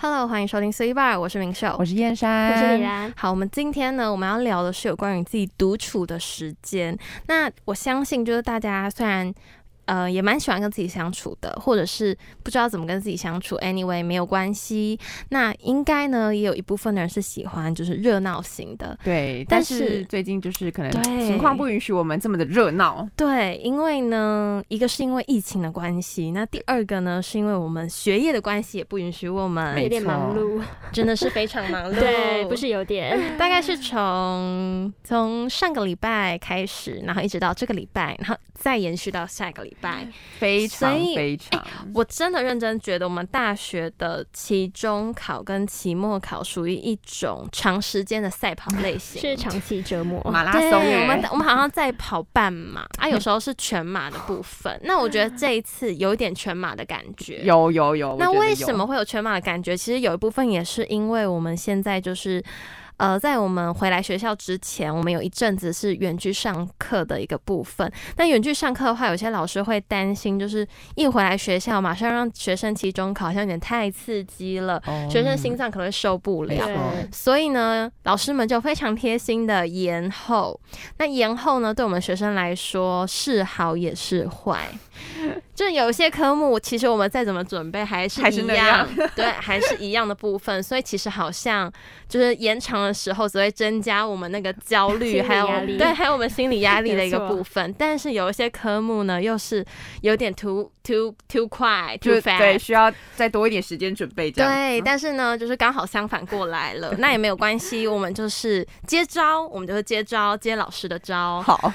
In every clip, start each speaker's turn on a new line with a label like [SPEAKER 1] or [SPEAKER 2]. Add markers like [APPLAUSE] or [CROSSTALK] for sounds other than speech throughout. [SPEAKER 1] Hello，欢迎收听 C Bar，我是明秀，
[SPEAKER 2] 我是燕
[SPEAKER 1] 嗯
[SPEAKER 2] 山，
[SPEAKER 3] 我是李然。
[SPEAKER 1] 好，我们今天呢，我们要聊的是有关于自己独处的时间。那我相信，就是大家虽然呃也蛮喜欢跟自己相处的，或者是不知道怎么跟自己相处，anyway 没有关系。那应该呢，也有一部分的人是喜欢就是热闹型的，
[SPEAKER 2] 对，
[SPEAKER 1] 但
[SPEAKER 2] 但
[SPEAKER 1] 是
[SPEAKER 2] 是最近就是可能
[SPEAKER 1] 对
[SPEAKER 2] 情况不允许我们这么的热闹，
[SPEAKER 1] 对，因为呢，一个是因为疫情的关系，那第二个呢，是因为我们学业的关系也不允许我们，
[SPEAKER 2] 没
[SPEAKER 3] 有点
[SPEAKER 2] 错
[SPEAKER 3] 忙
[SPEAKER 1] [LAUGHS]
[SPEAKER 3] 碌，
[SPEAKER 1] 真的是非常忙
[SPEAKER 2] [LAUGHS]
[SPEAKER 1] 碌，
[SPEAKER 3] 对，不是有点，
[SPEAKER 1] 大概是从从上个礼拜开始，然后一直到这个礼拜，然后再延续到下个礼拜。
[SPEAKER 2] 非常
[SPEAKER 1] 所以哎
[SPEAKER 2] 非常。
[SPEAKER 1] 我真的认真觉得，我们大学的期中考跟期末考属于一种长时间的赛跑类型。
[SPEAKER 3] 是长期折磨。
[SPEAKER 2] 马拉
[SPEAKER 1] 对，
[SPEAKER 2] 松耶，
[SPEAKER 1] 我们我们好像在跑半马啊，有时候是全马的部 [LAUGHS] 分。那我觉得这一次有一点全马的感觉，
[SPEAKER 2] 有有有。我
[SPEAKER 1] 那
[SPEAKER 2] 觉得
[SPEAKER 1] 为
[SPEAKER 2] 有
[SPEAKER 1] 什么？会有全马的感觉？其实有一部分也是因为我们现在就是，呃，在我们回来学校之前，我们有一阵子是远距上课的一个部分。那远距上课的话，有些老师会担心，就是一回来学校，马上让学生期中考，好像有点太刺激了，
[SPEAKER 2] 哦
[SPEAKER 1] 学生心脏可能会受不
[SPEAKER 2] 没
[SPEAKER 1] 了。
[SPEAKER 2] 错
[SPEAKER 3] 对
[SPEAKER 1] 所以呢，老师们就非常贴心的延后。那延后呢，对我们学生来说是好也是坏。就有一些科目，其实我们再怎么准备，还是
[SPEAKER 2] 还是
[SPEAKER 1] 一
[SPEAKER 2] 那
[SPEAKER 1] 样，对，还是一样的部分。所以其实好像就是延长的时候，只会增加我们那个焦虑，
[SPEAKER 3] 心理
[SPEAKER 1] 还有
[SPEAKER 3] 压力
[SPEAKER 1] 对，还有我们心理压力的一个
[SPEAKER 3] 没错
[SPEAKER 1] 部分。但是有一些科目呢，又是有点 too too too 快，too
[SPEAKER 2] 就
[SPEAKER 1] fast，
[SPEAKER 2] 对，需要再多一点时间准备这样。
[SPEAKER 1] 对，但是呢，就是刚好相反过来
[SPEAKER 2] [LAUGHS]
[SPEAKER 1] 了，那也没有关系，我们就是接招，我们就是接招，接老师的招，
[SPEAKER 2] 好，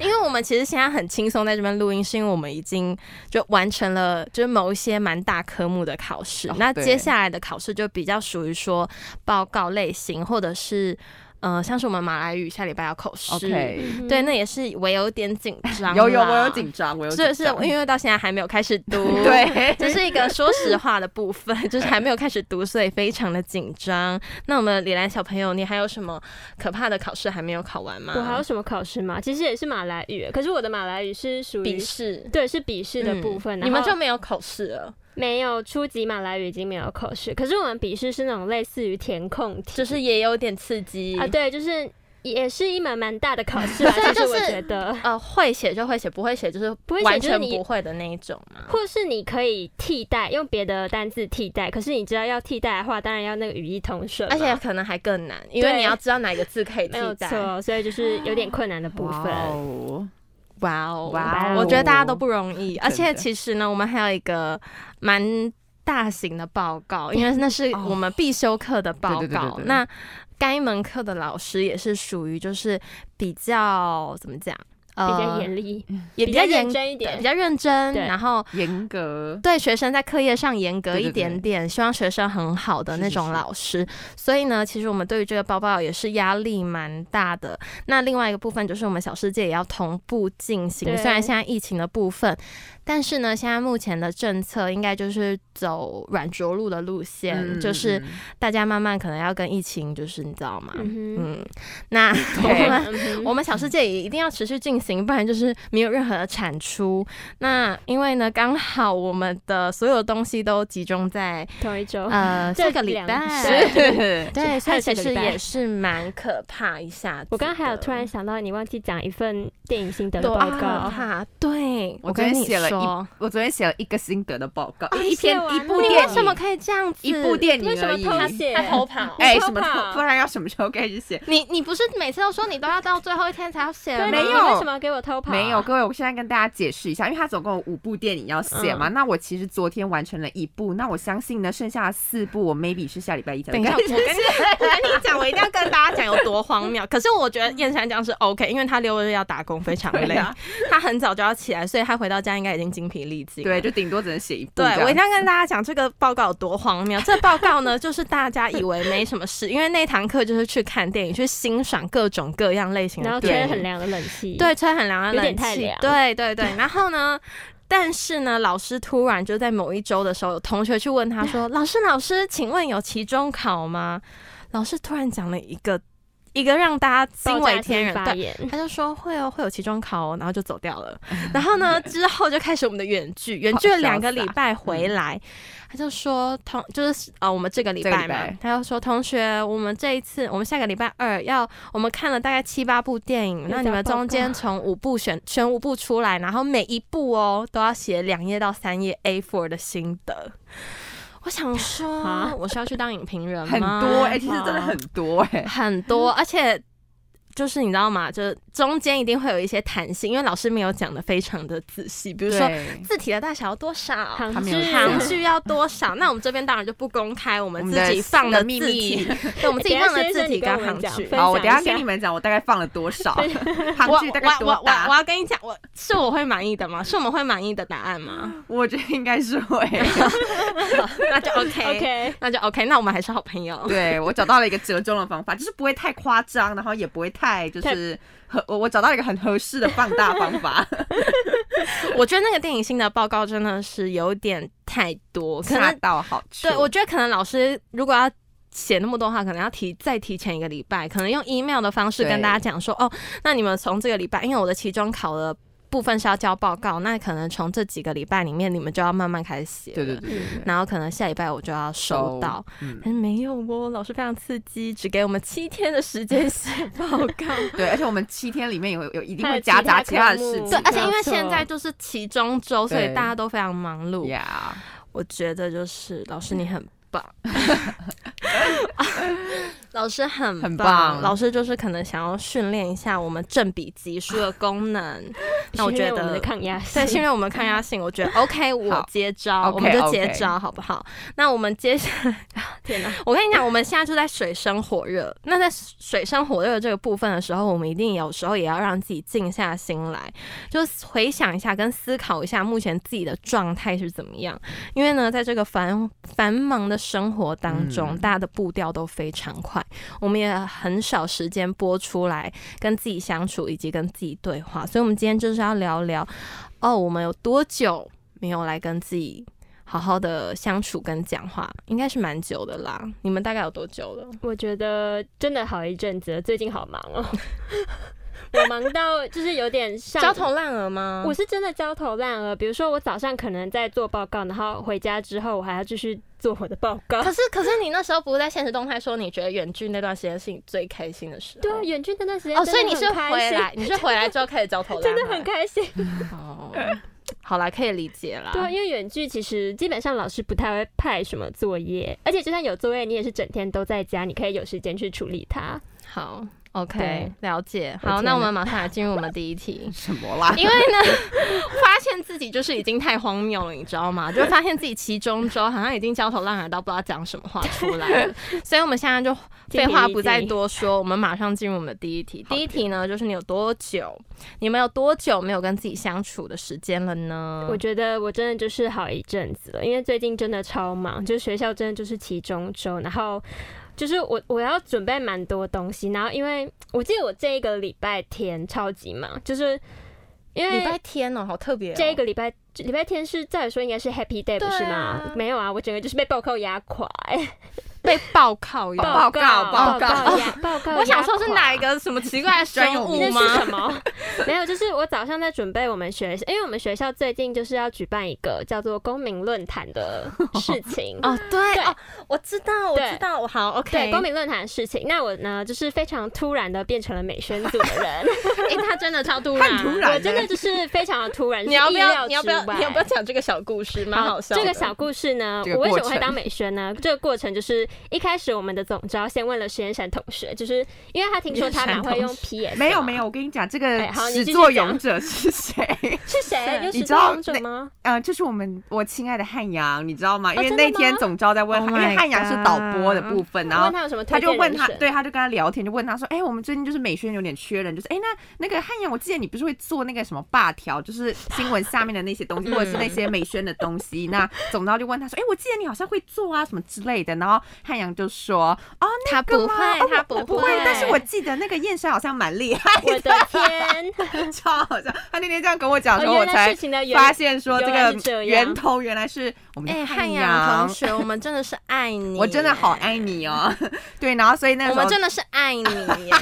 [SPEAKER 1] 因为我们其实现在很轻松在这边录音，是因为我们已经就完成了就是某一些蛮大科目的考试，
[SPEAKER 2] 哦
[SPEAKER 1] 那
[SPEAKER 2] 对
[SPEAKER 1] 接下来的考试就比较属于说报告类型，或者是呃，像是我们马来语下礼拜要口试
[SPEAKER 2] OK，
[SPEAKER 3] 嗯
[SPEAKER 1] 对，那也是我有点紧张啦，
[SPEAKER 2] [LAUGHS] 有有，我有紧张，我有
[SPEAKER 1] 是是
[SPEAKER 2] 紧张
[SPEAKER 1] 因为到现在还没有开始读，
[SPEAKER 2] [LAUGHS] 对，
[SPEAKER 1] [LAUGHS] 这是一个说实话的部分， [LAUGHS] 就是还没有开始读，所以非常的紧张。那我们李兰小朋友，你还有什么可怕的考试还没有考完吗？
[SPEAKER 3] 我还有什么考试吗？其实也是马来语，可是我的马来语是属
[SPEAKER 1] 笔
[SPEAKER 3] 于
[SPEAKER 1] 试
[SPEAKER 3] 对是笔试的部分，
[SPEAKER 1] 嗯
[SPEAKER 3] 然后
[SPEAKER 1] 你们就没有口试了，
[SPEAKER 3] 没有初级马来语已经没有考试，可是我们笔试是那种类似于填空题
[SPEAKER 1] 就是也有点刺激
[SPEAKER 3] 啊，。对，就是也是一门蛮大的考试吧，
[SPEAKER 1] 所以
[SPEAKER 3] 其实
[SPEAKER 1] 就是
[SPEAKER 3] 我觉得。
[SPEAKER 1] 呃，会写就会写，不会写就是
[SPEAKER 3] 不会写
[SPEAKER 1] 完
[SPEAKER 3] 就是
[SPEAKER 1] 全
[SPEAKER 3] 你
[SPEAKER 1] 不会的那一种嘛。
[SPEAKER 3] 或是你可以替代用别的单字替代，可是你知道要替代的话，当然要那个语义通顺嘛，
[SPEAKER 1] 而且可能还更难，因为
[SPEAKER 3] 对
[SPEAKER 1] 你要知道哪一个字可以替
[SPEAKER 3] 没有
[SPEAKER 1] 代。
[SPEAKER 3] 错，所以就是有点困难的部分。
[SPEAKER 2] 哇哦
[SPEAKER 1] 哇哦，
[SPEAKER 2] 哇
[SPEAKER 3] 哦
[SPEAKER 1] 我觉得大家都不容易，而且
[SPEAKER 2] 真的
[SPEAKER 1] 其实呢，我们还有一个蛮大型的报告，因为那是
[SPEAKER 2] 哦
[SPEAKER 1] 我们必修课的报告。
[SPEAKER 2] 对对对对对
[SPEAKER 1] 那该门课的老师也是属于就是比较怎么讲，呃，
[SPEAKER 3] 比较严厉，
[SPEAKER 1] 也比较严
[SPEAKER 3] 认真一
[SPEAKER 1] 对
[SPEAKER 3] 点
[SPEAKER 1] 比。较认真，
[SPEAKER 3] 对
[SPEAKER 1] 然后。
[SPEAKER 2] 严格，
[SPEAKER 1] 对学生在课业上严格
[SPEAKER 2] 对对
[SPEAKER 1] 一点点，希望学生很好的那种老师。所以呢，其实我们对于这个报告也是压力蛮大的。那另外一个部分就是我们小世界也要同步进行，
[SPEAKER 3] 对
[SPEAKER 1] 虽然现在疫情的部分，但是呢，现在目前的政策应该就是走软着陆的路线，
[SPEAKER 2] 嗯
[SPEAKER 1] 就是
[SPEAKER 2] 嗯
[SPEAKER 1] 大家慢慢可能要跟疫情，就是你知道吗？
[SPEAKER 3] 嗯
[SPEAKER 1] 嗯，那我 [LAUGHS]
[SPEAKER 2] [LAUGHS] 对
[SPEAKER 1] 们
[SPEAKER 3] 哼，嗯
[SPEAKER 1] 我
[SPEAKER 3] 哼
[SPEAKER 1] 们小世界也一定要持续进行，不然就是没有任何的产出。那因为呢，刚好我们的所有东西都集中在
[SPEAKER 3] 同一周，
[SPEAKER 1] 呃
[SPEAKER 3] 这
[SPEAKER 1] 这个礼
[SPEAKER 3] 两
[SPEAKER 1] 拜，
[SPEAKER 2] 是
[SPEAKER 1] 对，所以其实
[SPEAKER 3] 这个礼拜
[SPEAKER 1] 也是蛮可怕一下子的。
[SPEAKER 3] 我刚刚还有突然想到，你忘记讲一份电影心得的
[SPEAKER 1] 多
[SPEAKER 3] 报告
[SPEAKER 1] 可，怕，对
[SPEAKER 2] 我昨
[SPEAKER 1] 跟
[SPEAKER 2] 天
[SPEAKER 1] 你
[SPEAKER 2] 写了
[SPEAKER 1] 说，啊
[SPEAKER 2] 我昨天写了一个心得的报
[SPEAKER 1] 哦
[SPEAKER 2] 告，一
[SPEAKER 3] 写
[SPEAKER 2] 篇
[SPEAKER 3] 完
[SPEAKER 2] 一
[SPEAKER 3] 了
[SPEAKER 2] 部
[SPEAKER 1] 你
[SPEAKER 2] 电
[SPEAKER 1] 为什么
[SPEAKER 2] 影，
[SPEAKER 1] 可以这样子？
[SPEAKER 2] 一部电
[SPEAKER 3] 为
[SPEAKER 2] 影
[SPEAKER 3] 什么
[SPEAKER 2] 而已。
[SPEAKER 3] 偷写？
[SPEAKER 1] 还偷跑？
[SPEAKER 2] [LAUGHS] 哎，
[SPEAKER 3] 你偷
[SPEAKER 2] 什么
[SPEAKER 3] 跑
[SPEAKER 2] 偷？不然要什么时候开始写？
[SPEAKER 1] 你你不是每次都说你都要到最后一天才要写吗？
[SPEAKER 3] 对，
[SPEAKER 2] 没
[SPEAKER 3] 你
[SPEAKER 2] 有
[SPEAKER 3] 为什么要给我偷跑？
[SPEAKER 2] 没有，，各位，我现在跟大家解释一下，因为它总共有五部电影要写
[SPEAKER 1] 嗯
[SPEAKER 2] 嘛。那我其实昨天完成了一部，那我相信呢，剩下的四部我 maybe 是下礼拜一才
[SPEAKER 1] 等
[SPEAKER 2] 能
[SPEAKER 1] 一下，
[SPEAKER 2] 开
[SPEAKER 1] 我跟你，我跟你讲，我一定要跟大家讲，有多荒谬。可是我觉得燕山这样是 OK，因为他六日要打工，非常累，
[SPEAKER 2] 对啊
[SPEAKER 1] 他很早就要起来，所以他回到家应该已经精疲力尽了。
[SPEAKER 2] [LAUGHS] 对，就顶多只能写一部这
[SPEAKER 1] 对
[SPEAKER 2] 样。，
[SPEAKER 1] 我一定要跟大家讲这个报告有多荒谬。这报告呢，就是大家以为没什么事，因为那堂课就是去看电影，去欣赏各种各样类型
[SPEAKER 3] 然后
[SPEAKER 1] 的
[SPEAKER 2] 对
[SPEAKER 1] 电
[SPEAKER 3] 吹
[SPEAKER 1] 影，
[SPEAKER 3] 很凉的冷气，
[SPEAKER 1] 对，，吹很凉的啊
[SPEAKER 3] 有
[SPEAKER 1] 冷
[SPEAKER 3] 点
[SPEAKER 1] 气，
[SPEAKER 3] 太凉
[SPEAKER 1] 对对
[SPEAKER 3] [LAUGHS]
[SPEAKER 1] 对。然后呢，但是呢，老师突然就在某一周的时候，有同学去问他说：“老师，老师，请问有期中考吗？”老师突然讲了一个一个让大家惊
[SPEAKER 3] 爆
[SPEAKER 1] 为
[SPEAKER 3] 炸
[SPEAKER 1] 天
[SPEAKER 3] 性
[SPEAKER 1] 人，
[SPEAKER 3] 发
[SPEAKER 1] 对，
[SPEAKER 3] 言，
[SPEAKER 1] 他就说会哦，会有期中考哦，然后就走掉了。
[SPEAKER 2] 嗯
[SPEAKER 1] 然后呢，之后就开始我们的远
[SPEAKER 2] [LAUGHS]
[SPEAKER 1] 距，远距了两个礼拜回来，他就说同就是呃，我们这个礼
[SPEAKER 2] 嗯这个礼
[SPEAKER 1] 拜嘛
[SPEAKER 2] 拜，
[SPEAKER 1] 他就说同学，我们这一次，我们下个礼拜二要，我们看了大概七八部电影，
[SPEAKER 3] 要
[SPEAKER 1] 那你
[SPEAKER 3] 交
[SPEAKER 1] 们
[SPEAKER 3] 报
[SPEAKER 1] 中间
[SPEAKER 3] 告
[SPEAKER 1] 从五部选选五部出来，然后每一部哦都要写两页到三页 A4 的心得。我想说
[SPEAKER 2] [LAUGHS]
[SPEAKER 3] 啊，
[SPEAKER 1] 我是要去当影评人吗？
[SPEAKER 2] 很多哎、其实真的很多
[SPEAKER 1] [LAUGHS]
[SPEAKER 2] 哎、
[SPEAKER 1] 很多，而且就是你知道吗？就是中间一定会有一些弹性，因为老师没有讲的非常的仔细，比如说
[SPEAKER 2] 对，
[SPEAKER 1] 字体的大小要多少。
[SPEAKER 3] 行
[SPEAKER 2] 他没有
[SPEAKER 3] 之
[SPEAKER 2] 讲
[SPEAKER 1] 行距要多少？ [LAUGHS] 那我们这边当然就不公开，我们
[SPEAKER 2] 我们
[SPEAKER 1] 自己放的
[SPEAKER 2] 秘
[SPEAKER 1] 字体
[SPEAKER 2] 密。，
[SPEAKER 1] [LAUGHS] 对，我们自己放的字体跟行
[SPEAKER 3] 等一下先生
[SPEAKER 1] 距
[SPEAKER 3] 你跟我们讲。分
[SPEAKER 2] 好，我等一下
[SPEAKER 3] 享一下
[SPEAKER 2] 跟你们讲，我大概放了
[SPEAKER 1] [LAUGHS]
[SPEAKER 2] 多少，
[SPEAKER 1] 我
[SPEAKER 2] 行距大概
[SPEAKER 1] 我我
[SPEAKER 2] 多
[SPEAKER 1] 我我
[SPEAKER 2] 大？
[SPEAKER 1] 要跟你讲，我是我会满意的吗？是我们会满意的答案
[SPEAKER 2] [LAUGHS]
[SPEAKER 1] 吗？
[SPEAKER 2] 我觉得应该是
[SPEAKER 1] [LAUGHS]
[SPEAKER 2] 会。
[SPEAKER 1] 那就 OK，, [LAUGHS]
[SPEAKER 3] OK，
[SPEAKER 1] 那就 OK，那我们还是好朋友。
[SPEAKER 2] [LAUGHS] 对我找到了一个折中的方法，就是不会太夸张，然后也不会太就是合我我找到一个很合适的放大方法，
[SPEAKER 1] 我觉得那个电影性的报告真的是有点太多，可
[SPEAKER 2] 恰
[SPEAKER 1] 能
[SPEAKER 2] 到好处。
[SPEAKER 1] 对，我觉得可能老师如果要写那么多的话，可能要提再提前一个礼拜，可能用 email 的方式跟
[SPEAKER 2] 对
[SPEAKER 1] 大家讲说，哦，那你们从这个礼拜，因为我的期中考的部分是要交报告，那可能从这几个礼拜里面，你们就要慢慢开始写。
[SPEAKER 2] 对对。对对
[SPEAKER 3] 嗯
[SPEAKER 2] 对，
[SPEAKER 1] 然后可能下礼拜我就要收
[SPEAKER 2] 收
[SPEAKER 1] 到，
[SPEAKER 3] [LAUGHS]
[SPEAKER 2] 嗯，
[SPEAKER 1] 但是没有哦，老师非常刺激，只给我们七天的时间写报
[SPEAKER 2] [LAUGHS]
[SPEAKER 1] 告。
[SPEAKER 2] 对，而且我们七天里面有有一定
[SPEAKER 3] 还
[SPEAKER 2] 会
[SPEAKER 3] 有
[SPEAKER 2] 夹
[SPEAKER 3] 其
[SPEAKER 2] 杂
[SPEAKER 3] 他
[SPEAKER 2] 其他的
[SPEAKER 3] 科目
[SPEAKER 2] 事情，
[SPEAKER 1] 对，而且因
[SPEAKER 3] 没
[SPEAKER 1] 为
[SPEAKER 3] 错
[SPEAKER 1] 现在就是期中周，所以
[SPEAKER 2] 对
[SPEAKER 1] 大家都非常忙碌。
[SPEAKER 2] 呀，
[SPEAKER 1] 我觉得就是老师你很
[SPEAKER 3] [LAUGHS]
[SPEAKER 1] 棒，老师很
[SPEAKER 2] 很棒
[SPEAKER 1] 老师就是可能想要训练一下我们正比级数的功
[SPEAKER 3] [LAUGHS]
[SPEAKER 1] 能。那我
[SPEAKER 3] 训
[SPEAKER 1] 觉
[SPEAKER 3] 练我们
[SPEAKER 1] 得
[SPEAKER 3] 的抗压
[SPEAKER 1] [LAUGHS] 对，训
[SPEAKER 3] 性，
[SPEAKER 1] 练我们抗压性，我觉
[SPEAKER 3] [LAUGHS]
[SPEAKER 1] 得 OK，我
[SPEAKER 2] 好
[SPEAKER 1] 接招，
[SPEAKER 2] OK，
[SPEAKER 1] 我们就接
[SPEAKER 2] OK
[SPEAKER 1] 招，好不好？那我们接下来，
[SPEAKER 3] 天哪，
[SPEAKER 1] 我跟你讲，我们现在就在水深火热。那在水深火热这个部分的时候，我们一定有时候也要让自己静下心来，就回想一下跟思考一下目前自己的状态是怎么样。因为呢，在这个繁繁忙的生活当中，
[SPEAKER 2] 嗯。
[SPEAKER 1] 大家的步调都非常快，我们也很少时间播出来跟自己相处以及跟自己对话。所以，我们今天就是要聊聊，哦，我们有多久没有来跟自己。好好的相处跟讲话，应该是蛮久的啦。你们大概有多久了？
[SPEAKER 3] 我觉得真的好一阵子了，最近好忙哦， [LAUGHS] 我忙到就是有点上
[SPEAKER 1] 焦头烂额吗？
[SPEAKER 3] 我是真的焦头烂额。比如说，我早上可能在做报告，然后回家之后，我还要继续做我的报告。
[SPEAKER 1] 可是可是你那时候不是在现实动态说你觉得远距那段时间是你最开心的时候？
[SPEAKER 3] 对啊，远距那段时间
[SPEAKER 1] 哦，
[SPEAKER 3] 真
[SPEAKER 1] 所
[SPEAKER 3] 的
[SPEAKER 1] 以你是
[SPEAKER 3] 很开
[SPEAKER 1] 回
[SPEAKER 3] 心
[SPEAKER 1] 来，你是回来之后开始焦头烂额，
[SPEAKER 3] [LAUGHS] 真的很开心。
[SPEAKER 1] 哦。好啦，可以理解啦。
[SPEAKER 3] 对啊，因为远距其实基本上老师不太会派什么作业，而且就算有作业，你也是整天都在家，你可以有时间去处理它。
[SPEAKER 1] 好，OK，
[SPEAKER 3] 对
[SPEAKER 1] 了解。
[SPEAKER 3] 我的
[SPEAKER 1] 好，
[SPEAKER 3] 天
[SPEAKER 1] 那
[SPEAKER 3] 哪
[SPEAKER 1] 我们马上来进入我们第一题
[SPEAKER 2] 什么啦？
[SPEAKER 1] 因为呢，发现自己就是已经太荒谬了，你知道吗？就发现自己其中周好像已经焦头烂额到不知道讲什么话出来
[SPEAKER 3] [LAUGHS]
[SPEAKER 1] 了，所以我们现在就废话不再多说，我们马上进入我们的第一题。
[SPEAKER 3] 好的
[SPEAKER 1] 第一题呢，就是你有多久，你们有多久没有跟自己相处的时间了呢？
[SPEAKER 3] 我觉得我真的就是好一阵子了，因为最近真的超忙，就是学校真的就是期中周，然后就是我我要准备蛮多东西，然后因为我记得我这一个礼拜天超级忙，就是因
[SPEAKER 1] 礼拜
[SPEAKER 3] 为
[SPEAKER 1] 天哦，好特别、哦。
[SPEAKER 3] 这一个礼拜礼拜天是照理说应该是 Happy Day
[SPEAKER 1] 对
[SPEAKER 3] 不
[SPEAKER 1] 啊
[SPEAKER 3] 是吗？没有啊，我整个就是被报告压垮、欸，
[SPEAKER 1] 被哦报告哟。
[SPEAKER 2] 报告
[SPEAKER 3] 报
[SPEAKER 2] 报告
[SPEAKER 3] 告压报告，
[SPEAKER 1] 我想说是哪一？个什么奇
[SPEAKER 3] [LAUGHS]
[SPEAKER 1] 怪的
[SPEAKER 2] 专
[SPEAKER 1] 生
[SPEAKER 2] 有
[SPEAKER 1] 物
[SPEAKER 3] 那
[SPEAKER 1] 吗
[SPEAKER 3] 是？什么？ [LAUGHS] 没有，就是我早上在准备我们学校，因为我们学校最近就是要举办一个叫做公民论坛
[SPEAKER 1] [LAUGHS]。
[SPEAKER 3] 的事情
[SPEAKER 1] 哦，对
[SPEAKER 3] 对
[SPEAKER 1] 哦，我知道，我
[SPEAKER 3] 对
[SPEAKER 1] 知道，我好 OK。
[SPEAKER 3] 对公民论坛的事情，那我呢就是非常突然的变成了美宣组的人， [LAUGHS]
[SPEAKER 1] 哎、他真的超突
[SPEAKER 2] 太
[SPEAKER 1] 然，欸
[SPEAKER 2] 突然了
[SPEAKER 3] 我真的就是非常的突
[SPEAKER 1] [LAUGHS]
[SPEAKER 3] 然，
[SPEAKER 1] 你要
[SPEAKER 3] 是
[SPEAKER 1] 不
[SPEAKER 3] 意
[SPEAKER 1] 要？
[SPEAKER 3] 料
[SPEAKER 1] 你要不要
[SPEAKER 3] 之？外
[SPEAKER 1] 你要不要讲这个小故事？蛮好笑的。
[SPEAKER 3] 这个小故事呢，
[SPEAKER 2] 这个
[SPEAKER 3] 我为
[SPEAKER 2] 过
[SPEAKER 3] 什么会
[SPEAKER 2] 程
[SPEAKER 3] 当美宣呢？这个过程就是一开始我们的总招先问了实验室同学，就是就是因为他听说他
[SPEAKER 1] 你是
[SPEAKER 3] 蛮
[SPEAKER 1] 闪
[SPEAKER 3] 会用
[SPEAKER 1] 同
[SPEAKER 2] [LAUGHS]
[SPEAKER 3] PS，
[SPEAKER 2] 没有没有，我跟你讲，这个
[SPEAKER 3] 哎好你
[SPEAKER 2] 始
[SPEAKER 3] 继续
[SPEAKER 2] 作
[SPEAKER 3] 讲
[SPEAKER 2] 俑者是谁？
[SPEAKER 3] [LAUGHS] 是谁？
[SPEAKER 1] 是
[SPEAKER 3] 有
[SPEAKER 2] 你
[SPEAKER 3] 始
[SPEAKER 2] 知道
[SPEAKER 3] 作俑者
[SPEAKER 2] 那
[SPEAKER 3] 吗？
[SPEAKER 2] 呃，就是我们我亲爱的汉阳，你知道吗？因
[SPEAKER 3] 哦
[SPEAKER 2] 为
[SPEAKER 3] 真的
[SPEAKER 2] 那天
[SPEAKER 3] 吗
[SPEAKER 2] 总招在问
[SPEAKER 1] Oh
[SPEAKER 2] 汉，因为
[SPEAKER 1] my
[SPEAKER 2] 汉阳是导播的部分，然后
[SPEAKER 3] 我问他有什呃么推
[SPEAKER 2] 他
[SPEAKER 3] 荐
[SPEAKER 2] 就问
[SPEAKER 3] 人
[SPEAKER 2] 他，
[SPEAKER 3] 选
[SPEAKER 2] 对，他就跟他聊天，就问他说：“哎、我们最近就是美宣有点缺人，就是哎、那那个汉阳，我记得你不是会做那个什么霸条，就是新闻下面的那些东
[SPEAKER 3] [LAUGHS]
[SPEAKER 2] 西，或
[SPEAKER 3] 嗯
[SPEAKER 2] 者是那些美宣的东西。”那总招就问他说：“哎、我记得你好像会做啊，什么之类的。”然后汉阳就说：“哦，
[SPEAKER 1] 他
[SPEAKER 2] 那个
[SPEAKER 1] 不会
[SPEAKER 2] 吗哦，
[SPEAKER 1] 他
[SPEAKER 2] 我
[SPEAKER 1] 不
[SPEAKER 2] 不
[SPEAKER 1] 会
[SPEAKER 2] 但是我记得那个燕山好像蛮厉害。”
[SPEAKER 3] 我的天，
[SPEAKER 2] 超好笑！他那天这样跟我讲的时候，
[SPEAKER 3] 哦
[SPEAKER 2] 我
[SPEAKER 3] 原来
[SPEAKER 2] 才
[SPEAKER 3] 事情的源
[SPEAKER 2] 发现说这
[SPEAKER 3] 原来是这
[SPEAKER 2] 个
[SPEAKER 3] 样
[SPEAKER 2] 源头原来是我们
[SPEAKER 1] 哎、
[SPEAKER 2] 的
[SPEAKER 1] 汉阳
[SPEAKER 2] 嗯阳
[SPEAKER 1] 同。学，我们真的是爱你，
[SPEAKER 2] 我真的好，爱你哦， [LAUGHS] 对，然后所以那个
[SPEAKER 1] 我
[SPEAKER 2] 时
[SPEAKER 1] 们，
[SPEAKER 2] 候
[SPEAKER 1] 真的是爱你耶。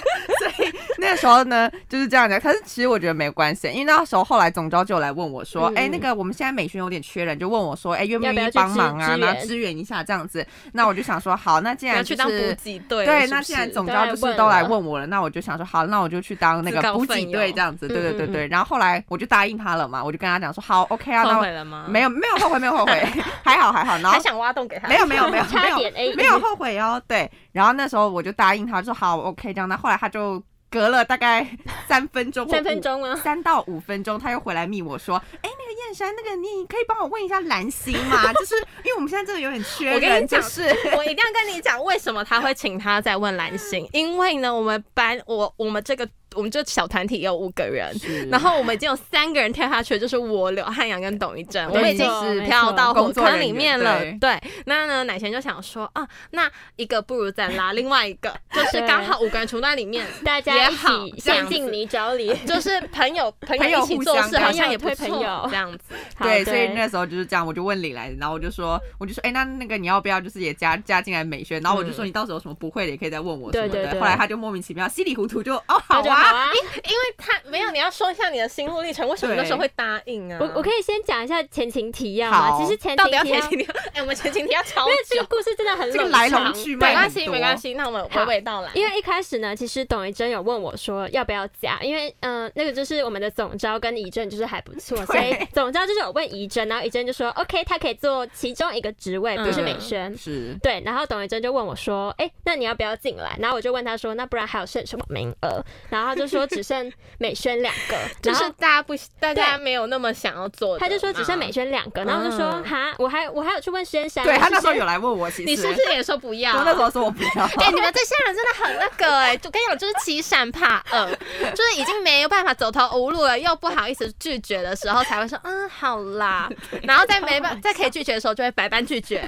[SPEAKER 2] [LAUGHS] 那个时候呢就是这样的。可是其实我觉得没关系，因为那时候后来总招就有来问我说，
[SPEAKER 3] 嗯
[SPEAKER 2] 哎、那个我们现在美宣有点缺人，就问我说，哎，愿不
[SPEAKER 3] 要
[SPEAKER 2] 愿
[SPEAKER 3] 不要
[SPEAKER 2] 意
[SPEAKER 3] 去
[SPEAKER 2] 帮
[SPEAKER 3] 支
[SPEAKER 2] 忙啊，
[SPEAKER 3] 支
[SPEAKER 2] 然后
[SPEAKER 3] 援
[SPEAKER 2] 支援一下这样子。那我就想说，好，那
[SPEAKER 1] [LAUGHS]
[SPEAKER 2] 既
[SPEAKER 1] 要
[SPEAKER 2] 然
[SPEAKER 1] 去
[SPEAKER 2] 就
[SPEAKER 1] 当补
[SPEAKER 2] 是
[SPEAKER 1] 给队了，
[SPEAKER 2] 对，
[SPEAKER 1] 是
[SPEAKER 2] 那
[SPEAKER 1] 不
[SPEAKER 2] 既然
[SPEAKER 1] 是
[SPEAKER 2] 总
[SPEAKER 3] 都
[SPEAKER 2] 招
[SPEAKER 3] 来
[SPEAKER 2] 就是
[SPEAKER 3] 问
[SPEAKER 2] 都来
[SPEAKER 3] 了
[SPEAKER 2] 问我了，那我就想说，好，那我就去当那
[SPEAKER 1] 自
[SPEAKER 2] 个
[SPEAKER 1] 告
[SPEAKER 2] 补
[SPEAKER 1] 奋
[SPEAKER 2] 给队
[SPEAKER 1] 勇
[SPEAKER 2] 这样子，对对对
[SPEAKER 3] 嗯嗯
[SPEAKER 2] 对。然后后来我就答应他了嘛，我就跟他讲说，好，OK 啊，那
[SPEAKER 1] 后
[SPEAKER 2] 我
[SPEAKER 1] 悔了吗？
[SPEAKER 2] 没有没有后悔，没 [LAUGHS] 有后悔，还好还好。然后
[SPEAKER 1] 还想挖洞给他，
[SPEAKER 2] 没 [LAUGHS] 有没有没有没
[SPEAKER 3] [LAUGHS] 差
[SPEAKER 2] 有
[SPEAKER 3] 点哎
[SPEAKER 2] [LAUGHS]
[SPEAKER 3] A
[SPEAKER 2] 没有后悔哦，对。然后那时候我就答应他说好，OK 这样。那后来他就隔了大概 [LAUGHS] 三分钟，
[SPEAKER 3] 三分。钟哦吗？
[SPEAKER 2] 三到五分钟，他又回来密我说：“哎、那个燕山，那个你可以帮我问一下蓝心 [LAUGHS] 吗？就是因为我们现在这个有点缺人，
[SPEAKER 1] 我跟你讲
[SPEAKER 2] 就是
[SPEAKER 1] 我一定要跟你讲，为什么他会请他再问蓝心？因为呢，我们班我我们这个我们这小团体有五个人，然后我们已经有三个人跳下去了，就是我刘汉阳跟董一正，我
[SPEAKER 2] 对
[SPEAKER 1] 们已经
[SPEAKER 2] 是
[SPEAKER 1] 跳到火
[SPEAKER 2] 工作人
[SPEAKER 1] 坑
[SPEAKER 2] 员
[SPEAKER 1] 里面了。
[SPEAKER 2] 对
[SPEAKER 1] 对，那呢，奶贤就想说啊，那一个不如再拉另外一个，
[SPEAKER 2] [LAUGHS]
[SPEAKER 1] 就是
[SPEAKER 3] 对
[SPEAKER 1] 刚好五个人处在里面，
[SPEAKER 3] 大
[SPEAKER 1] 也
[SPEAKER 3] 家一
[SPEAKER 1] 好
[SPEAKER 3] 起
[SPEAKER 1] 这样
[SPEAKER 3] 陷
[SPEAKER 1] 子
[SPEAKER 3] 进泥沼里。
[SPEAKER 1] 就是朋友朋
[SPEAKER 2] 朋友
[SPEAKER 1] 友一起
[SPEAKER 2] 互
[SPEAKER 1] 做
[SPEAKER 2] 相
[SPEAKER 1] 事，好
[SPEAKER 2] 朋
[SPEAKER 1] 像
[SPEAKER 3] 友
[SPEAKER 1] 也不
[SPEAKER 3] 推
[SPEAKER 1] 错
[SPEAKER 3] 朋友，
[SPEAKER 1] 这样子。
[SPEAKER 3] 好
[SPEAKER 2] 对，所以那时候就是这样，我就问李来，然后我就说，我就说，哎、那那个你要不要就是也加加进来美宣？然后我就说，
[SPEAKER 1] 嗯
[SPEAKER 2] 你到时候有什么不会的也可以再问我什
[SPEAKER 3] 对
[SPEAKER 2] 么的。
[SPEAKER 3] 对对
[SPEAKER 2] 后来他就莫名其妙稀里糊涂就哦好
[SPEAKER 3] 那
[SPEAKER 2] [LAUGHS]
[SPEAKER 3] 就好
[SPEAKER 2] 啊，
[SPEAKER 3] 啊。
[SPEAKER 1] 因为他没有，你要说一下你的心路历程，为什么
[SPEAKER 2] 对
[SPEAKER 1] 那时候会答应啊？
[SPEAKER 3] 我我可以先讲一下前情提要吗？
[SPEAKER 2] 好
[SPEAKER 3] 其实前
[SPEAKER 1] 到
[SPEAKER 3] 情
[SPEAKER 1] 底要
[SPEAKER 3] 提
[SPEAKER 1] 前
[SPEAKER 3] 要，
[SPEAKER 1] 情提要？ [LAUGHS] 哎、我们前情提要超
[SPEAKER 3] 啊因为这
[SPEAKER 1] 久
[SPEAKER 3] 个，故事真的很
[SPEAKER 2] 这个
[SPEAKER 3] 冗
[SPEAKER 2] 来
[SPEAKER 3] 长
[SPEAKER 2] 龙去脉
[SPEAKER 1] 没关
[SPEAKER 2] 很
[SPEAKER 1] 系，
[SPEAKER 2] 多
[SPEAKER 1] 没关。系，那我们娓娓道来。
[SPEAKER 3] 因为一开始呢，其实董一真有问我说要不要加，因为嗯、呃那个就是我们的总招跟怡珍就是还不错，所以
[SPEAKER 2] [LAUGHS] 对
[SPEAKER 3] 总招就是有问怡珍，然后怡珍就说 OK，他可以做其中一个职位，不是
[SPEAKER 2] 嗯
[SPEAKER 3] 美宣。
[SPEAKER 2] 是
[SPEAKER 3] 对，然后董一真就问我说：“哎、那你要不要进来？”然后我就问他说：“那不然还有剩什么名额？”然后他就说
[SPEAKER 1] [LAUGHS]
[SPEAKER 3] 只剩美宣两个，
[SPEAKER 1] 就
[SPEAKER 3] 然后
[SPEAKER 1] 是大家不，大家没有那么想要做的
[SPEAKER 3] 他就说只剩
[SPEAKER 1] 嘛
[SPEAKER 3] 美。宣两个，然后我就说：“
[SPEAKER 1] 嗯
[SPEAKER 3] 哈，我还我还有去问先生，
[SPEAKER 2] 对他那时候
[SPEAKER 3] 是
[SPEAKER 2] 有来问我，其实
[SPEAKER 1] 你是不是也说不要？
[SPEAKER 2] 我那时候说我不 [LAUGHS] 要，
[SPEAKER 1] [LAUGHS] 哎、你们这些人真的很那个哎、我跟你讲，就是欺善怕恶，就是已经没有办法走投无路了，又不好意思拒绝的时候，才会说嗯好啦，然后再没办，再可以拒绝的时候，就会百般拒绝。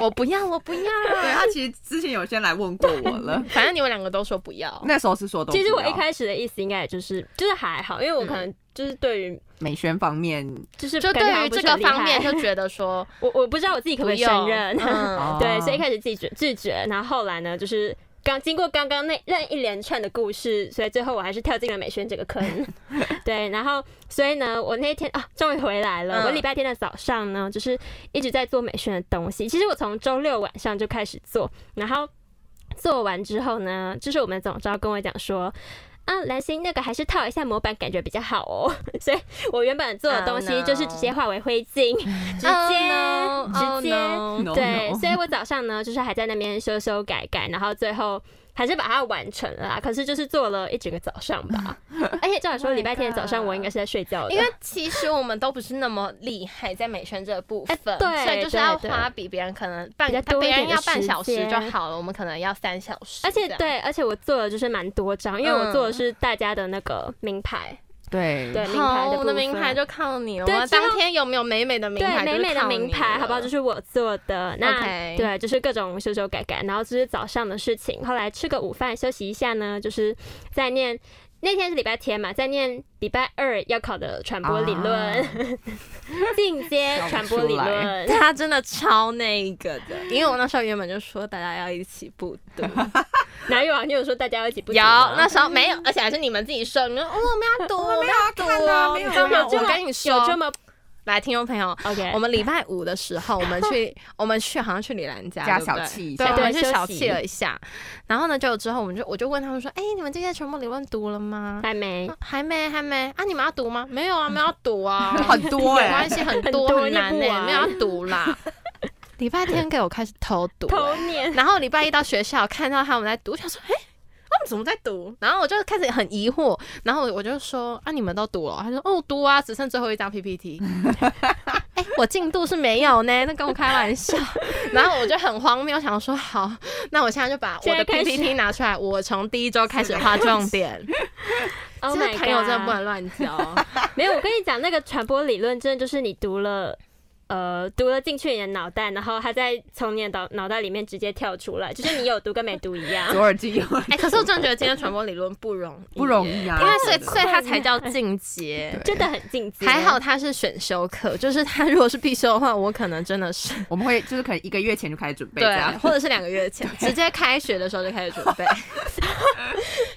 [SPEAKER 1] 我不要，我不要。
[SPEAKER 2] 对他其实之前有先来问过我
[SPEAKER 3] [LAUGHS]
[SPEAKER 2] 了，
[SPEAKER 1] 反正你们两个都说不要，
[SPEAKER 2] 那时候是说都不
[SPEAKER 3] 其
[SPEAKER 2] 要
[SPEAKER 3] 实我
[SPEAKER 1] 哦
[SPEAKER 3] 一开始的意思应该也就是就是还好，因为我可能就是对于
[SPEAKER 2] 美宣方面，
[SPEAKER 3] 就是
[SPEAKER 1] 嗯就
[SPEAKER 3] 感
[SPEAKER 1] 对
[SPEAKER 3] 觉
[SPEAKER 1] 于
[SPEAKER 3] 好像不
[SPEAKER 1] 这
[SPEAKER 3] 是
[SPEAKER 1] 个
[SPEAKER 3] 很厉害
[SPEAKER 1] 方面，就觉得说
[SPEAKER 3] 我我不知道我自己可
[SPEAKER 1] 不
[SPEAKER 3] 不可以胜
[SPEAKER 1] 用。
[SPEAKER 3] 任，
[SPEAKER 1] 嗯，
[SPEAKER 2] 哦
[SPEAKER 3] 对，所以一开始拒绝拒绝，然后后来呢就是。刚经过刚刚那那一连串的故事，所以最后我还是跳进了美宣这
[SPEAKER 1] [LAUGHS]
[SPEAKER 3] 个坑。对，然后所以呢，我那天啊，终于回来
[SPEAKER 1] 嗯
[SPEAKER 3] 了。我礼拜天的早上呢，就是一直在做美宣的东西。其实我从周六晚上就开始做，然后做完之后呢，就是我们总招跟我讲说，啊，蓝心那个还是套一下模板，感觉比较好哦。 [LAUGHS] 所以我原本做的东
[SPEAKER 1] Oh
[SPEAKER 3] 西
[SPEAKER 1] no
[SPEAKER 3] 就是直接化为灰烬，直接、
[SPEAKER 1] Oh no,
[SPEAKER 3] 直接。
[SPEAKER 1] oh no
[SPEAKER 3] 对
[SPEAKER 2] no
[SPEAKER 3] 所以我早上呢，就是还在那边修修改改，然后最后还是把它完成了啦。可是就是做了一整个早上
[SPEAKER 1] [LAUGHS]
[SPEAKER 3] 吧，而且照理说
[SPEAKER 1] Oh my
[SPEAKER 3] 礼拜天的早上
[SPEAKER 1] God
[SPEAKER 3] 我应该是在睡觉的，
[SPEAKER 1] 因为其实我们都不是那么厉害在美宣这部分，
[SPEAKER 3] 哎对
[SPEAKER 1] 所以就是要
[SPEAKER 3] 对对
[SPEAKER 1] 花比别人可能半，
[SPEAKER 3] 比较
[SPEAKER 1] 他
[SPEAKER 3] 多一
[SPEAKER 1] 别
[SPEAKER 3] 点
[SPEAKER 1] 人要半
[SPEAKER 3] 的时
[SPEAKER 1] 小时就
[SPEAKER 3] 间
[SPEAKER 1] 好了，我们可能要三小时
[SPEAKER 3] 而
[SPEAKER 1] 这
[SPEAKER 3] 且
[SPEAKER 1] 样。嗯
[SPEAKER 3] 对，而且我做的就是蛮多张，因为我做的是大家的那个名牌，
[SPEAKER 2] 对
[SPEAKER 3] 对名牌
[SPEAKER 1] 好，
[SPEAKER 3] 的
[SPEAKER 1] 我的
[SPEAKER 3] 部
[SPEAKER 1] 名
[SPEAKER 3] 分
[SPEAKER 1] 牌就靠你了。
[SPEAKER 3] 对
[SPEAKER 1] 我
[SPEAKER 3] 之后
[SPEAKER 1] 当天有没有美美的名
[SPEAKER 3] 对
[SPEAKER 1] 牌？
[SPEAKER 3] 美美的名
[SPEAKER 1] [LAUGHS]
[SPEAKER 3] 牌，好不好？就是是 [LAUGHS] 我做的。那
[SPEAKER 1] OK
[SPEAKER 3] 对，就是各种修修改改，然后这是早上的事情。后来吃个午饭休息一下呢，就是在念。那天是礼拜天嘛，在念礼拜二要考的传播理论，
[SPEAKER 2] 啊
[SPEAKER 3] [LAUGHS]
[SPEAKER 1] [LAUGHS]
[SPEAKER 3] 进阶
[SPEAKER 2] 笑不
[SPEAKER 3] 传播理
[SPEAKER 2] 出来
[SPEAKER 3] 论。
[SPEAKER 1] 他真的超那个的，因为我那时候原本就说大家要一起部队，
[SPEAKER 3] 哪有啊？你有说大家要一起不读
[SPEAKER 1] 有
[SPEAKER 3] 吗
[SPEAKER 1] 那时候 [LAUGHS] 没有，而且还是你们自己说，你们说哦我们要读，我们要读
[SPEAKER 2] 看啊
[SPEAKER 1] 哦，
[SPEAKER 2] 没有
[SPEAKER 1] 你知道吗
[SPEAKER 2] 没有
[SPEAKER 1] 我跟你
[SPEAKER 3] 有这
[SPEAKER 1] 说，
[SPEAKER 3] 么
[SPEAKER 1] 来，听众朋友，
[SPEAKER 3] OK？ [LAUGHS]
[SPEAKER 1] 我们礼拜五的时候，我们去，我们去好像去李兰家
[SPEAKER 2] 家
[SPEAKER 1] 对不对
[SPEAKER 2] 小憩一
[SPEAKER 1] 对，
[SPEAKER 2] 下，
[SPEAKER 1] 我们
[SPEAKER 3] 对
[SPEAKER 1] 去
[SPEAKER 3] 休
[SPEAKER 1] 小
[SPEAKER 3] 息
[SPEAKER 1] 憩了一下。然后呢，就之后我们就我就问他们说：“哎，你们这些全部理论读了吗？
[SPEAKER 3] 还没
[SPEAKER 1] 啊还没，还没啊？你们要读吗？没
[SPEAKER 3] 嗯
[SPEAKER 1] 有啊，没有要读啊
[SPEAKER 3] [LAUGHS]
[SPEAKER 2] 很多
[SPEAKER 1] 没
[SPEAKER 2] 哎、
[SPEAKER 1] 关系，很
[SPEAKER 3] 很
[SPEAKER 1] 多
[SPEAKER 3] 多
[SPEAKER 1] 很
[SPEAKER 3] 念
[SPEAKER 1] 难
[SPEAKER 3] 不
[SPEAKER 1] 呢，
[SPEAKER 3] 完
[SPEAKER 1] 没有要读
[SPEAKER 3] [LAUGHS]
[SPEAKER 1] 啦。礼拜天给我开始偷读，欸
[SPEAKER 3] 偷念，
[SPEAKER 1] [LAUGHS] 然后礼拜一到学校看到他们在读，我想说：哎，们怎么在读？然后我就开始很疑惑，然后我就说啊，你们都读了？他说哦，读啊，只剩最后一张
[SPEAKER 3] [LAUGHS]
[SPEAKER 1] PPT。哎、我进度是没有呢，那跟我开玩笑。 [LAUGHS] 然后我就很荒谬，想说好，那我现在就把我的
[SPEAKER 3] 现在开始
[SPEAKER 1] PPT 拿出来，我从第一周开始画重点。[LAUGHS]
[SPEAKER 3] Oh
[SPEAKER 1] 这
[SPEAKER 3] my
[SPEAKER 1] 个
[SPEAKER 3] god！
[SPEAKER 1] 朋友真的不能乱
[SPEAKER 3] [LAUGHS]
[SPEAKER 1] 交。
[SPEAKER 3] 没有，我跟你讲，那个传播理论真的就是你读了。呃，读了进去你的脑袋，然后它再从你的脑脑袋里面直接跳出来，就是你有读跟没读一样。
[SPEAKER 2] 左耳进右耳出
[SPEAKER 1] 哎、可是我真的觉得今天传播理论不容
[SPEAKER 3] [LAUGHS]
[SPEAKER 1] 易，
[SPEAKER 2] 不容易啊，
[SPEAKER 1] 因为所
[SPEAKER 2] 真
[SPEAKER 1] 以
[SPEAKER 2] 的
[SPEAKER 1] 所以它才叫进阶。
[SPEAKER 3] 真的很进阶，哦
[SPEAKER 1] 还好它是选修课，就是它 [LAUGHS] 如果是必修的话，我可能真的是
[SPEAKER 2] 我们会就是可能一个月前就开始准备这
[SPEAKER 1] 对
[SPEAKER 2] 样，，
[SPEAKER 1] 或者是两个月前，直接开学的时候就开始准 [LAUGHS] 备，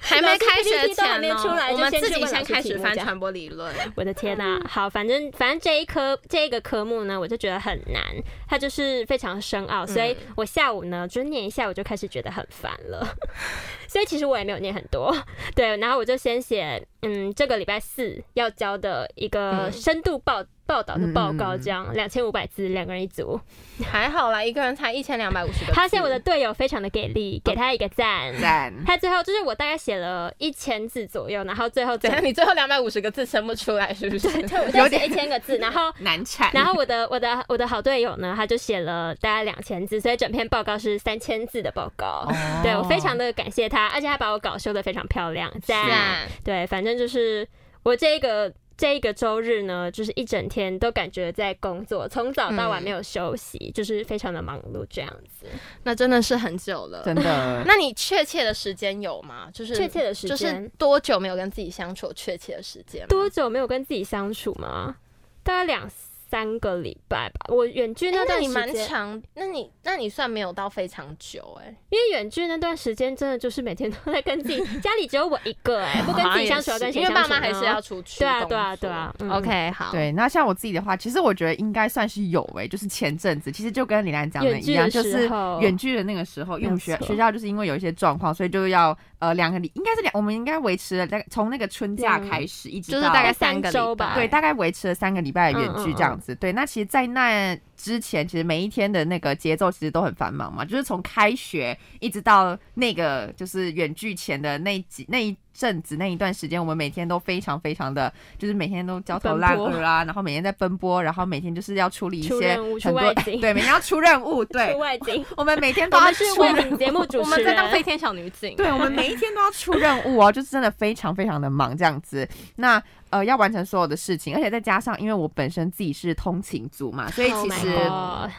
[SPEAKER 1] 还没开学
[SPEAKER 3] 老师 PPT 都还
[SPEAKER 1] 前
[SPEAKER 3] 没
[SPEAKER 1] 呢
[SPEAKER 3] 出来，就
[SPEAKER 1] 我们自己
[SPEAKER 3] 先去问老
[SPEAKER 1] 先
[SPEAKER 3] 师
[SPEAKER 1] 开始
[SPEAKER 3] 题目
[SPEAKER 1] 翻
[SPEAKER 3] 这样
[SPEAKER 1] 传播理论。
[SPEAKER 3] 我的天呐、好，反正反正这一科这一个科目呢，我就觉得很难，它就是非常深奥，所以我下午呢，就是念一下我就开始觉得很烦了。 [LAUGHS] 所以其实我也没有念很多， [LAUGHS] 对，然后我就先写，嗯，这个礼拜四要交的一个
[SPEAKER 1] 嗯
[SPEAKER 3] 深度报报道的报告，
[SPEAKER 2] 嗯嗯嗯
[SPEAKER 3] 这样两千五百字，两个人一组。
[SPEAKER 1] [LAUGHS] 还好啦，一个人才一千两百五十个字。
[SPEAKER 3] 发现我的队友非常的给力，给他一个赞。
[SPEAKER 2] 赞，
[SPEAKER 3] 他最后就是我大概写了一千字左右，然后最后
[SPEAKER 1] 等 [LAUGHS] 一
[SPEAKER 3] 整
[SPEAKER 1] 啊下你最后两百五十个字生不出来，是不是？ [LAUGHS]
[SPEAKER 3] 我就写一千个字，然后
[SPEAKER 2] 难产，
[SPEAKER 3] [LAUGHS] 然后我的我的我的好队友呢，他就写了大概两千字，所以整篇报告是三千字的报告。
[SPEAKER 2] 哦
[SPEAKER 3] 对我非常的感谢他，而且他把我稿修的非常漂亮，
[SPEAKER 1] 是
[SPEAKER 3] 赞。
[SPEAKER 1] 啊
[SPEAKER 3] 对，反正就是我这一个这一个周日呢，就是一整天都感觉在工作，从早到
[SPEAKER 1] 嗯
[SPEAKER 3] 晚没有休息，就是非常的忙碌这样子。
[SPEAKER 1] 那真的是很久了。
[SPEAKER 2] 真的，
[SPEAKER 1] 那你确切的时间有吗？就是
[SPEAKER 3] 确切的时
[SPEAKER 1] 就
[SPEAKER 3] 间
[SPEAKER 1] 是多久没有跟自己相处？确切的时间吗
[SPEAKER 3] 多久没有跟自己相处吗？大概两三个礼拜吧。我远距
[SPEAKER 1] 哎
[SPEAKER 3] 那
[SPEAKER 1] 那
[SPEAKER 3] 段
[SPEAKER 1] 你
[SPEAKER 3] 时
[SPEAKER 1] 蛮
[SPEAKER 3] 间，
[SPEAKER 1] 长，那你那你算没有到非常久哎、
[SPEAKER 3] 因为远距那段时间真的就是每天都在跟自己，家里只有我一个
[SPEAKER 1] [LAUGHS]
[SPEAKER 3] 哎、不跟自己相处要跟谁
[SPEAKER 1] 因为
[SPEAKER 3] 相处
[SPEAKER 1] 爸妈
[SPEAKER 3] 呢
[SPEAKER 1] 还是要出去
[SPEAKER 3] 对啊
[SPEAKER 1] 工
[SPEAKER 3] 对啊
[SPEAKER 1] 作
[SPEAKER 3] 对啊嗯
[SPEAKER 1] OK，好，
[SPEAKER 2] 对，那像我自己的话，其实我觉得应该算是有诶、就是前阵子，其实就跟李兰讲的
[SPEAKER 3] 远距
[SPEAKER 2] 一样，
[SPEAKER 3] 的
[SPEAKER 2] 就
[SPEAKER 3] 时
[SPEAKER 2] 是
[SPEAKER 3] 候
[SPEAKER 2] 远距的那个时候，因为我们
[SPEAKER 3] 没
[SPEAKER 2] 学
[SPEAKER 3] 错
[SPEAKER 2] 学校就是因为有一些状况，所以就要呃两个礼，应该是两，我们应该维持了大概从那个春假
[SPEAKER 3] 两
[SPEAKER 2] 开始，一直
[SPEAKER 1] 就是
[SPEAKER 2] 到
[SPEAKER 1] 大概
[SPEAKER 3] 三
[SPEAKER 1] 三个
[SPEAKER 3] 周
[SPEAKER 1] 礼
[SPEAKER 3] 吧
[SPEAKER 1] 拜
[SPEAKER 2] 对，大概维持了三个礼拜的远距
[SPEAKER 3] 嗯嗯
[SPEAKER 2] 这样子。对，那其实，在那之前，其实每一天的那个节奏其实都很繁忙嘛，就是从开学一直到那个就是远距前的那几那一阵子那一段时间，我们每天都非常非常的，就是每天都焦头烂额啊，然后每天在奔波，然后每天就是要处理一
[SPEAKER 3] 出
[SPEAKER 2] 些
[SPEAKER 3] 任务
[SPEAKER 2] 很
[SPEAKER 3] 出
[SPEAKER 2] 多
[SPEAKER 3] 外
[SPEAKER 2] [LAUGHS]
[SPEAKER 3] 景
[SPEAKER 2] 对，每天要出任务，对 [LAUGHS]
[SPEAKER 3] 出，外景，
[SPEAKER 2] 我们每天都
[SPEAKER 3] 我
[SPEAKER 2] 要
[SPEAKER 3] 们
[SPEAKER 2] 出
[SPEAKER 3] 是外
[SPEAKER 2] 任
[SPEAKER 3] 景节目主
[SPEAKER 2] [LAUGHS]
[SPEAKER 1] 我
[SPEAKER 3] 持
[SPEAKER 1] 们在
[SPEAKER 3] 人。
[SPEAKER 1] 当飞天小女警，啊
[SPEAKER 2] 对，我们每一天都要出任务哦，就是真的非常非常的忙这样子。那呃，要完成所有的事情，而且再加上，因为我本身自己是通勤族嘛，所以
[SPEAKER 3] Oh
[SPEAKER 2] 其
[SPEAKER 3] my
[SPEAKER 2] 实
[SPEAKER 3] god！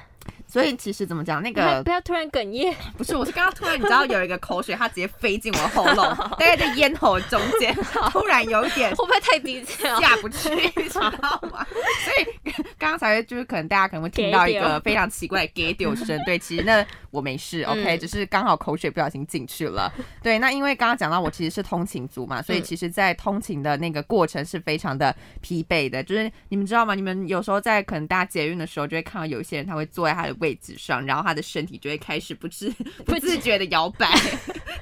[SPEAKER 2] 所以其实怎么讲，那
[SPEAKER 3] 你还
[SPEAKER 2] 个
[SPEAKER 3] 不要突然哽咽，
[SPEAKER 2] 不是，我是刚刚突然你知道有一个口水，它直接飞进我喉咙，大概在咽喉中间，突然有一点
[SPEAKER 1] 会不会太低 [LAUGHS]
[SPEAKER 3] [LAUGHS]
[SPEAKER 1] 调？
[SPEAKER 2] 下不去，你知道吗？所以刚刚才会就是可能大家可能会听到一
[SPEAKER 3] 给
[SPEAKER 2] 个
[SPEAKER 3] 丢
[SPEAKER 2] 非常奇怪的 “gay 丢”声，对，其实那我没事，OK，、只是刚好口水不小心进去了。对，那因为刚刚讲到我其实是通勤族嘛，所以其实，在通勤的那个过程是非常的疲惫的。就是你们知道吗？你们有时候在可能大家捷运的时候，就会看到有一些人他会坐在他的位置上，然后他的身体就会开始不 [LAUGHS] 自不自觉的摇摆，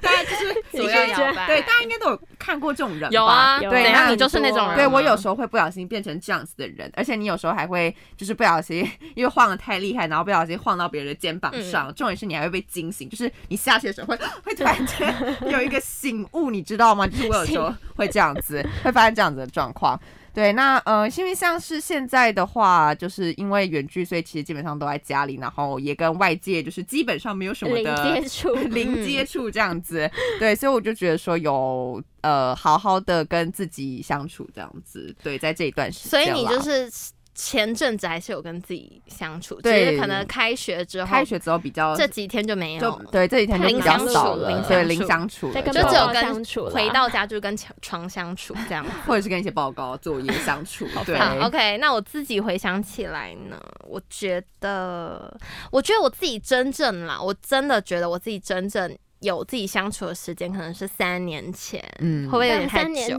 [SPEAKER 2] 大家就是
[SPEAKER 1] 左右
[SPEAKER 3] 你是
[SPEAKER 1] 摇摆，
[SPEAKER 2] 对，大家应该都有看过这种人吧，
[SPEAKER 1] 有啊，
[SPEAKER 3] 有
[SPEAKER 2] 对，
[SPEAKER 1] 等一
[SPEAKER 3] 啊
[SPEAKER 1] 下
[SPEAKER 2] 那
[SPEAKER 1] 你就是那种人吗，
[SPEAKER 2] 对我有时候会不小心变成这样子的人，而且你有时候还会就是不小心， [LAUGHS] 因为晃的太厉害，然后不小心晃到别人的肩膀上。重点是你还会被惊醒，就是 [LAUGHS] 你下去的时候会会突然间有一个醒悟，你知道吗？就是我有时候会这样 [LAUGHS] 子，会发生这样子的状况。对，那呃，因为像是现在的话，就是因为远距，所以其实基本上都在家里，然后也跟外界就是基本上没有什么
[SPEAKER 3] 零
[SPEAKER 2] 的
[SPEAKER 3] 接
[SPEAKER 2] [LAUGHS]
[SPEAKER 3] 触，
[SPEAKER 1] 嗯
[SPEAKER 2] 零接触这样子，对，所以我就觉得说有呃好好的跟自己相处这样子，对，在这一段时间
[SPEAKER 1] 所
[SPEAKER 2] 啦，
[SPEAKER 1] 以你就是前阵子还是有跟自己相处，只
[SPEAKER 2] 对
[SPEAKER 1] 是可能开学之后，
[SPEAKER 2] 开学之后比较
[SPEAKER 1] 这几天就没
[SPEAKER 2] 就
[SPEAKER 1] 有，
[SPEAKER 2] 对这几天就比较
[SPEAKER 3] 零相
[SPEAKER 2] 少
[SPEAKER 3] 处
[SPEAKER 2] 了
[SPEAKER 3] 零，
[SPEAKER 2] 对，
[SPEAKER 1] 相
[SPEAKER 2] 零
[SPEAKER 1] 处
[SPEAKER 2] 相处
[SPEAKER 3] [LAUGHS] 在
[SPEAKER 2] 了
[SPEAKER 3] 跟
[SPEAKER 2] 这
[SPEAKER 1] 就
[SPEAKER 2] 样
[SPEAKER 1] 只
[SPEAKER 3] 宝
[SPEAKER 1] 有
[SPEAKER 3] 宝相
[SPEAKER 1] 跟
[SPEAKER 3] 处啦
[SPEAKER 1] 回到家就跟床床相处这
[SPEAKER 3] [LAUGHS]
[SPEAKER 1] 样。
[SPEAKER 2] 或者是跟一些报告、作业相处，对
[SPEAKER 1] 好，OK，那我啊自己回想起来呢，我觉得，我觉得我自己真正啦，我真的觉得我自己真正有自己相处的时间，可能是三年前，
[SPEAKER 2] 嗯，
[SPEAKER 1] 会不会有点
[SPEAKER 3] 两
[SPEAKER 1] 太
[SPEAKER 3] 三年
[SPEAKER 1] 久？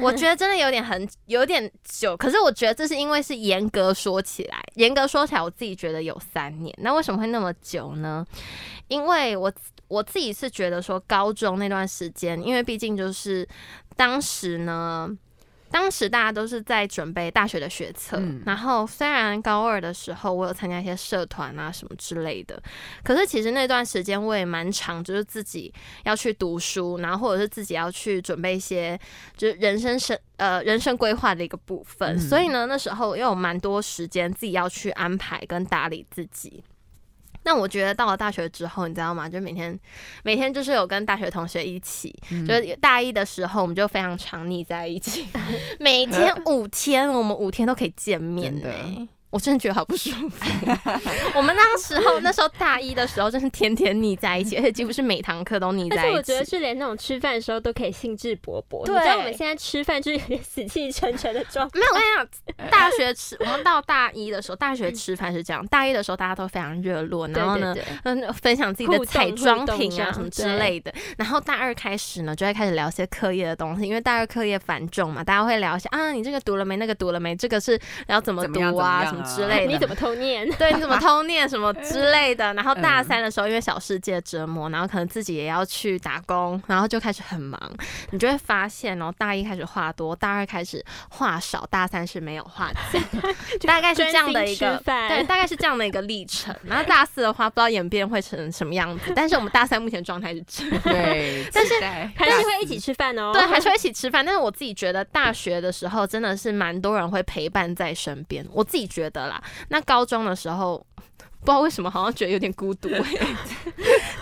[SPEAKER 1] [LAUGHS] 我觉得真的有点很有点久，可是我觉得这是因为是严格说起来，严格说起来，我自己觉得有三年。那为什么会那么久呢？因为我我自己是觉得说，高中那段时间，因为毕竟就是当时呢，当时大家都是在准备大学的学测，
[SPEAKER 2] 嗯
[SPEAKER 1] 然后虽然高二的时候我有参加一些社团啊什么之类的，可是其实那段时间我也蛮长，就是自己要去读书，然后或者是自己要去准备一些就是人生生呃人生规划的一个部分，
[SPEAKER 2] 嗯
[SPEAKER 1] 所以呢那时候又有蛮多时间自己要去安排跟打理自己。那我觉得到了大学之后，你知道吗？就每天每天就是有跟大学同学一起，
[SPEAKER 3] 嗯
[SPEAKER 1] 就是大一的时候我们就非常常腻在一
[SPEAKER 3] [LAUGHS]
[SPEAKER 1] 起，每天五天，我们五天都可以见面、
[SPEAKER 2] 真的
[SPEAKER 1] 欸。我真的觉得好不舒服。
[SPEAKER 3] [LAUGHS]
[SPEAKER 1] 我们那时候，那时候大一的时候，真是天天腻在一
[SPEAKER 3] [LAUGHS]
[SPEAKER 1] 起，而且几乎是每堂课都腻
[SPEAKER 3] 而
[SPEAKER 1] 在
[SPEAKER 3] 且
[SPEAKER 1] 一起。
[SPEAKER 3] 我觉得是连那种吃饭的时候都可以兴致勃勃。
[SPEAKER 1] 对
[SPEAKER 3] 你知道我们现在吃饭就是有点死气沉沉的状态。
[SPEAKER 1] 没有，我跟
[SPEAKER 3] 嗯
[SPEAKER 1] 你讲，哎大学吃，我们到大一的时候，大学吃饭是这样，大一的时候大家都非常热络， [LAUGHS] 然后呢，
[SPEAKER 3] 对对对
[SPEAKER 1] 嗯，分享自己的
[SPEAKER 3] 互动
[SPEAKER 1] 彩妆
[SPEAKER 3] 互动
[SPEAKER 1] 品
[SPEAKER 3] 这
[SPEAKER 1] 啊
[SPEAKER 3] 样
[SPEAKER 1] 什么之类的。然后大二开始呢，就会开始聊一些课业的东西，因为大二课业繁重嘛，大家会聊一下啊，你这个读了没，那个读了没，这个是要怎么
[SPEAKER 2] 怎么样
[SPEAKER 1] 读啊，什
[SPEAKER 2] 怎么
[SPEAKER 1] 么
[SPEAKER 2] 样啊
[SPEAKER 1] 之类
[SPEAKER 3] 哎 [LAUGHS] 你
[SPEAKER 1] 的。
[SPEAKER 3] 怎么偷念？
[SPEAKER 1] 对，啊你怎
[SPEAKER 3] [LAUGHS]
[SPEAKER 1] 么偷念什么
[SPEAKER 3] 嗯
[SPEAKER 1] 之类的。然后大三的时候，因为小世界折磨，然后可能自己也要去打工，然后就开始很忙。你就会发现哦，大一开始话多，大二开始话少，大三是没有话讲，
[SPEAKER 3] [LAUGHS]
[SPEAKER 1] 大概是这样的一
[SPEAKER 3] 专
[SPEAKER 1] 个
[SPEAKER 3] 心吃饭
[SPEAKER 1] 对，大概是这样的一个历程。然后大四的话，不知道演变会成什么样子，但是我们大三目前状态是这样。
[SPEAKER 2] 对，
[SPEAKER 1] [LAUGHS] 但是
[SPEAKER 2] 期待
[SPEAKER 3] 还是会一起吃饭哦。
[SPEAKER 1] 对，还是会一起吃饭。但是我自己觉得，大学的时候真的是蛮多人会陪伴在身边，我自己觉得啦。那高中的时候，不知道为什么好像觉得有点孤独、欸，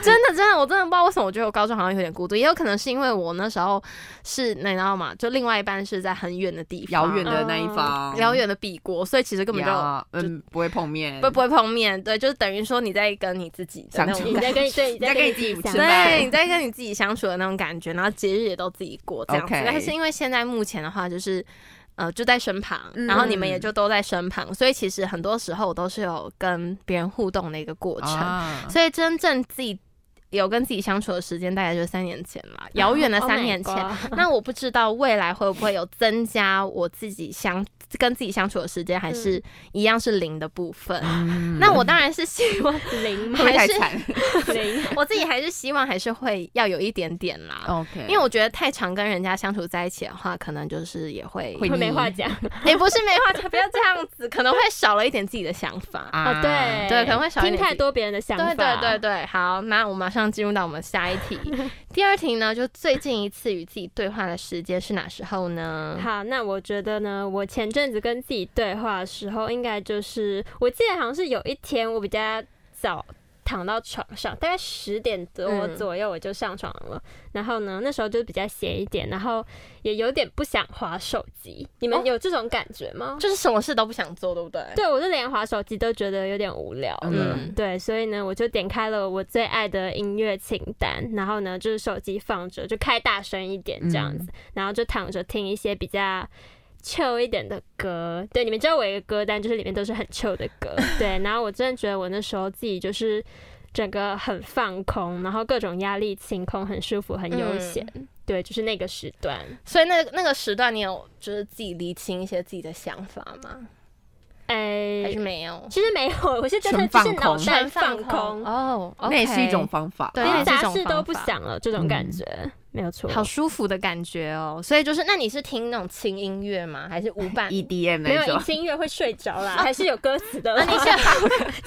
[SPEAKER 1] 真的真的，我真的不知道为什么我觉得我高中好像有点孤独，也有可能是因为我那时候是，你知道吗？就另外一半是在很远的地方，
[SPEAKER 2] 遥远的那一方，
[SPEAKER 1] 嗯遥远的彼国，所以其实根本就
[SPEAKER 2] 呀嗯不会碰面，
[SPEAKER 1] 不不会碰面，对，就是等于说你在跟你自己的那种
[SPEAKER 2] 相处
[SPEAKER 3] 你
[SPEAKER 1] 感
[SPEAKER 3] 在跟对你在
[SPEAKER 2] 在跟
[SPEAKER 3] 跟
[SPEAKER 2] 你自己吃
[SPEAKER 3] 自己相
[SPEAKER 2] 饭
[SPEAKER 1] 对，你在跟你自己相处的那种感觉，然后节日也都自己过这样子。
[SPEAKER 2] OK
[SPEAKER 1] 但是因为现在目前的话，就是呃就在身旁，
[SPEAKER 2] 嗯
[SPEAKER 1] 然后你们也就都在身旁，所以其实很多时候我都是有跟别人互动的一个过程。
[SPEAKER 2] 啊
[SPEAKER 1] 所以真正自己有跟自己相处的时间，大概就是三年前了，遥远的
[SPEAKER 3] Oh my
[SPEAKER 1] 三年前。
[SPEAKER 3] God
[SPEAKER 1] 那我不知道未来会不会有增加我自己相跟自己相处的时间，还
[SPEAKER 3] 嗯
[SPEAKER 1] 是
[SPEAKER 3] [LAUGHS]
[SPEAKER 1] 一样是零的部分。那我当然是希 [LAUGHS] 望
[SPEAKER 3] 零
[SPEAKER 2] 会不会
[SPEAKER 1] 还
[SPEAKER 2] 太
[SPEAKER 1] 是 [LAUGHS]
[SPEAKER 2] 惨
[SPEAKER 3] 零，
[SPEAKER 1] 我自己还是希望还是会要有一点点啦，
[SPEAKER 2] ？OK，
[SPEAKER 1] 因为我觉得太常跟人家相处在一起的话，可能就是也会
[SPEAKER 2] 会
[SPEAKER 3] 会没话讲。
[SPEAKER 1] [LAUGHS] 也不是没话讲，不要这样子，可能会少了一点自己的想法。
[SPEAKER 2] 啊
[SPEAKER 3] 哦，对
[SPEAKER 1] 对可能会少一
[SPEAKER 3] 听
[SPEAKER 1] 点
[SPEAKER 3] 太多别人的想
[SPEAKER 1] 对
[SPEAKER 3] 法。
[SPEAKER 1] 对对对，好，那我马上进入到我们下一 [LAUGHS] 题。第二题呢，就最近一次与自己对话的时间是哪时候呢？
[SPEAKER 3] 好，那我觉得呢，我前阵子跟自己对话的时候，应该就是我记得好像是有一天我比较早躺到床上，大概十点多
[SPEAKER 1] 嗯
[SPEAKER 3] 左右我就上床了。然后呢，那时候就比较闲一点，然后也有点不想划手机。你
[SPEAKER 1] 哦
[SPEAKER 3] 们有这种感觉吗？
[SPEAKER 1] 就是什么事都不想做，对不对？
[SPEAKER 3] 对，我就连划手机都觉得有点无聊了。
[SPEAKER 1] 嗯
[SPEAKER 3] 对，所以呢，我就点开了我最爱的音乐清单，然后呢，就是手机放着，就开大声一点
[SPEAKER 1] 嗯
[SPEAKER 3] 这样子，然后就躺着听一些比较。chill 一点的歌，对，你们知道我有一个歌单，就是里面都是很 chill 的
[SPEAKER 1] [LAUGHS]
[SPEAKER 3] 歌，对。然后我真的觉得我那时候自己就是整个很放空，然后各种压力清空，很舒服，很悠闲，
[SPEAKER 1] 嗯
[SPEAKER 3] 对，就是那个时段。
[SPEAKER 1] 所以那那个时段，你有就是自己厘清一些自己的想法吗？
[SPEAKER 3] 哎、
[SPEAKER 1] 还是没有？
[SPEAKER 3] 其实没有，我是真的
[SPEAKER 2] 纯
[SPEAKER 3] 就
[SPEAKER 2] 放
[SPEAKER 3] 是脑
[SPEAKER 2] 空
[SPEAKER 3] 袋
[SPEAKER 1] 纯
[SPEAKER 3] 放空，
[SPEAKER 1] 哦，
[SPEAKER 2] 那也是一种方法，
[SPEAKER 1] 对
[SPEAKER 3] 连
[SPEAKER 1] 这也是一
[SPEAKER 3] 杂
[SPEAKER 1] 种
[SPEAKER 3] 事
[SPEAKER 1] 方
[SPEAKER 3] 都不
[SPEAKER 1] 法
[SPEAKER 3] 想了，这种感觉、没有错。
[SPEAKER 1] 嗯好舒服的感觉哦。所以就是，那你是听那种轻音乐吗？还是无
[SPEAKER 2] [LAUGHS]
[SPEAKER 1] 伴？
[SPEAKER 2] ，EDM
[SPEAKER 3] 没有
[SPEAKER 2] ，E 那
[SPEAKER 3] 一
[SPEAKER 2] 种，
[SPEAKER 3] 轻音乐会睡
[SPEAKER 1] [LAUGHS]
[SPEAKER 3] 着啦，还是有歌词的。
[SPEAKER 1] 啊，你
[SPEAKER 3] [LAUGHS]
[SPEAKER 1] 是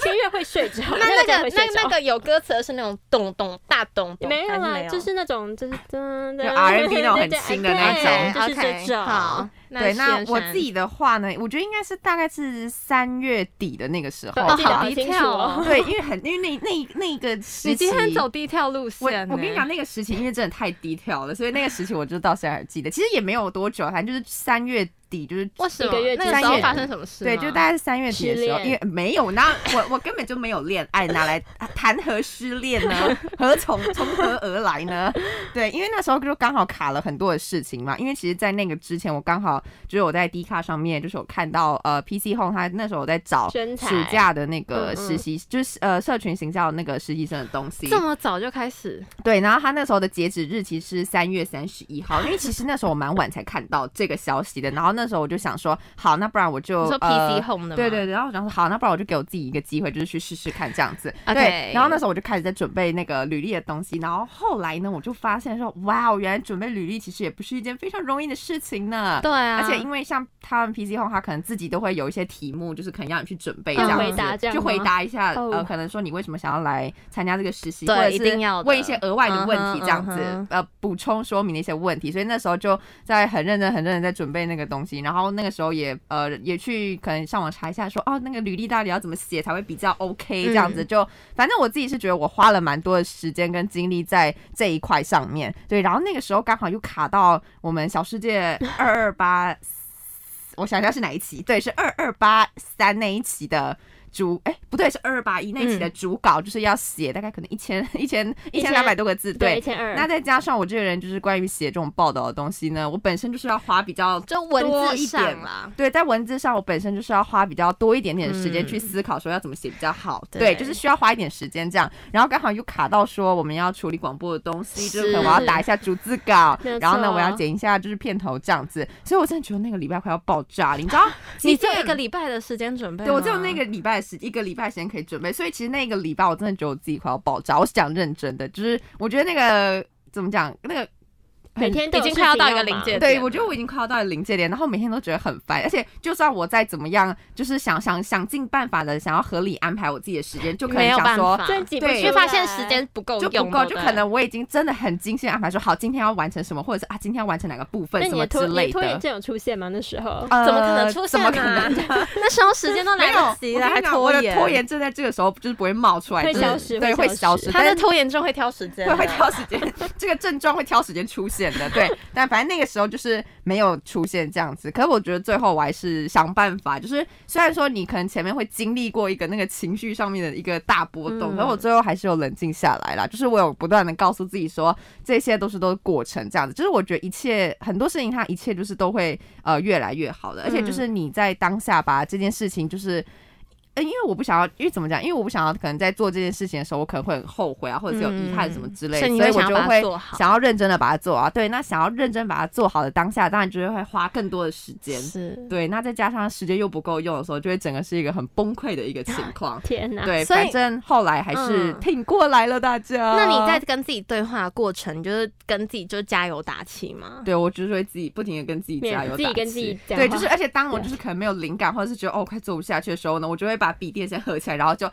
[SPEAKER 3] 轻音乐会睡着，
[SPEAKER 1] 哦那那
[SPEAKER 3] 真的
[SPEAKER 1] 个
[SPEAKER 3] 会
[SPEAKER 1] 那
[SPEAKER 3] 睡着
[SPEAKER 1] 那个有歌词的是那种咚咚大咚咚，
[SPEAKER 3] 没有
[SPEAKER 2] 啊
[SPEAKER 1] 还
[SPEAKER 3] 啦，
[SPEAKER 1] 有
[SPEAKER 3] 就是那种就是噔
[SPEAKER 2] 就 R&B 那种很轻的那
[SPEAKER 1] 对
[SPEAKER 2] 种
[SPEAKER 3] 就是这
[SPEAKER 1] OK，
[SPEAKER 3] 种。
[SPEAKER 1] 好，
[SPEAKER 2] 对，那
[SPEAKER 1] 先
[SPEAKER 2] 我
[SPEAKER 1] 生
[SPEAKER 2] 自己的话呢，我觉得应该是大概是三月底的那个时候
[SPEAKER 3] 对
[SPEAKER 1] 哦，
[SPEAKER 3] 记得
[SPEAKER 1] 好
[SPEAKER 3] 很
[SPEAKER 1] 低
[SPEAKER 3] 清
[SPEAKER 1] 调
[SPEAKER 3] 楚
[SPEAKER 1] 哦
[SPEAKER 2] [LAUGHS]
[SPEAKER 3] 哦。
[SPEAKER 2] 对，因为很因为那那一那一个时期，
[SPEAKER 1] 你今天走低调路线欸
[SPEAKER 2] 我
[SPEAKER 1] 呢，
[SPEAKER 2] 我跟你讲，那个时期因为真的太低调了，所以那个时期我就到现在还记得。其实也没有多久，啊反正就是三月底，就是
[SPEAKER 1] 为什
[SPEAKER 3] 一个
[SPEAKER 1] 么
[SPEAKER 3] 月
[SPEAKER 1] 那
[SPEAKER 3] 之
[SPEAKER 1] 个时
[SPEAKER 2] 三
[SPEAKER 1] 候
[SPEAKER 2] 月
[SPEAKER 1] 发生什么事吗？
[SPEAKER 2] 对，就大概是三月底的时候，
[SPEAKER 3] 失恋
[SPEAKER 2] 因为没有那我我根本就没有恋爱，哪来谈何失恋呢？何从从何而来呢？对，因为那时候就刚好卡了很多的事情嘛。因为其实，在那个之前，我刚好就是我在 D 卡上面，就是有看到呃 PC Home，他那时候我在找
[SPEAKER 3] 真才
[SPEAKER 2] 暑假的那个
[SPEAKER 3] 嗯嗯
[SPEAKER 2] 实习，就是呃社群行销那个实习生的东西。
[SPEAKER 1] 这么早就开始，
[SPEAKER 2] 对，然后他那时候的截止日期是三月三十一号，因为其实那时候我蛮晚才看到这个消息的，然后那时候我就想说，好，那不然我就
[SPEAKER 1] 你说
[SPEAKER 2] 呃
[SPEAKER 1] PC Home 的吗？
[SPEAKER 2] 对对对，然后我想说好，那不然我就给我自己一个机会，就是去试试看这样子。
[SPEAKER 1] OK
[SPEAKER 2] 对，然后那时候我就开始在准备那个履历的东西，然后后来呢，我就发现说，哇，哦原来准备履历其实也不是一件非常容易的事情呢。
[SPEAKER 1] 对啊，
[SPEAKER 2] 而且因为像他们 PC Home，他可能自己都会有一些题目，就是可能让你去准备这
[SPEAKER 3] 要
[SPEAKER 1] 嗯
[SPEAKER 2] 样
[SPEAKER 3] 回答
[SPEAKER 2] 子，
[SPEAKER 3] 这样
[SPEAKER 2] 就回
[SPEAKER 3] 吗
[SPEAKER 2] 答一下，
[SPEAKER 3] 哦
[SPEAKER 2] 呃，可能说你为什么想要来参加这个实习，
[SPEAKER 1] 对
[SPEAKER 2] 或者
[SPEAKER 1] 一定要
[SPEAKER 2] 是
[SPEAKER 1] 的
[SPEAKER 2] 问一些额外的问
[SPEAKER 1] 嗯
[SPEAKER 2] 题
[SPEAKER 1] 哼
[SPEAKER 2] 这样子
[SPEAKER 1] 嗯哼，
[SPEAKER 2] 呃，补充说明的一些问题。所以那时候就在很认真、很认真在准备那个东西，然后那个时候也呃也去可能上网查一下说，哦，那个履历到底要怎么写才会比较 OK
[SPEAKER 1] 嗯
[SPEAKER 2] 这样子。就反正我自己是觉得我花了蛮多的时间跟精力在这一块上面，对。然后那个时候刚好又卡到我们小世界二二八，我想一下是哪一期？对，是二二八三那一期的。主哎、不对，是二二八一那一期的主稿，就是要写大概可能一千一千一千两百多个字，
[SPEAKER 3] 对，
[SPEAKER 2] 对
[SPEAKER 3] 一。千二。
[SPEAKER 2] 那再加上我这个人就是关于写这种报道的东西呢，我本身就是要花比较
[SPEAKER 1] 就文
[SPEAKER 2] 多
[SPEAKER 1] 字
[SPEAKER 2] 一
[SPEAKER 1] 上
[SPEAKER 2] 点
[SPEAKER 1] 啦，
[SPEAKER 2] 对，在文字上我本身就是要花比较多一点点的时间
[SPEAKER 1] 嗯
[SPEAKER 2] 去思考说要怎么写比较好，
[SPEAKER 1] 对？
[SPEAKER 2] 对，就是需要花一点时间这样。然后刚好又卡到说我们要处理广播的东西，就是可能我要打一下逐字稿
[SPEAKER 3] 没有，
[SPEAKER 2] 然后呢
[SPEAKER 3] 错
[SPEAKER 2] 我要剪一下就是片头这样子，所以我真的觉得那个礼拜快要爆炸了，你知道
[SPEAKER 1] [LAUGHS] 你
[SPEAKER 2] 即
[SPEAKER 1] 只有
[SPEAKER 2] 便
[SPEAKER 1] 一个礼拜的时间准备吗，
[SPEAKER 2] 对，我只有那个礼拜的时一个礼拜时间可以准备，所以其实那个礼拜我真的觉得我自己快要爆炸。我是讲认真的，就是我觉得那个怎么讲，那个
[SPEAKER 3] 每天都
[SPEAKER 1] 已
[SPEAKER 3] 有
[SPEAKER 1] 经
[SPEAKER 3] 事
[SPEAKER 1] 快要
[SPEAKER 3] 情
[SPEAKER 1] 到一个
[SPEAKER 3] 忙
[SPEAKER 1] 临界点了，
[SPEAKER 2] 对我觉得我已经快要到临界点，然后每天都觉得很烦，而且就算我再怎么样，就是想想想尽办法的想要合理安排我自己的时间，就可
[SPEAKER 1] 没
[SPEAKER 2] 能
[SPEAKER 1] 有
[SPEAKER 2] 想
[SPEAKER 1] 办
[SPEAKER 2] 说
[SPEAKER 1] 法，
[SPEAKER 3] 真挤不
[SPEAKER 2] 对
[SPEAKER 3] 出
[SPEAKER 1] 却
[SPEAKER 3] 来
[SPEAKER 1] 发现时间不够
[SPEAKER 2] 就
[SPEAKER 1] 用，
[SPEAKER 2] 不够，
[SPEAKER 1] 对
[SPEAKER 2] 就
[SPEAKER 1] 对
[SPEAKER 2] 可能我已经真的很精心安排说好今天要完成什么，或者是啊今天要完成哪个部分
[SPEAKER 3] 那
[SPEAKER 2] 什
[SPEAKER 3] 你
[SPEAKER 2] 么
[SPEAKER 3] 的
[SPEAKER 2] 之
[SPEAKER 3] 拖你
[SPEAKER 2] 类
[SPEAKER 3] 的拖延
[SPEAKER 2] 的。
[SPEAKER 3] 症有出现吗？那时候
[SPEAKER 2] 呃
[SPEAKER 1] 怎么可能出现
[SPEAKER 2] 怎么可能？
[SPEAKER 1] 那时候时间都
[SPEAKER 2] [LAUGHS] 没
[SPEAKER 1] 来
[SPEAKER 2] 有，
[SPEAKER 1] 得
[SPEAKER 2] 我
[SPEAKER 1] 及
[SPEAKER 2] 跟
[SPEAKER 1] 了，
[SPEAKER 2] 你
[SPEAKER 1] 啊还
[SPEAKER 2] 讲
[SPEAKER 1] 拖
[SPEAKER 2] 我
[SPEAKER 1] 延，
[SPEAKER 2] 的拖延症在这个时候就是不会冒出来，
[SPEAKER 3] 会
[SPEAKER 2] 就是
[SPEAKER 3] 消失
[SPEAKER 2] 对，会
[SPEAKER 3] 会
[SPEAKER 2] 消
[SPEAKER 3] 消失。
[SPEAKER 2] 失。
[SPEAKER 1] 他
[SPEAKER 2] 但
[SPEAKER 1] 的拖延症会挑时间，
[SPEAKER 2] 会会。挑时间， [LAUGHS] 这个症状会挑时间出现的，对。但反正那个时候就是没有出现这样子。可是我觉得最后我还是想办法，就是虽然说你可能前面会经历过一个那个情绪上面的一个大波动，
[SPEAKER 1] 嗯
[SPEAKER 2] 可是我最后还是有冷静下来啦。就是我有不断的告诉自己说，这些都是都是过程这样子。就是我觉得一切很多事情，它一切就是都会呃越来越好的，而且就是你在当下把这件事情就是。呃，因为我不想要，因为怎么讲？因为我不想要，可能在做这件事情的时候，我可能会很后悔啊，或者是有遗憾什么之类
[SPEAKER 1] 嗯
[SPEAKER 2] 的，
[SPEAKER 1] 所
[SPEAKER 2] 所
[SPEAKER 1] 以
[SPEAKER 2] 以
[SPEAKER 1] 你会
[SPEAKER 2] 我
[SPEAKER 1] 想
[SPEAKER 2] 就
[SPEAKER 1] 要把它
[SPEAKER 2] 会
[SPEAKER 1] 做好
[SPEAKER 2] 想要认真的把它做啊。对，那想要认真把它做好的当下，当然就是会花更多的时间。
[SPEAKER 1] 是，
[SPEAKER 2] 对，那再加上时间又不够用的时候，就会整个是一个很崩溃的一个情况
[SPEAKER 1] [LAUGHS]
[SPEAKER 3] 天哪！
[SPEAKER 2] 对，
[SPEAKER 1] 啊所以
[SPEAKER 2] 反正后来还是
[SPEAKER 1] 嗯
[SPEAKER 2] 挺过来了，大家。
[SPEAKER 1] 那你在跟自己对话的过程，就是跟自己就加油打气吗？
[SPEAKER 2] 对我就是会自己不停的跟自己
[SPEAKER 3] 免
[SPEAKER 2] 加油打
[SPEAKER 3] 自
[SPEAKER 2] 气，
[SPEAKER 3] 己跟自己讲话
[SPEAKER 2] 对，就是而且当我就是可能没有灵感或者是觉得哦快做不下去的时候呢，我就会把笔电先合起来，然后就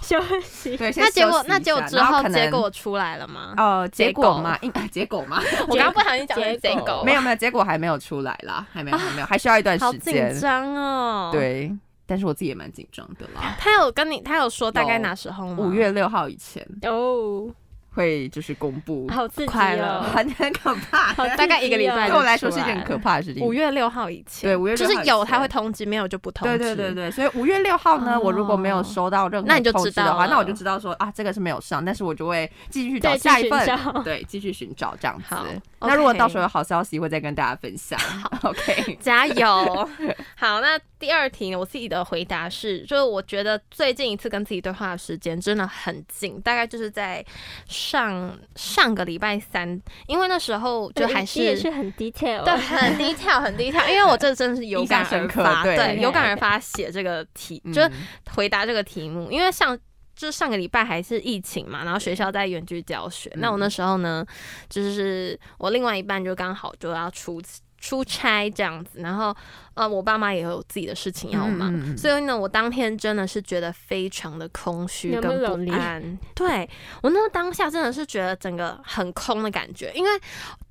[SPEAKER 3] 休息。
[SPEAKER 2] 对，先
[SPEAKER 1] 那结
[SPEAKER 2] 休
[SPEAKER 1] 果
[SPEAKER 2] 息
[SPEAKER 1] 那
[SPEAKER 2] 一
[SPEAKER 1] 结果
[SPEAKER 2] 下
[SPEAKER 1] 之
[SPEAKER 2] 然后
[SPEAKER 1] 后
[SPEAKER 2] 可能
[SPEAKER 1] 结果出来了吗？
[SPEAKER 2] 呃
[SPEAKER 1] 结
[SPEAKER 2] 结果
[SPEAKER 1] 果
[SPEAKER 2] 嘛，应 [LAUGHS] 啊结果
[SPEAKER 1] [LAUGHS]
[SPEAKER 2] 嘛，
[SPEAKER 1] 我刚刚不小心讲成结
[SPEAKER 3] 结果
[SPEAKER 1] 果，
[SPEAKER 2] 没有没有，结果还没有出来啦，还没有还没有，还需要一段
[SPEAKER 1] 啊好
[SPEAKER 2] 时间
[SPEAKER 1] 紧。张哦。，
[SPEAKER 2] 对，但是我自己也蛮紧张的啦。
[SPEAKER 1] 他有跟你，他有说大概
[SPEAKER 2] 有
[SPEAKER 1] 哪时候吗？
[SPEAKER 2] 五月六号以前
[SPEAKER 3] 哦，
[SPEAKER 2] 会就是公布，
[SPEAKER 3] 好刺激
[SPEAKER 1] 快
[SPEAKER 3] 哦！
[SPEAKER 1] 了
[SPEAKER 2] [LAUGHS] 很很可怕，
[SPEAKER 3] 好
[SPEAKER 1] 大概一个礼拜
[SPEAKER 3] 刺激
[SPEAKER 2] 对
[SPEAKER 3] 哦
[SPEAKER 1] 就
[SPEAKER 2] 我来说是
[SPEAKER 1] 出
[SPEAKER 2] 一
[SPEAKER 1] 来
[SPEAKER 2] 件很可怕的事情。
[SPEAKER 1] 五月六号以前，
[SPEAKER 2] 对5月6
[SPEAKER 1] 就
[SPEAKER 2] 号
[SPEAKER 1] 是
[SPEAKER 2] 以前
[SPEAKER 1] 有他会通知，没有就不通知。
[SPEAKER 2] 对对对对，所以五月六号呢，
[SPEAKER 1] 哦
[SPEAKER 2] 我如果没有收到任何
[SPEAKER 1] 那你就
[SPEAKER 2] 通知
[SPEAKER 1] 知
[SPEAKER 2] 的
[SPEAKER 1] 道
[SPEAKER 2] 话，
[SPEAKER 1] 了
[SPEAKER 2] 那我就知道说啊，这个是没有上，但是我就会继续找
[SPEAKER 3] 再去
[SPEAKER 2] 下一
[SPEAKER 3] 寻
[SPEAKER 2] 份，
[SPEAKER 3] 找
[SPEAKER 2] 对，继续寻找这样子
[SPEAKER 1] 好。
[SPEAKER 2] 那如果
[SPEAKER 1] OK
[SPEAKER 2] 到时候有好消息，会再跟大家分享。OK， [LAUGHS]
[SPEAKER 1] 加油！好，那第二题呢我自己的回答是，就是我觉得最近一次跟自己对话的时间真的很近，大概就是在上上个礼拜三，因为那时候就
[SPEAKER 3] 你
[SPEAKER 1] 还
[SPEAKER 3] 你也
[SPEAKER 1] 是
[SPEAKER 3] 是很 detail，
[SPEAKER 1] 对，很低调，很低调，因为我这真的是有
[SPEAKER 2] [LAUGHS] 印象
[SPEAKER 1] 感而
[SPEAKER 2] 深刻
[SPEAKER 1] 发，
[SPEAKER 2] 对
[SPEAKER 1] 对，
[SPEAKER 3] 对
[SPEAKER 1] 有感而发写这个题，[LAUGHS]
[SPEAKER 2] 嗯
[SPEAKER 1] 就是回答这个题目，因为像。就是上个礼拜还是疫情嘛，然后学校在远距教学。
[SPEAKER 2] 嗯
[SPEAKER 1] 那我那时候呢，就是我另外一半就刚好就要出出差这样子，然后呃，我爸妈也有自己的事情要忙，
[SPEAKER 2] 嗯嗯嗯
[SPEAKER 1] 所以呢，我当天真的是觉得非常的空虚
[SPEAKER 3] 有
[SPEAKER 1] 跟
[SPEAKER 3] 没有
[SPEAKER 1] 不
[SPEAKER 3] lonely？
[SPEAKER 1] 安。 [LAUGHS] 对我那当下真的是觉得整个很空的感觉，因为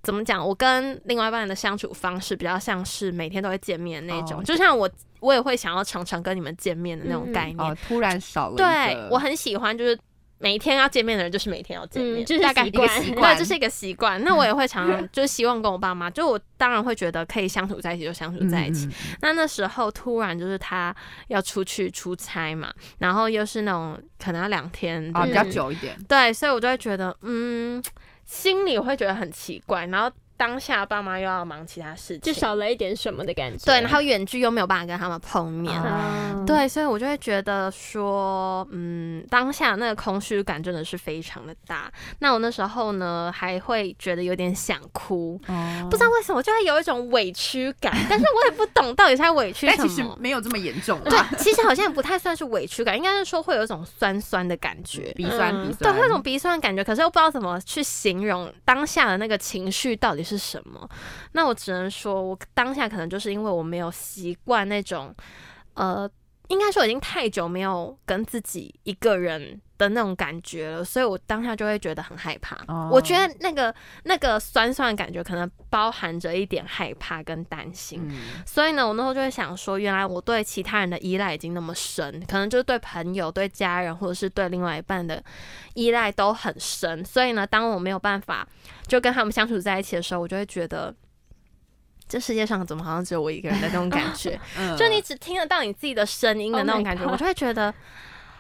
[SPEAKER 1] 怎么讲，我跟另外一半的相处方式比较像是每天都会见面的那种，
[SPEAKER 2] 哦
[SPEAKER 1] 就像我我也会想要常常跟你们见面的那
[SPEAKER 3] 嗯
[SPEAKER 1] 种概念。
[SPEAKER 2] 哦，突然少了一
[SPEAKER 1] 对
[SPEAKER 2] 个
[SPEAKER 1] 我很喜欢，就是每一天要见面的人，就是每天要见面，
[SPEAKER 3] 嗯，就是
[SPEAKER 1] 大概
[SPEAKER 3] 习
[SPEAKER 2] 一个
[SPEAKER 3] 惯。
[SPEAKER 1] [LAUGHS]
[SPEAKER 2] 习
[SPEAKER 1] 对，
[SPEAKER 2] 惯
[SPEAKER 1] 这是一个习惯。
[SPEAKER 2] 嗯
[SPEAKER 1] 那我也会常常就是希望跟我爸妈，就我当然会觉得可以相处在一起就相处在一起。
[SPEAKER 2] 嗯嗯
[SPEAKER 1] 那那时候突然就是他要出去出差嘛，然后又是那种可能要两天
[SPEAKER 2] 嗯啊，
[SPEAKER 1] 的
[SPEAKER 2] 比较久一点。
[SPEAKER 1] 对，所以我就会觉得，嗯，心里会觉得很奇怪，然后
[SPEAKER 4] 当下爸妈又要忙其他事情，
[SPEAKER 3] 就少了一点什么的感觉。
[SPEAKER 1] 对， [LAUGHS] 然后远距又没有办法跟他们碰面，
[SPEAKER 3] 啊，
[SPEAKER 1] 对，所以我就会觉得说，嗯，当下那个空虚感真的是非常的大。那我那时候呢，还会觉得有点想哭，
[SPEAKER 3] 嗯
[SPEAKER 2] 哦
[SPEAKER 1] 不知道为什么就会有一种委屈感，但是我也不懂到底是在委屈
[SPEAKER 2] 但
[SPEAKER 1] 什么。
[SPEAKER 2] 哎其实没有这么严重啦，
[SPEAKER 1] [LAUGHS] 对，其实好像不太算是委屈感，应该是说会有一种酸酸的感觉。
[SPEAKER 2] 鼻酸
[SPEAKER 3] 嗯
[SPEAKER 2] 鼻
[SPEAKER 1] 对，
[SPEAKER 2] 酸，
[SPEAKER 1] 会有种鼻酸的感觉，可是又不知道怎么去形容当下的那个情绪到底是什么。那我只能说，我当下可能就是因为我没有习惯那种，呃，应该说已经太久没有跟自己一个人的那种感觉了，所以我当下就会觉得很害怕。
[SPEAKER 2] 哦
[SPEAKER 1] 我觉得那个那个酸酸的感觉，可能包含着一点害怕跟担心。
[SPEAKER 2] 嗯
[SPEAKER 1] 所以呢，我那时候就会想说，原来我对其他人的依赖已经那么深，可能就是对朋友、对家人，或者是对另外一半的依赖都很深。所以呢，当我没有办法就跟他们相处在一起的时候，我就会觉得。这世界上怎么好像只有我一个人的那种感觉？
[SPEAKER 2] 嗯
[SPEAKER 1] 就你只听得到你自己的声音的
[SPEAKER 3] [LAUGHS] Oh
[SPEAKER 1] 那种
[SPEAKER 3] my
[SPEAKER 1] 感觉，
[SPEAKER 3] God
[SPEAKER 1] 我就会觉得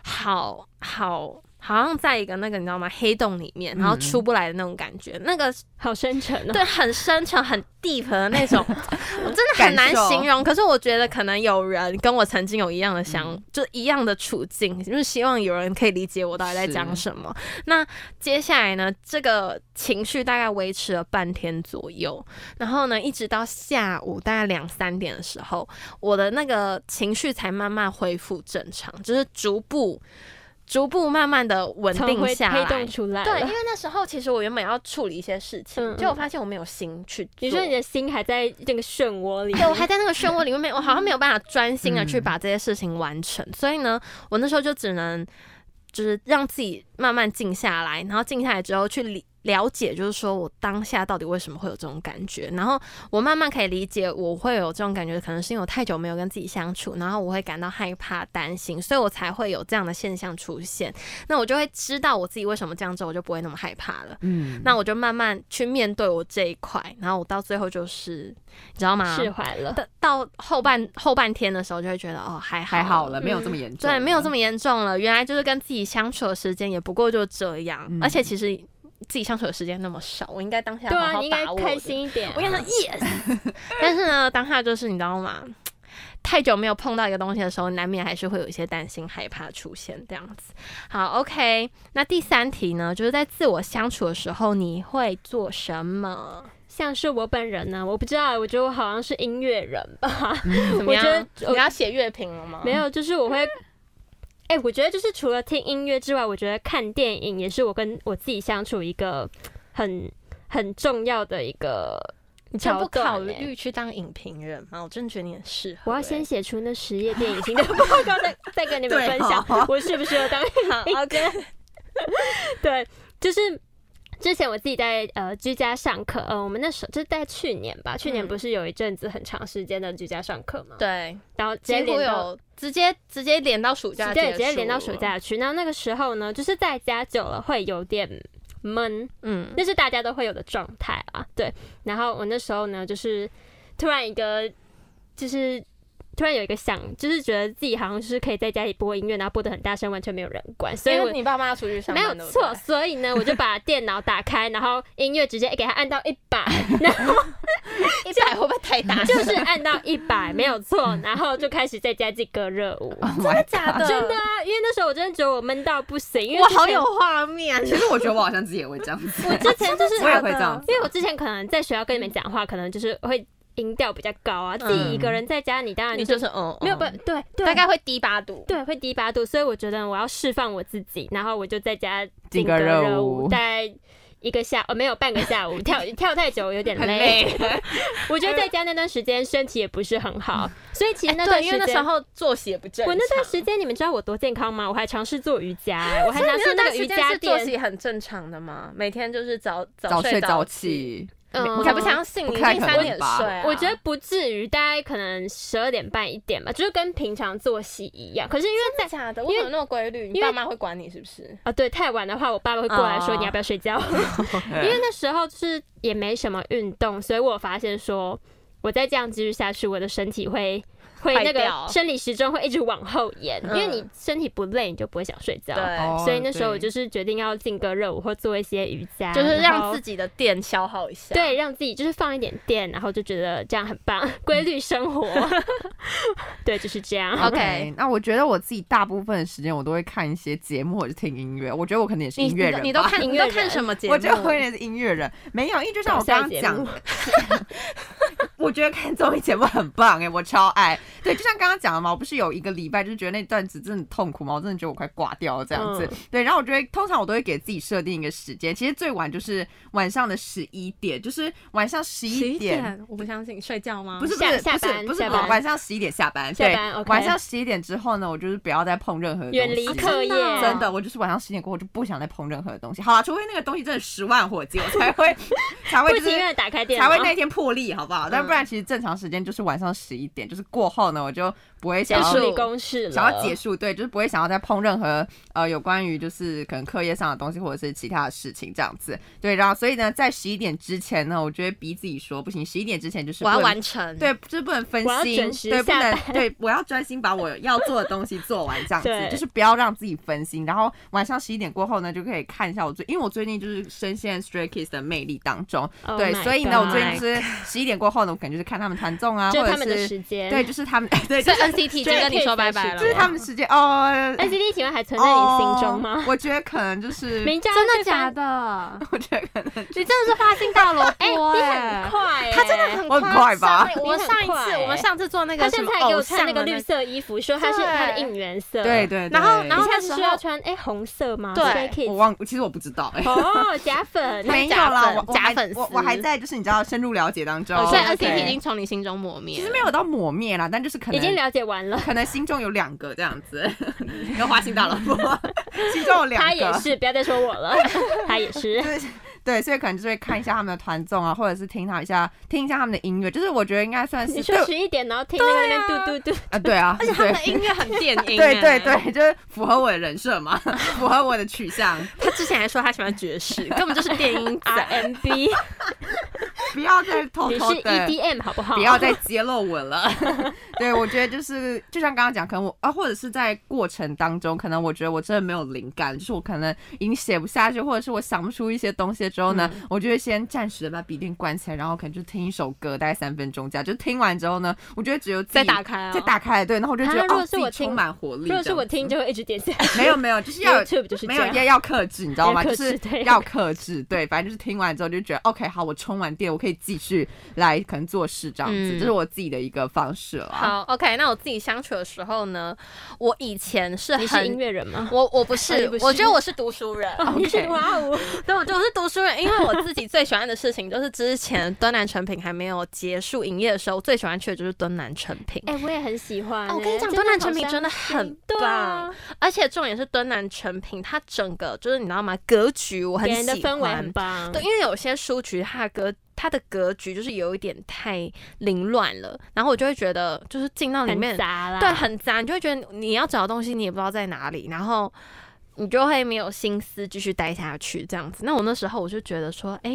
[SPEAKER 1] 好好好像在一个那个你知道吗黑洞里面，然后
[SPEAKER 2] 嗯
[SPEAKER 1] 出不来的那种感觉。那个
[SPEAKER 3] 好深沉
[SPEAKER 2] 啊
[SPEAKER 3] 哦。
[SPEAKER 1] 对，很深沉、很 deep 的那
[SPEAKER 2] [LAUGHS]
[SPEAKER 1] 种，我真的很
[SPEAKER 2] 感
[SPEAKER 1] 难
[SPEAKER 2] 受嗯
[SPEAKER 1] 形容。可是我觉得可能有人跟我曾经有一样的想，就一样的处境，就是希望有人可以理解我到底在讲
[SPEAKER 2] 是
[SPEAKER 1] 什么。那接下来呢，这个情绪大概维持了半天左右，然后呢，一直到下午大概两三点的时候，我的那个情绪才慢慢恢复正常，就是逐步。逐步慢慢的稳
[SPEAKER 3] 从
[SPEAKER 1] 定
[SPEAKER 3] 灰
[SPEAKER 1] 下
[SPEAKER 3] 黑
[SPEAKER 1] 来，
[SPEAKER 3] 洞出来
[SPEAKER 1] 对，因
[SPEAKER 3] 了
[SPEAKER 1] 为。那时候其实我原本要处理一些事情，
[SPEAKER 3] 嗯
[SPEAKER 1] 就我发现我没有心去做。
[SPEAKER 3] 你说你的心还在那个漩涡
[SPEAKER 1] [LAUGHS]
[SPEAKER 3] 里，[LAUGHS]
[SPEAKER 1] 对，我还在那个漩涡里面，没有我好像没有办法专心的去把这些事情完成，所以呢，我那时候就只能就是让自己慢慢静下来，然后静下来之后去理了解，就是说我当下到底为什么会有这种感觉，然后我慢慢可以理解我会有这种感觉，可能是因为我太久没有跟自己相处，然后我会感到害怕、担心，所以我才会有这样的现象出现。那我就会知道我自己为什么这样之后，我就不会那么害怕了。
[SPEAKER 2] 嗯
[SPEAKER 1] 那我就慢慢去面对我这一块，然后我到最后就是，你知道吗？
[SPEAKER 3] 释怀了。
[SPEAKER 1] 到到后半后半天的时候，就会觉得哦，还好
[SPEAKER 2] 还好了，没有
[SPEAKER 3] 嗯
[SPEAKER 2] 这么严重，
[SPEAKER 1] 对，没有这么严重了。原来就是跟自己相处的时间也不过就这样，
[SPEAKER 2] 嗯
[SPEAKER 1] 而且其实自己相处的时间那么少，我应该当下
[SPEAKER 3] 对
[SPEAKER 1] 好
[SPEAKER 3] 啊，
[SPEAKER 1] 好
[SPEAKER 3] 你应该
[SPEAKER 1] 把握。
[SPEAKER 3] 开。心一点啊。
[SPEAKER 1] 我跟他说 yes，但是呢，当下就是你知道吗？太久没有碰到一个东西的时候，难免还是会有一些担心、害怕出现这样子。好，OK，那第三题呢，就是在自我相处的时候，你会做什么？
[SPEAKER 3] [LAUGHS] 像是我本人呢，我不知道，我觉得我好像是音乐人吧。
[SPEAKER 1] 怎么
[SPEAKER 3] 我觉
[SPEAKER 1] 样？
[SPEAKER 3] 得
[SPEAKER 1] 你要写乐评了吗？
[SPEAKER 3] 没有，就是我会，
[SPEAKER 1] [LAUGHS]
[SPEAKER 3] 哎、我觉得就是除了听音乐之外，我觉得看电影也是我跟我自己相处一个很很重要的一个
[SPEAKER 1] 就不
[SPEAKER 3] 桥段
[SPEAKER 1] 考
[SPEAKER 3] 欸
[SPEAKER 1] 虑去当影评人吗？我真的觉得你很适合欸。
[SPEAKER 3] 我要先写出那十页电影型的报
[SPEAKER 1] [LAUGHS]
[SPEAKER 3] 告，再再跟你们
[SPEAKER 2] 对
[SPEAKER 3] 分享
[SPEAKER 2] 哦
[SPEAKER 3] 我是不是有当 OK？对，就是之前我自己在呃居家上课，呃，我们那时候就是在去年吧，去年
[SPEAKER 1] 嗯
[SPEAKER 3] 不是有一阵子很长时间的居家上课嘛，
[SPEAKER 1] [LAUGHS] 对，
[SPEAKER 3] 然后直接
[SPEAKER 1] 结果
[SPEAKER 3] 连到
[SPEAKER 1] 有直接直接连到暑假，
[SPEAKER 3] 对，直接连到暑。假去。那那个时候呢，就是在家久了会有点闷，
[SPEAKER 1] 嗯，
[SPEAKER 3] 那是大家都会有的状态啊。对，然后我那时候呢，就是突然一个，就是突然有一个想，就是觉得自己好像是可以在家里播音乐，然后播的很大声，完全没有人管，所以
[SPEAKER 1] 因
[SPEAKER 3] 我
[SPEAKER 1] 为。你爸妈要出去上
[SPEAKER 3] 没有
[SPEAKER 1] 班，对不对
[SPEAKER 3] 错，所以呢，我就把电脑打开，然后音乐直接哎给它按到一百，然后
[SPEAKER 1] 一百会不会太大？
[SPEAKER 3] 就是按到一百，没有错，然后就开始在家自己歌热舞。
[SPEAKER 1] 哦
[SPEAKER 2] 真的
[SPEAKER 1] 假的
[SPEAKER 3] 真的啊，因为那时候我真的觉得我闷到不行，因为
[SPEAKER 1] 哇，
[SPEAKER 3] 之
[SPEAKER 1] 好
[SPEAKER 3] 前
[SPEAKER 1] 有画
[SPEAKER 3] 啊
[SPEAKER 1] 面。
[SPEAKER 2] [LAUGHS] 其实我觉得我好像自己也会这样子，
[SPEAKER 1] [LAUGHS]
[SPEAKER 3] 我之前就是
[SPEAKER 2] 我也会这样子
[SPEAKER 3] 因为我之前可能在学校跟你们讲话，可能就是会音调比较高啊，自己一个人在家，你当然
[SPEAKER 1] 你
[SPEAKER 3] 就
[SPEAKER 1] 就是是嗯，
[SPEAKER 3] 没有不
[SPEAKER 1] 嗯
[SPEAKER 3] 对对，
[SPEAKER 1] 大概会低八度。
[SPEAKER 3] 对会低八度，所以我觉得我要释放我自己，然后我就在家
[SPEAKER 2] 劲
[SPEAKER 3] 歌
[SPEAKER 2] 歌热
[SPEAKER 3] 热
[SPEAKER 2] 舞
[SPEAKER 3] 大概。一个下哦，没有半个下 [LAUGHS] 午，跳跳太久有点
[SPEAKER 2] 很
[SPEAKER 3] 累。
[SPEAKER 2] 累，
[SPEAKER 3] [LAUGHS] 我觉得在家那段时间身体也不是很 [LAUGHS] 好，所以其
[SPEAKER 1] 哎，
[SPEAKER 3] 实那段
[SPEAKER 1] 对，
[SPEAKER 3] 时
[SPEAKER 1] 因
[SPEAKER 3] 间
[SPEAKER 1] 为，那时候作息也不正常。
[SPEAKER 3] 我那段时间，你们知道我多健康吗？我还尝试做瑜伽，我还
[SPEAKER 1] 所以
[SPEAKER 3] 拿
[SPEAKER 1] 你
[SPEAKER 3] 出
[SPEAKER 1] 那
[SPEAKER 3] 那
[SPEAKER 1] 段
[SPEAKER 3] 个
[SPEAKER 1] 时
[SPEAKER 3] 瑜
[SPEAKER 1] 间
[SPEAKER 3] 伽
[SPEAKER 1] 是作
[SPEAKER 3] 垫，
[SPEAKER 1] 息很正常的吗？每天就是早
[SPEAKER 2] 早
[SPEAKER 1] 睡
[SPEAKER 2] 睡早
[SPEAKER 1] 起。
[SPEAKER 2] 起，
[SPEAKER 3] 嗯
[SPEAKER 1] 我才不相信，
[SPEAKER 2] 不
[SPEAKER 1] 你
[SPEAKER 2] 太
[SPEAKER 1] 近
[SPEAKER 2] 可
[SPEAKER 1] 三
[SPEAKER 2] 能
[SPEAKER 1] 点睡
[SPEAKER 2] 吧
[SPEAKER 1] 啊。
[SPEAKER 3] 我觉得不至于，大概可能十二点半一点吧，就是跟平常作息一样。可是因为在
[SPEAKER 1] 真的假的，为什么那么规律？你
[SPEAKER 3] 因为
[SPEAKER 1] 爸妈会管你是不是？
[SPEAKER 3] 啊、对，太晚的话，我爸爸会过来说
[SPEAKER 1] 哦
[SPEAKER 3] 你要不要睡觉， [LAUGHS] 因为那时候就是也没什么运动，所以我发现说我再这样继续下去，我的身体会会那
[SPEAKER 4] 坏
[SPEAKER 3] 个
[SPEAKER 4] 掉
[SPEAKER 3] 生理时钟会一直往后延，因
[SPEAKER 4] 嗯
[SPEAKER 3] 为你身体不累，你就不会想睡觉。
[SPEAKER 1] 哦
[SPEAKER 4] 对，
[SPEAKER 3] 所以那时候我就是是决定要劲歌热舞或做一些瑜伽，
[SPEAKER 4] 就是
[SPEAKER 3] 然
[SPEAKER 4] 让
[SPEAKER 3] 后
[SPEAKER 4] 自己的电消耗一下。，
[SPEAKER 3] 对让自己就是放一点电，然后就觉得这样很棒， [LAUGHS] 规律生活。对，就是这样。
[SPEAKER 1] OK
[SPEAKER 2] 那我觉得我自己大部分的时间我都会看一些节目或者听音乐，我觉得我可能也是
[SPEAKER 1] 你
[SPEAKER 2] 音乐
[SPEAKER 1] 你都
[SPEAKER 2] 人吧
[SPEAKER 1] 你都看
[SPEAKER 3] 音
[SPEAKER 1] 你
[SPEAKER 3] 乐
[SPEAKER 1] 都
[SPEAKER 3] 人
[SPEAKER 1] 看什么节目？
[SPEAKER 2] 我觉得我也是音乐人，没有，因为就像我刚刚讲
[SPEAKER 3] 搞
[SPEAKER 2] 的， [LAUGHS] 我觉得看综艺节目很棒哎、我超爱。对，就像刚刚讲的嘛，我不是有一个礼拜就是觉得那段子真的很痛苦嘛，我真的觉得我快挂掉了这样子。
[SPEAKER 3] 嗯
[SPEAKER 2] 对，然后我觉得通常我都会给自己设定一个时间，其实最晚就是晚上的十一点，就是晚上十一点。，
[SPEAKER 1] 我不相信睡觉吗？
[SPEAKER 2] 不是不
[SPEAKER 3] 下
[SPEAKER 2] 是
[SPEAKER 3] 下
[SPEAKER 2] 不是
[SPEAKER 3] 班
[SPEAKER 2] 不
[SPEAKER 3] 下
[SPEAKER 2] 是
[SPEAKER 3] 班
[SPEAKER 2] 晚上十一点下班，
[SPEAKER 3] 下
[SPEAKER 2] 对
[SPEAKER 3] 班，，OK
[SPEAKER 2] 晚上十一点之后呢，我就是不要再碰任何东西，
[SPEAKER 3] [LAUGHS] 远离课业，
[SPEAKER 2] 真的，我就是晚上十点过后我就不想再碰任何东西。好啊，除非那个东西真的十万火急，我才
[SPEAKER 3] [LAUGHS]
[SPEAKER 2] 会才会
[SPEAKER 3] 不
[SPEAKER 2] 就是
[SPEAKER 3] 情愿地打开电嗯脑，
[SPEAKER 2] 才会那天破例，好不好？但不然其实正常时间就是晚上十一点，就是过后呢，我就不会想
[SPEAKER 3] 先
[SPEAKER 2] 要
[SPEAKER 3] 处理公事了，
[SPEAKER 2] 想要结束，对，就是不会想要再碰任何呃有关于就是可能课业上的东西或者是其他的事情这样子。对，然后所以呢，在十一点之前呢，我就会逼自己说不行，十一点之前就是
[SPEAKER 1] 我要
[SPEAKER 2] 不能
[SPEAKER 1] 完成。，
[SPEAKER 2] 对，就是不能分
[SPEAKER 3] 我要
[SPEAKER 2] 心
[SPEAKER 3] 准，时
[SPEAKER 2] 对，不
[SPEAKER 3] 下
[SPEAKER 2] 能对，我要专心把我要做的东西做完，这样子
[SPEAKER 3] [LAUGHS] 对
[SPEAKER 2] 就是不要让自己分心。然后晚上十一点过后呢，就可以看一下我最，因为我最近就是深陷 Stray Kids 的魅力当中
[SPEAKER 3] Oh
[SPEAKER 2] 对
[SPEAKER 3] my
[SPEAKER 2] 所以呢，我
[SPEAKER 3] God
[SPEAKER 2] 最近就是十一点过后呢，我可能就是看他们团综啊，
[SPEAKER 3] 就
[SPEAKER 2] 或
[SPEAKER 3] 是
[SPEAKER 2] 者
[SPEAKER 3] 他们的
[SPEAKER 2] 是
[SPEAKER 3] 时间。
[SPEAKER 2] 对，就是
[SPEAKER 3] [LAUGHS]
[SPEAKER 2] 他们对，
[SPEAKER 1] 所
[SPEAKER 2] 就
[SPEAKER 1] 以
[SPEAKER 2] 是
[SPEAKER 1] NCT 已经跟你说拜拜了。
[SPEAKER 2] 就是他们的时间哦。
[SPEAKER 3] NCT 喜欢还存在你心中
[SPEAKER 2] 哦
[SPEAKER 3] 吗？
[SPEAKER 2] 我觉得可能就是，
[SPEAKER 3] 明真
[SPEAKER 1] 真的假？的？
[SPEAKER 2] 我觉
[SPEAKER 3] [LAUGHS]
[SPEAKER 2] 得可能
[SPEAKER 1] 你真的是花心大萝卜 [LAUGHS] 哎！
[SPEAKER 3] 快欸，
[SPEAKER 1] 他真的很
[SPEAKER 2] 我很快吧
[SPEAKER 1] 夸张欸我
[SPEAKER 3] 你很
[SPEAKER 1] 上一
[SPEAKER 3] 快
[SPEAKER 1] 次
[SPEAKER 3] 欸
[SPEAKER 1] 我们上次做那
[SPEAKER 3] 他
[SPEAKER 1] 个什
[SPEAKER 3] 现
[SPEAKER 1] 么
[SPEAKER 3] 在还给
[SPEAKER 1] 偶
[SPEAKER 3] 我看
[SPEAKER 1] 像的
[SPEAKER 3] 那个
[SPEAKER 1] 个
[SPEAKER 3] 绿色衣服，说他是
[SPEAKER 1] 对
[SPEAKER 3] 他的应援色。
[SPEAKER 2] 对对。
[SPEAKER 1] 然后
[SPEAKER 2] 对
[SPEAKER 1] 然后
[SPEAKER 3] 你
[SPEAKER 1] 那
[SPEAKER 3] 下
[SPEAKER 1] 时
[SPEAKER 3] 次是
[SPEAKER 1] 候
[SPEAKER 3] 要穿哎红色吗？
[SPEAKER 1] 对
[SPEAKER 3] Stray Kids
[SPEAKER 2] 我忘，其实我不知道哎、
[SPEAKER 3] 哦，假粉，
[SPEAKER 2] 没有
[SPEAKER 1] 假
[SPEAKER 2] 啦，
[SPEAKER 1] 粉
[SPEAKER 2] 我我
[SPEAKER 1] 假
[SPEAKER 2] 还
[SPEAKER 1] 粉丝
[SPEAKER 2] 我我还在就是你知道深入了解当中，
[SPEAKER 3] 哦
[SPEAKER 1] 所以
[SPEAKER 3] 对
[SPEAKER 1] NCT
[SPEAKER 3] 对
[SPEAKER 1] 已经从你心中磨
[SPEAKER 2] 其
[SPEAKER 1] 灭
[SPEAKER 2] 实
[SPEAKER 1] 了。
[SPEAKER 2] 没有到抹灭啦，但就是可能
[SPEAKER 3] 已经了解完了。
[SPEAKER 2] 可能心中有两个这样
[SPEAKER 3] [LAUGHS]
[SPEAKER 2] 子，跟花心大萝卜，心中有两个，
[SPEAKER 3] 他也是，不要再说我了，他也是。
[SPEAKER 2] 就是对，所以可能就是会看一下他们的团综啊，或者是听他一下听一下他们的音乐，就是我觉得应该算是
[SPEAKER 3] 你说
[SPEAKER 2] 对
[SPEAKER 3] 十一点，然后听那个那边嘟嘟嘟，
[SPEAKER 2] 啊，对
[SPEAKER 3] [LAUGHS]
[SPEAKER 2] 啊，而且
[SPEAKER 1] 他们的音乐很电 [LAUGHS] 音，欸
[SPEAKER 2] 对对，对，就是符合我的人设嘛， [LAUGHS] 符合我的取向。
[SPEAKER 1] 他之前还说他喜欢爵士，根本就是电音仔。
[SPEAKER 3] RMB，
[SPEAKER 2] 不要再偷
[SPEAKER 3] 你
[SPEAKER 2] 偷
[SPEAKER 3] 是
[SPEAKER 2] 的
[SPEAKER 3] EDM 好不好？
[SPEAKER 2] 哦不要再揭露我了。 [LAUGHS] 对，我觉得就是就像刚刚讲，可能我啊，或者是在过程当中，可能我觉得我真的没有灵感，就是我可能已经写不下去，或者是我想不出一些东西之后
[SPEAKER 3] 嗯
[SPEAKER 2] 呢，我就会先暂时的把笔电关起来，然后可能就听一首歌，大概三分钟这样。就听完之后呢，我觉得只有自己
[SPEAKER 1] 再打开啊
[SPEAKER 2] 再打开，对，然后我就觉得、
[SPEAKER 3] 哦啊如
[SPEAKER 2] 哦，
[SPEAKER 3] 果是
[SPEAKER 2] 自己
[SPEAKER 3] 我听
[SPEAKER 2] 充满活力。
[SPEAKER 3] 如果是我
[SPEAKER 2] 这样
[SPEAKER 3] 听，就会一直点下。
[SPEAKER 2] [LAUGHS] 没有没有，就是要
[SPEAKER 3] YouTube 就是这
[SPEAKER 2] 没有
[SPEAKER 3] 样
[SPEAKER 2] 要要克制，你知道吗？就
[SPEAKER 3] 要克制
[SPEAKER 2] 是
[SPEAKER 3] 对
[SPEAKER 2] 要克制，对，反正就是听完之后就觉得 OK，好，我充完电，我可以继续来可能做事这样子，
[SPEAKER 1] 嗯
[SPEAKER 2] 这是我自己的一个方式啦。
[SPEAKER 1] 好，OK，那我自己相处的时候呢，我以前是
[SPEAKER 3] 你是音
[SPEAKER 1] 很。
[SPEAKER 3] 乐人吗？
[SPEAKER 1] 我我不
[SPEAKER 3] 哦你
[SPEAKER 1] 是
[SPEAKER 3] 不，是
[SPEAKER 1] 我觉得我是读书人，
[SPEAKER 3] 哦，你是哇哦，
[SPEAKER 1] 对，我觉得我是读书人，因为我自己最喜欢的事情就是之前敦南成品还没有结束营业的时候，我最喜欢去的就是敦南成品。
[SPEAKER 3] 哎，我也很喜欢欸。
[SPEAKER 1] 哦我跟你讲，
[SPEAKER 3] 真的
[SPEAKER 1] 敦南
[SPEAKER 3] 好
[SPEAKER 1] 成品
[SPEAKER 3] 伤
[SPEAKER 1] 真的很
[SPEAKER 3] 心对啊
[SPEAKER 1] 棒，而且重点是敦南成品，它整个就是你知道吗？格局我很
[SPEAKER 3] 给人
[SPEAKER 1] 喜
[SPEAKER 3] 的
[SPEAKER 1] 欢，
[SPEAKER 3] 氛围很棒。
[SPEAKER 1] 对，因为有些书局它的格它的格局就是有一点太凌乱了，然后我就会觉得就是进到里面
[SPEAKER 3] 很杂啦，
[SPEAKER 1] 对，很杂，你就会觉得你要找的东西你也不知道在哪里，然后你就会没有心思继续待下去这样子。那我那时候我就觉得说，哎、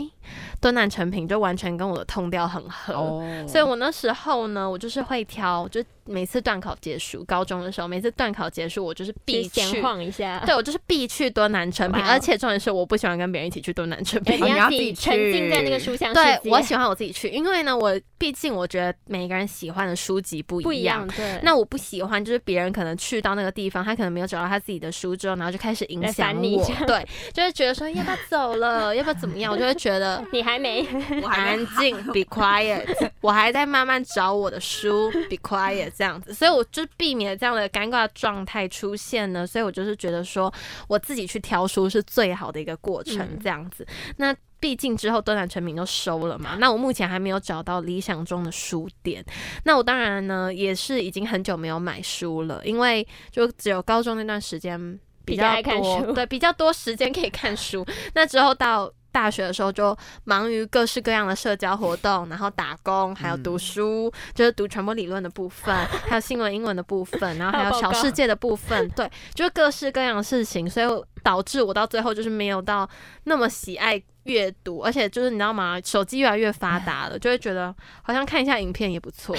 [SPEAKER 1] 敦南成品就完全跟我的痛调很合。
[SPEAKER 2] 哦，
[SPEAKER 1] 呃所以我那时候呢，我就是会挑，就每次段考结束，高中的时候，每次段考结束，我就是必
[SPEAKER 3] 去闲
[SPEAKER 1] 去，
[SPEAKER 3] 晃一下。
[SPEAKER 1] 对我就是必去敦南成品，
[SPEAKER 3] 哇哦
[SPEAKER 1] 而且重点是我不喜欢跟别人一起去敦南成品，
[SPEAKER 3] 哎你
[SPEAKER 2] 哦你要
[SPEAKER 3] 自
[SPEAKER 2] 自
[SPEAKER 3] 己
[SPEAKER 2] 己
[SPEAKER 3] 沉浸在那个书哎香世
[SPEAKER 1] 对
[SPEAKER 3] 界，
[SPEAKER 1] 我喜欢我自己去，因为呢，我毕竟我觉得每个人喜欢的书籍不
[SPEAKER 3] 不
[SPEAKER 1] 一
[SPEAKER 3] 一
[SPEAKER 1] 样
[SPEAKER 3] 样。，对，
[SPEAKER 1] 那我不喜欢，就是别人可能去到那个地方，他可能没有找到他自己的书之后，然后就开始影
[SPEAKER 3] 来
[SPEAKER 1] 响
[SPEAKER 3] 烦你
[SPEAKER 1] 我
[SPEAKER 3] 这，样
[SPEAKER 1] 对，就会觉得说要不要走了，要不要怎么样，我就会觉得
[SPEAKER 3] 你还没
[SPEAKER 2] 我还没
[SPEAKER 1] 安静，be
[SPEAKER 3] [LAUGHS]
[SPEAKER 1] quiet，我还在慢慢找我的书，be quiet 这样子，所以我就避免这样的尴尬状态出现呢，所以我就是觉得说我自己去挑书是最好的一个过程，
[SPEAKER 3] 嗯
[SPEAKER 1] 这样子。那毕竟之后敦南成品都收了嘛，那我目前还没有找到理想中的书店。那我当然呢也是已经很久没有买书了，因为就只有高中那段时间比
[SPEAKER 3] 比较
[SPEAKER 1] 较
[SPEAKER 3] 爱看
[SPEAKER 1] 多，
[SPEAKER 3] 书
[SPEAKER 1] 对，比较多时间可以看书。那之后到大学的时候就忙于各式各样的社交活动，然后打工，还有读书，就是读传播理论的部分，还有新闻英文的部分，然后还
[SPEAKER 3] 还有
[SPEAKER 1] 有
[SPEAKER 3] 报
[SPEAKER 1] 小
[SPEAKER 3] 告
[SPEAKER 1] 世界的部分，对，就是各式各样的事情，所以导致我到最后就是没有到那么喜爱阅读，而且就是你知道吗？手机越来越发达了，就会觉得好像看一下影片也不错。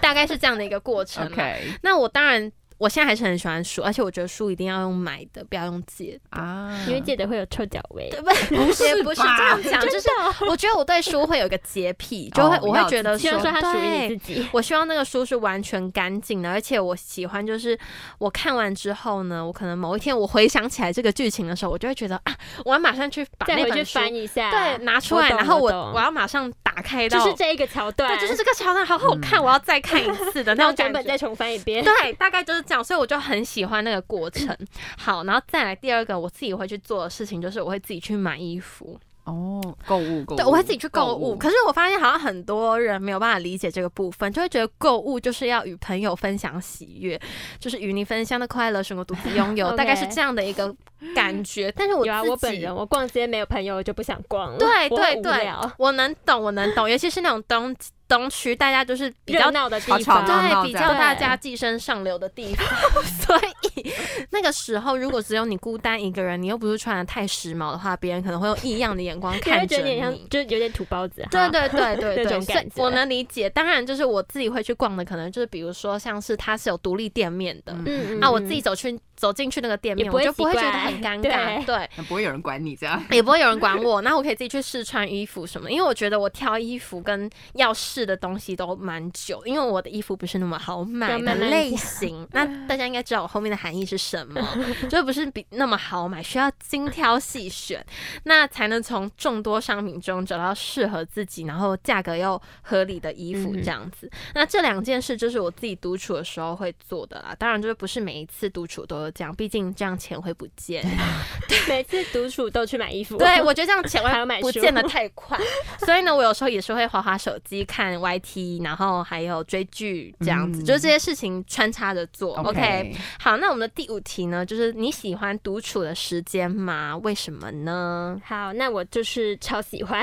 [SPEAKER 1] 大概是这样的一个过程嘛。
[SPEAKER 2] OK
[SPEAKER 1] 那我当然，我现在还是很喜欢书，而且我觉得书一定要用买的，不要用借的。
[SPEAKER 2] 啊，
[SPEAKER 3] 因为借的会有臭脚味。啊
[SPEAKER 1] 不不
[SPEAKER 2] 是
[SPEAKER 1] 是不是
[SPEAKER 2] 吧
[SPEAKER 1] 这样讲，
[SPEAKER 3] [LAUGHS] 真
[SPEAKER 1] 就是
[SPEAKER 3] 的
[SPEAKER 1] [LAUGHS] 我觉得我对书会有一个洁癖，就会
[SPEAKER 2] 哦
[SPEAKER 1] 我会觉得
[SPEAKER 3] 希望说它属于
[SPEAKER 1] 对
[SPEAKER 3] 你自己。
[SPEAKER 1] 我希望那个书是完全干净的，而且我喜欢就是我看完之后呢，我可能某一天我回想起来这个剧情的时候，我就会觉得啊，我要马上去把
[SPEAKER 3] 再
[SPEAKER 1] 那
[SPEAKER 3] 回去
[SPEAKER 1] 本书
[SPEAKER 3] 翻一下，
[SPEAKER 1] 对拿出来，
[SPEAKER 3] 我懂
[SPEAKER 1] 然后我
[SPEAKER 3] 我懂
[SPEAKER 1] 我要马上打开到，
[SPEAKER 3] 就是这一个桥段，
[SPEAKER 1] 对，就是这个桥段好好看，我要再看一次的那种
[SPEAKER 3] 然后整
[SPEAKER 1] 感
[SPEAKER 3] 本
[SPEAKER 1] 觉
[SPEAKER 3] 再。重翻一
[SPEAKER 1] [LAUGHS]
[SPEAKER 3] 遍。
[SPEAKER 1] 对，大概就是这样，所以我就很喜欢那个过程。好，然后再来第二个，我自己会去做的事情就是我会自己去买衣服，
[SPEAKER 2] 哦，购物购物，
[SPEAKER 1] 对我会自己去购物。可是我发现好像很多人没有办法理解这个部分，就会觉得购物就是要与朋友分享喜悦，就是与你分享的快乐，是我独自拥有，
[SPEAKER 3] [LAUGHS] OK
[SPEAKER 1] 大概是这样的一个感觉。但是我
[SPEAKER 3] 有啊，
[SPEAKER 1] 自
[SPEAKER 3] 我本
[SPEAKER 1] 己
[SPEAKER 3] 人我逛街没有朋友，我就不想逛了。
[SPEAKER 1] 对
[SPEAKER 3] 我很
[SPEAKER 1] 对
[SPEAKER 3] 无
[SPEAKER 1] 对
[SPEAKER 3] 聊，
[SPEAKER 1] 我能懂，我能懂，尤其是那种东东区，大家就是比较
[SPEAKER 3] 热闹的地
[SPEAKER 2] 吵
[SPEAKER 3] 方，
[SPEAKER 2] 吵闹闹
[SPEAKER 1] 对，
[SPEAKER 2] 闹
[SPEAKER 1] 比
[SPEAKER 2] 这
[SPEAKER 1] 较
[SPEAKER 2] 样
[SPEAKER 1] 大家寄生上流的地方， [LAUGHS] 所以那个时候如果只有你孤单一个人，你又不是穿的太时髦的话，别人可能会用异样的眼
[SPEAKER 3] [LAUGHS]
[SPEAKER 1] 光
[SPEAKER 3] 你会
[SPEAKER 1] 看
[SPEAKER 3] 觉
[SPEAKER 1] 着
[SPEAKER 3] 得有点像，
[SPEAKER 1] 你。
[SPEAKER 3] 就是有点土包子。
[SPEAKER 1] 对
[SPEAKER 3] 哈，
[SPEAKER 1] 对对对
[SPEAKER 3] [LAUGHS] 那
[SPEAKER 1] 对，
[SPEAKER 3] 种
[SPEAKER 1] 所
[SPEAKER 3] 感
[SPEAKER 1] 以
[SPEAKER 3] 觉
[SPEAKER 1] 我能理解。当然，就是我自己会去逛的，可能就是比如说像是它是有独立店面的，
[SPEAKER 2] 嗯
[SPEAKER 3] 嗯
[SPEAKER 1] 啊，我自己走去走进去那个店面，
[SPEAKER 3] 也不
[SPEAKER 1] 我
[SPEAKER 3] 会
[SPEAKER 1] 就不会
[SPEAKER 3] 奇
[SPEAKER 1] 觉
[SPEAKER 3] 怪
[SPEAKER 1] 得很尴尬，
[SPEAKER 3] 对
[SPEAKER 1] 对。
[SPEAKER 2] 那不会有人管你这样。
[SPEAKER 1] [LAUGHS] 也不会有人管我，那我可以自己去试穿衣服什么的，因为我觉得我挑衣服跟要试的东西都蛮久，因为我的衣服不是那么好买
[SPEAKER 3] 要
[SPEAKER 1] 的
[SPEAKER 3] 慢慢
[SPEAKER 1] 类型。那大家应该知道我后面的含义是什
[SPEAKER 3] [LAUGHS]
[SPEAKER 1] 么，就不是比那么好买，需要精挑细选，那才能从众多商品中找到适合自己，然后价格又合理的衣服
[SPEAKER 3] 嗯哼
[SPEAKER 1] 这样子。那这两件事就是我自己独处的时候会做的啦，当然就是不是每一次独处都有这样，毕竟这样钱会不见。
[SPEAKER 3] [LAUGHS] 每次独处都去买衣服。
[SPEAKER 1] 对，我觉得这样钱
[SPEAKER 3] 还要买
[SPEAKER 1] 会不
[SPEAKER 3] 书
[SPEAKER 1] 见得太快，所以呢，我有时候也是会滑滑手机、看 YT，然后还有追剧这样子，
[SPEAKER 2] 嗯
[SPEAKER 1] 就是这些事情穿插着做。OK，哦
[SPEAKER 2] OK
[SPEAKER 1] 好，那我们的第五题呢，就是你喜欢独处的时间吗？为什么呢？
[SPEAKER 3] [LAUGHS] 好，那我就是超喜欢，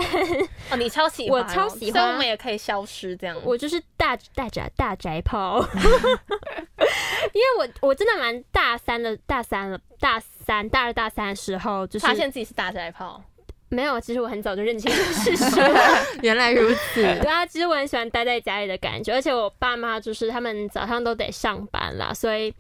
[SPEAKER 1] 哦，你超喜
[SPEAKER 3] 欢
[SPEAKER 1] 欢，
[SPEAKER 3] 哦所以我们
[SPEAKER 1] 也可以消失这样。
[SPEAKER 3] 我就是大大宅大宅
[SPEAKER 1] [LAUGHS]
[SPEAKER 3] 炮， [LAUGHS] 因为我我真的蛮大三的，大三了，大三大二大三的时候，就是
[SPEAKER 1] 发现自己是大宅炮，
[SPEAKER 3] 没有，其实我很早就
[SPEAKER 1] [LAUGHS]
[SPEAKER 3] 认清这个事实。
[SPEAKER 1] 原来如此。
[SPEAKER 3] 对啊，其实我很喜欢待在家里的感觉，而且我爸妈就是他们早上都得上班啦，所以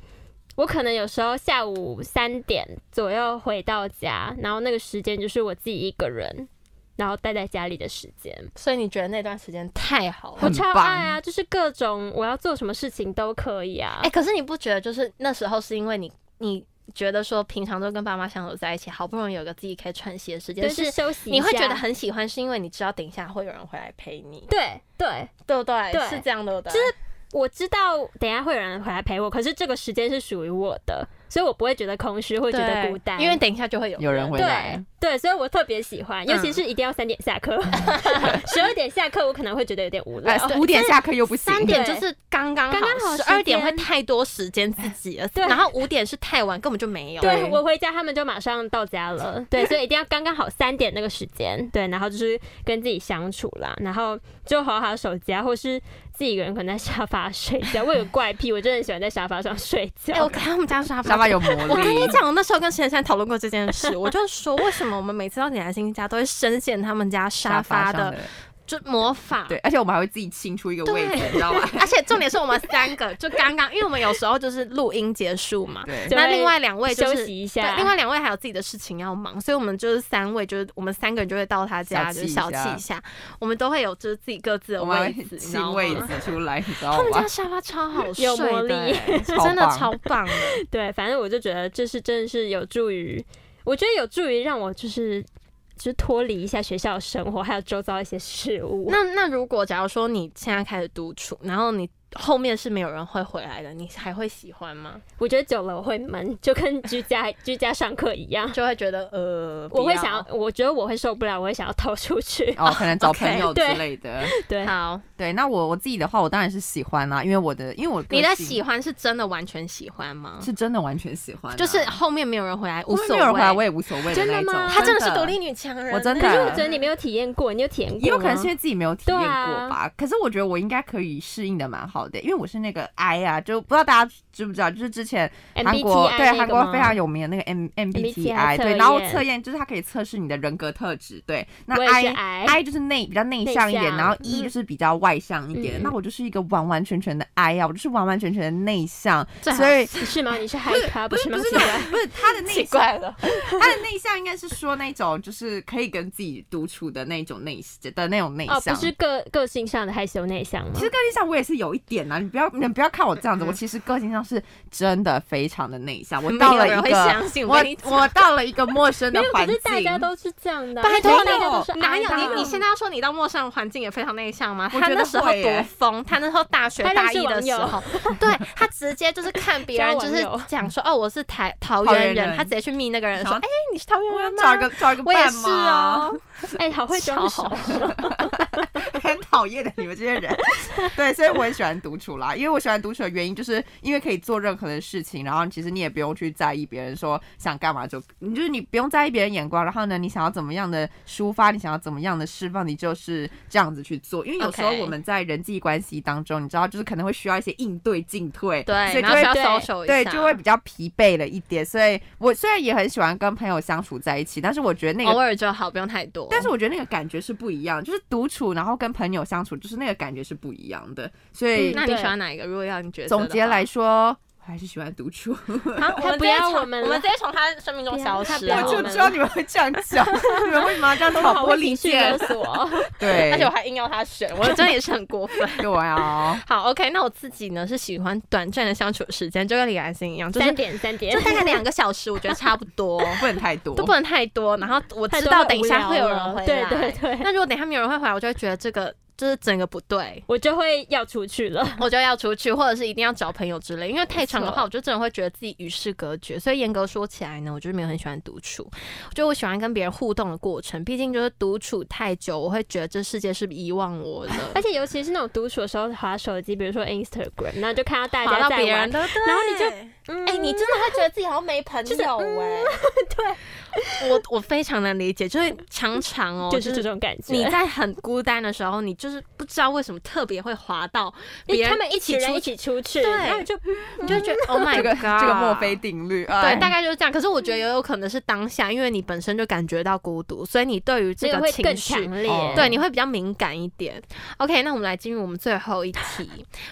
[SPEAKER 3] 我可能有时候下午三点左右回到家，然后那个时间就是我自己一个人，然后待在家里的时间。
[SPEAKER 1] 所以你觉得那段时间太好了
[SPEAKER 3] 我
[SPEAKER 2] 很？
[SPEAKER 3] 超
[SPEAKER 2] 棒
[SPEAKER 3] 爱啊，就是各种我要做什么事情都可以啊。
[SPEAKER 1] 哎、可是你不觉得就是那时候是因为你你觉得说平常都跟爸妈相处在一起，好不容易有个自己可以喘息的时间，
[SPEAKER 3] 就是是休息一
[SPEAKER 1] 你
[SPEAKER 3] 下，
[SPEAKER 1] 会觉得很喜欢，是因为你知道等一下会有人回来陪你，
[SPEAKER 3] 对对，
[SPEAKER 1] 对不对？
[SPEAKER 3] 对
[SPEAKER 1] 是这样的，对不对？
[SPEAKER 3] 就是我知道等一下会有人回来陪我，可是这个时间是属于我的，所以我不会觉得空虚，会觉得
[SPEAKER 1] 对
[SPEAKER 3] 孤单，
[SPEAKER 1] 因为等一下就会有
[SPEAKER 2] [LAUGHS] 有人回来
[SPEAKER 3] 对，对，所以我特别喜欢，
[SPEAKER 1] 嗯
[SPEAKER 3] 尤其是一定要三点下
[SPEAKER 1] [LAUGHS]
[SPEAKER 3] 课， [LAUGHS] 十二、点下课我可能会觉得有点无聊。
[SPEAKER 2] 哎，五点下课又不行，
[SPEAKER 1] 呃三点就
[SPEAKER 3] 对
[SPEAKER 1] 是刚刚
[SPEAKER 3] 刚刚
[SPEAKER 1] 十
[SPEAKER 3] 好时
[SPEAKER 1] 二
[SPEAKER 3] 间
[SPEAKER 1] 点会太多时间自己了，
[SPEAKER 3] 对
[SPEAKER 1] 然后五点是太晚，根本就没有。
[SPEAKER 3] 对我回家，他们就马上到
[SPEAKER 1] [LAUGHS]
[SPEAKER 3] 家了。对，所以一定要刚刚好三点那个时间。对，然后就是跟自己相处啦，然后就划划手机啊，或是自己一个人可能在沙发睡觉。我有个怪癖，我真的很喜欢在沙发上睡觉。
[SPEAKER 1] 哎、我看他们家沙发，
[SPEAKER 2] 沙发有魔
[SPEAKER 1] 我跟你
[SPEAKER 2] 力。
[SPEAKER 1] 讲，我那时候跟陈珊讨论过这件事，我就说为什么我们每次到李兰心家都会深陷他们家沙发
[SPEAKER 2] 发上
[SPEAKER 1] 的
[SPEAKER 2] 的，
[SPEAKER 1] 就魔法，
[SPEAKER 2] 对，而且我们还会自己清出一个位置，
[SPEAKER 1] 对
[SPEAKER 2] 你知道吗？
[SPEAKER 1] 而且重点是我们三个就刚刚，因为我们有时候就是录音结束嘛，
[SPEAKER 2] 对
[SPEAKER 3] 就，
[SPEAKER 1] 那
[SPEAKER 3] 会
[SPEAKER 1] 另外两位就
[SPEAKER 3] 休
[SPEAKER 1] 是
[SPEAKER 3] 息一
[SPEAKER 1] 对
[SPEAKER 3] 下，
[SPEAKER 1] 另外两位还有自己的事情要忙，所以我们就是三位，就是我们三个人就会到他家，
[SPEAKER 2] 小
[SPEAKER 1] 就是
[SPEAKER 2] 憩一
[SPEAKER 1] 小
[SPEAKER 2] 下
[SPEAKER 1] 憩一下，我们都会有就是自己各自的
[SPEAKER 2] 我们还
[SPEAKER 1] 位
[SPEAKER 2] 会
[SPEAKER 1] 置，你知道
[SPEAKER 2] 清
[SPEAKER 1] 吗
[SPEAKER 2] 位置
[SPEAKER 1] [LAUGHS]
[SPEAKER 2] 出来，你知
[SPEAKER 1] 他
[SPEAKER 2] 道
[SPEAKER 1] 们
[SPEAKER 2] 吗
[SPEAKER 1] 家？沙发超好睡，
[SPEAKER 3] 有魔力。
[SPEAKER 2] 对
[SPEAKER 1] 真的
[SPEAKER 2] 棒
[SPEAKER 1] 超棒的，
[SPEAKER 3] 对，反正我就觉得这是真的是有助于，我觉得有助于让我就是就是脱离一下学校的生活，还有周遭一些事物。
[SPEAKER 1] 那那如果假如说你现在开始独处，然后你后面是没有人会回来的，你还会喜欢吗？
[SPEAKER 3] 我觉得久了我会闷，就跟居家居家上课一
[SPEAKER 2] [LAUGHS]
[SPEAKER 3] 样，
[SPEAKER 1] 就会觉得呃，
[SPEAKER 3] 我
[SPEAKER 1] 不
[SPEAKER 3] 会
[SPEAKER 1] 要
[SPEAKER 3] 想要，我觉得我会受不了，我会想要逃
[SPEAKER 2] [LAUGHS]
[SPEAKER 3] 出去。
[SPEAKER 2] 哦，可能找
[SPEAKER 1] OK，
[SPEAKER 2] 朋友之
[SPEAKER 3] 对
[SPEAKER 2] 类的。
[SPEAKER 3] 对，
[SPEAKER 1] 好，
[SPEAKER 2] 对，那我我自己的话，我当然是喜欢啦，因为我的，因为我个
[SPEAKER 1] 你的
[SPEAKER 2] 性
[SPEAKER 1] 喜欢是真的完全喜欢吗？
[SPEAKER 2] 是真的完全喜欢啊，
[SPEAKER 1] 就是后面没有人回来，无
[SPEAKER 2] 后面
[SPEAKER 1] 所
[SPEAKER 2] 没有人回来我
[SPEAKER 1] 谓。
[SPEAKER 2] 也无所谓
[SPEAKER 3] 真的
[SPEAKER 2] 那一种
[SPEAKER 3] 吗。
[SPEAKER 1] 她真的是独立女强人，
[SPEAKER 2] 我真的
[SPEAKER 3] 可是我觉得你没有体验过，你有体验过吗？
[SPEAKER 2] 也有可能是因为自己没有体验
[SPEAKER 3] 对
[SPEAKER 2] 过
[SPEAKER 3] 啊
[SPEAKER 2] 吧。可是我觉得我应该可以适应的蛮好的，因为我是那个 I 啊，就不知道大家知不知道，就是之前韩国
[SPEAKER 3] MBTI
[SPEAKER 2] 对韩国
[SPEAKER 3] 那个吗
[SPEAKER 2] 非常有名的那个 M，M M MBTI，
[SPEAKER 3] MBTI
[SPEAKER 2] 对，
[SPEAKER 3] 测
[SPEAKER 2] 然后
[SPEAKER 3] 验
[SPEAKER 2] 测验就是它可以测试你的人格特质，对，那
[SPEAKER 3] 我也是
[SPEAKER 2] I
[SPEAKER 3] I，,
[SPEAKER 2] I 就是内比较内向一点，
[SPEAKER 3] 内向
[SPEAKER 2] 然后 E 就是比较外向一点。
[SPEAKER 3] 嗯
[SPEAKER 2] 那我就是一个完完全全的 I 啊，我就是完完全全的内向，
[SPEAKER 1] 最好
[SPEAKER 2] 所以
[SPEAKER 3] 是吗？你是 high 咖，
[SPEAKER 2] 不
[SPEAKER 3] 是
[SPEAKER 2] 是
[SPEAKER 3] 吗
[SPEAKER 2] 不？是
[SPEAKER 3] [LAUGHS] 奇怪哦
[SPEAKER 2] 那种不是他的内
[SPEAKER 4] 奇怪了，
[SPEAKER 2] 他的内向应该是说那种就是可以跟自己独处的那种内的那种内
[SPEAKER 3] 哦，
[SPEAKER 2] 向。
[SPEAKER 3] 不是个个性上的害羞内向吗
[SPEAKER 2] 其？实个性上我也是有一点啊，你不要你不要看我这样子，我其实个性上是真的非常的内向。我
[SPEAKER 4] 没
[SPEAKER 2] 到
[SPEAKER 4] 有
[SPEAKER 2] 了一
[SPEAKER 4] 人会
[SPEAKER 2] 个
[SPEAKER 4] 相信
[SPEAKER 2] 我
[SPEAKER 4] 我跟你讲
[SPEAKER 2] 我到了一个陌生
[SPEAKER 3] 没
[SPEAKER 2] 的
[SPEAKER 3] 有，可
[SPEAKER 2] 环
[SPEAKER 3] 是
[SPEAKER 2] 境，
[SPEAKER 3] 大家都是这样的啊，
[SPEAKER 1] 拜托
[SPEAKER 3] 因为大家都是 I
[SPEAKER 1] 哦哪有
[SPEAKER 3] 吧
[SPEAKER 1] 你？你现在要说你到陌生的环境也非常内向吗？
[SPEAKER 2] 我
[SPEAKER 1] 他
[SPEAKER 2] 觉得
[SPEAKER 1] 那时候
[SPEAKER 2] 会
[SPEAKER 1] 多
[SPEAKER 2] 耶
[SPEAKER 1] 疯，他那时候大学
[SPEAKER 3] 他认
[SPEAKER 1] 大
[SPEAKER 3] 识
[SPEAKER 1] 一的
[SPEAKER 3] 网
[SPEAKER 1] 时
[SPEAKER 3] 友
[SPEAKER 1] 候，对他直接就是看别人
[SPEAKER 3] 交
[SPEAKER 1] 就
[SPEAKER 3] 网
[SPEAKER 1] 是
[SPEAKER 3] 友
[SPEAKER 1] 讲说哦我是台桃
[SPEAKER 2] 桃
[SPEAKER 1] 园
[SPEAKER 2] 园
[SPEAKER 1] 人，
[SPEAKER 2] 人
[SPEAKER 1] 他直接去密那个人
[SPEAKER 2] 想
[SPEAKER 1] 说
[SPEAKER 2] 要
[SPEAKER 1] 哎你是桃园
[SPEAKER 2] 我要
[SPEAKER 1] 人
[SPEAKER 2] 找一
[SPEAKER 1] 吗？
[SPEAKER 2] 个找一个
[SPEAKER 1] 我也
[SPEAKER 2] 伴
[SPEAKER 1] 是
[SPEAKER 2] 嘛，
[SPEAKER 1] 哦，
[SPEAKER 3] 哎，好会装熟
[SPEAKER 1] 超， [LAUGHS]
[SPEAKER 2] 很讨厌的你们这些人。对，所以我很喜欢独处啦，因为我喜欢独处的原因就是因为可以做任何的事情，然后其实你也不用去在意别人说想干嘛就，你就是你不用在意别人眼光，然后呢，你想要怎么样的抒发，你想要怎么样的释放，你就是这样子去做。因为有时候
[SPEAKER 1] OK
[SPEAKER 2] 我们在人际关系当中，你知道，就是可能会需要一些应对进退，
[SPEAKER 1] 对，
[SPEAKER 2] 所以就
[SPEAKER 1] 然
[SPEAKER 2] 会
[SPEAKER 1] 后需要
[SPEAKER 3] 对
[SPEAKER 1] social 一
[SPEAKER 2] 对，
[SPEAKER 1] 下
[SPEAKER 2] 就会比较疲惫了一点，所以我虽然也很喜欢跟朋友相处在一起，但是我觉得那个
[SPEAKER 1] 偶尔就好，不用太多。
[SPEAKER 2] 但是我觉得那个感觉是不一样，就是独处，然后跟朋友相处，就是那个感觉是不一样的。所以、
[SPEAKER 1] 那你
[SPEAKER 3] 对
[SPEAKER 1] 喜欢哪一个？如果要你觉得
[SPEAKER 2] 总
[SPEAKER 1] [LAUGHS]
[SPEAKER 2] 结来说，我还是喜欢独处。
[SPEAKER 4] 啊我
[SPEAKER 3] 他
[SPEAKER 4] 们
[SPEAKER 3] 不
[SPEAKER 4] 直接
[SPEAKER 3] 要
[SPEAKER 4] 从
[SPEAKER 3] 我们
[SPEAKER 4] 我们
[SPEAKER 3] 了
[SPEAKER 4] 直接从他生命中
[SPEAKER 3] 不要
[SPEAKER 4] 消
[SPEAKER 3] 他
[SPEAKER 4] 失
[SPEAKER 3] 不要
[SPEAKER 4] 啊。
[SPEAKER 1] 哦
[SPEAKER 3] 我们
[SPEAKER 2] 道你们会这样 [LAUGHS] 讲，你们为什么要
[SPEAKER 3] [LAUGHS]
[SPEAKER 2] 这样
[SPEAKER 3] 都
[SPEAKER 2] 挑
[SPEAKER 3] 好
[SPEAKER 2] 拨
[SPEAKER 3] 会
[SPEAKER 2] 离
[SPEAKER 3] 情绪
[SPEAKER 1] [LAUGHS]
[SPEAKER 3] 勒
[SPEAKER 2] 间？
[SPEAKER 3] 索哦。
[SPEAKER 2] 对，啊
[SPEAKER 4] 而且我还硬要他选，我
[SPEAKER 1] 我真的也是很过分。
[SPEAKER 2] 对啊，
[SPEAKER 1] 好，OK，那我自己呢是喜欢短暂的相处时间，就跟李兰心一样，
[SPEAKER 3] [LAUGHS]
[SPEAKER 1] 就是
[SPEAKER 3] 三点三点
[SPEAKER 1] 就，大概两个小时，我觉得差不多，
[SPEAKER 2] [LAUGHS] 不能太
[SPEAKER 1] [LAUGHS]
[SPEAKER 2] 多
[SPEAKER 1] 都。不能太多。然后我
[SPEAKER 3] 太
[SPEAKER 1] 知
[SPEAKER 3] 多
[SPEAKER 1] 道
[SPEAKER 3] 会
[SPEAKER 1] 等一下
[SPEAKER 3] 无聊
[SPEAKER 1] 会有人
[SPEAKER 3] 了
[SPEAKER 1] 回来，
[SPEAKER 3] 对对对，
[SPEAKER 1] 那如果等一下没有人会回来，我就会觉得这个就是整个不对，
[SPEAKER 3] [LAUGHS] 我就会要出去了。
[SPEAKER 1] 我就要出去，或者是一定要找朋友之类。因为太长的话，
[SPEAKER 3] 错
[SPEAKER 1] 我就真的会觉得自己与世隔绝。所以严格说起来呢，我就是没有很喜欢独处，我觉得我喜欢跟别人互动的过程。毕竟就是独处太久，我会觉得这世界是遗忘我的，
[SPEAKER 3] [LAUGHS] 而且尤其是那种独处的时候，滑手机，比如说 Instagram，然后就看到大
[SPEAKER 1] 划
[SPEAKER 3] 家
[SPEAKER 1] 到
[SPEAKER 3] 在
[SPEAKER 1] 别人
[SPEAKER 3] 玩，
[SPEAKER 1] 的，
[SPEAKER 3] 然后你就
[SPEAKER 1] 对
[SPEAKER 3] 嗯
[SPEAKER 1] 哎、你真的会觉得自己好像没朋友
[SPEAKER 3] [LAUGHS]
[SPEAKER 1] 哎、对，我我非常能理解，就是常常哦，
[SPEAKER 3] [LAUGHS] 就是这种感觉。
[SPEAKER 1] 你在很孤单的时候，你就是不知道为什么特别会滑到别
[SPEAKER 3] 因为
[SPEAKER 1] 人，
[SPEAKER 3] 哎他们一起人
[SPEAKER 1] 出
[SPEAKER 3] 一
[SPEAKER 1] 去，
[SPEAKER 3] 起嗯出去，
[SPEAKER 1] 对
[SPEAKER 3] 然后就
[SPEAKER 1] 你就会觉得 Oh my
[SPEAKER 2] [LAUGHS] 这
[SPEAKER 1] God，
[SPEAKER 2] 个这个墨菲。定律，哎
[SPEAKER 1] 对
[SPEAKER 2] 对，
[SPEAKER 1] 大概就是
[SPEAKER 3] 嗯
[SPEAKER 1] 这样。可是我觉得也有可能是当下，因为你本身就感觉到孤独，所以你对于这
[SPEAKER 3] 这个
[SPEAKER 1] 个
[SPEAKER 3] 会
[SPEAKER 1] 情
[SPEAKER 3] 更
[SPEAKER 1] 绪，
[SPEAKER 3] 强烈。
[SPEAKER 2] 哦
[SPEAKER 1] 对，你会比较敏感一点。OK，那我们来进入我们最后一题。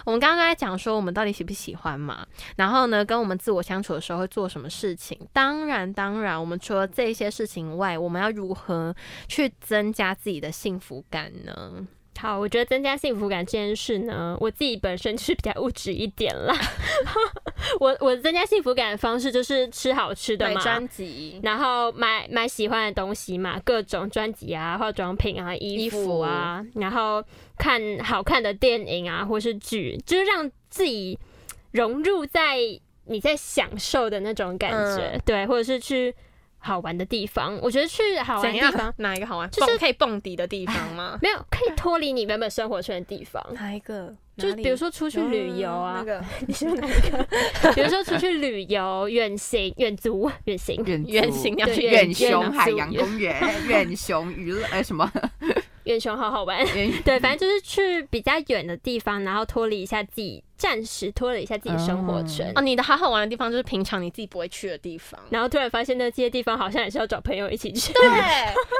[SPEAKER 1] 我们刚刚都在讲说我们到底喜不喜欢嘛，然后呢，跟我们自我相处的时候会做什么事情？当然，当然，我们除了这些事情外，我们要如何去增加自己的幸福感呢？
[SPEAKER 3] 好，我觉得增加幸福感这件事呢，我自己本身就是比较物质一点啦。 [LAUGHS] 我我增加幸福感的方式就是吃好吃的
[SPEAKER 1] 买
[SPEAKER 3] 嘛，
[SPEAKER 1] 专辑，
[SPEAKER 3] 然后买买喜欢的东西嘛，各种专辑啊、化妆品啊、衣服啊，然后看好看的电影啊，或是剧，就是让自己融入在你在享受的那种感觉，对，或者是去好玩的地方。我觉得去好玩
[SPEAKER 1] 怎
[SPEAKER 3] 的
[SPEAKER 1] 样
[SPEAKER 3] 地方，？
[SPEAKER 1] [LAUGHS] 哪一个好玩？
[SPEAKER 3] 就是
[SPEAKER 1] 蹦可以蹦迪的地方
[SPEAKER 3] [LAUGHS]
[SPEAKER 1] 吗？
[SPEAKER 3] 没有可以脱离你原本生活圈的地方。
[SPEAKER 1] 哪嗯一个？
[SPEAKER 3] 就比如说出去旅游啊，
[SPEAKER 1] [LAUGHS]
[SPEAKER 4] 个
[SPEAKER 3] 你说哪一个？比如说出去旅游、远行、远足、远行、
[SPEAKER 2] 远
[SPEAKER 1] 圆形要
[SPEAKER 3] 对
[SPEAKER 1] 去
[SPEAKER 3] 圆
[SPEAKER 1] 远
[SPEAKER 2] 远
[SPEAKER 3] 远
[SPEAKER 2] 雄
[SPEAKER 3] 雄
[SPEAKER 2] 啊海洋公园、远雄娱乐呃什 [LAUGHS] 么
[SPEAKER 3] 远雄，好好玩。
[SPEAKER 2] 远 [LAUGHS]
[SPEAKER 1] 嗯
[SPEAKER 3] 对，反正就是去比较远的地方，然后脱离一下自己，暂时脱离一下自己的生活圈。
[SPEAKER 1] 哦，你的好好玩的地方就是平常你自己不会去的地方。
[SPEAKER 3] 然后突然发现呢，这些地方好像也是要找朋友一起去。
[SPEAKER 1] 对，啊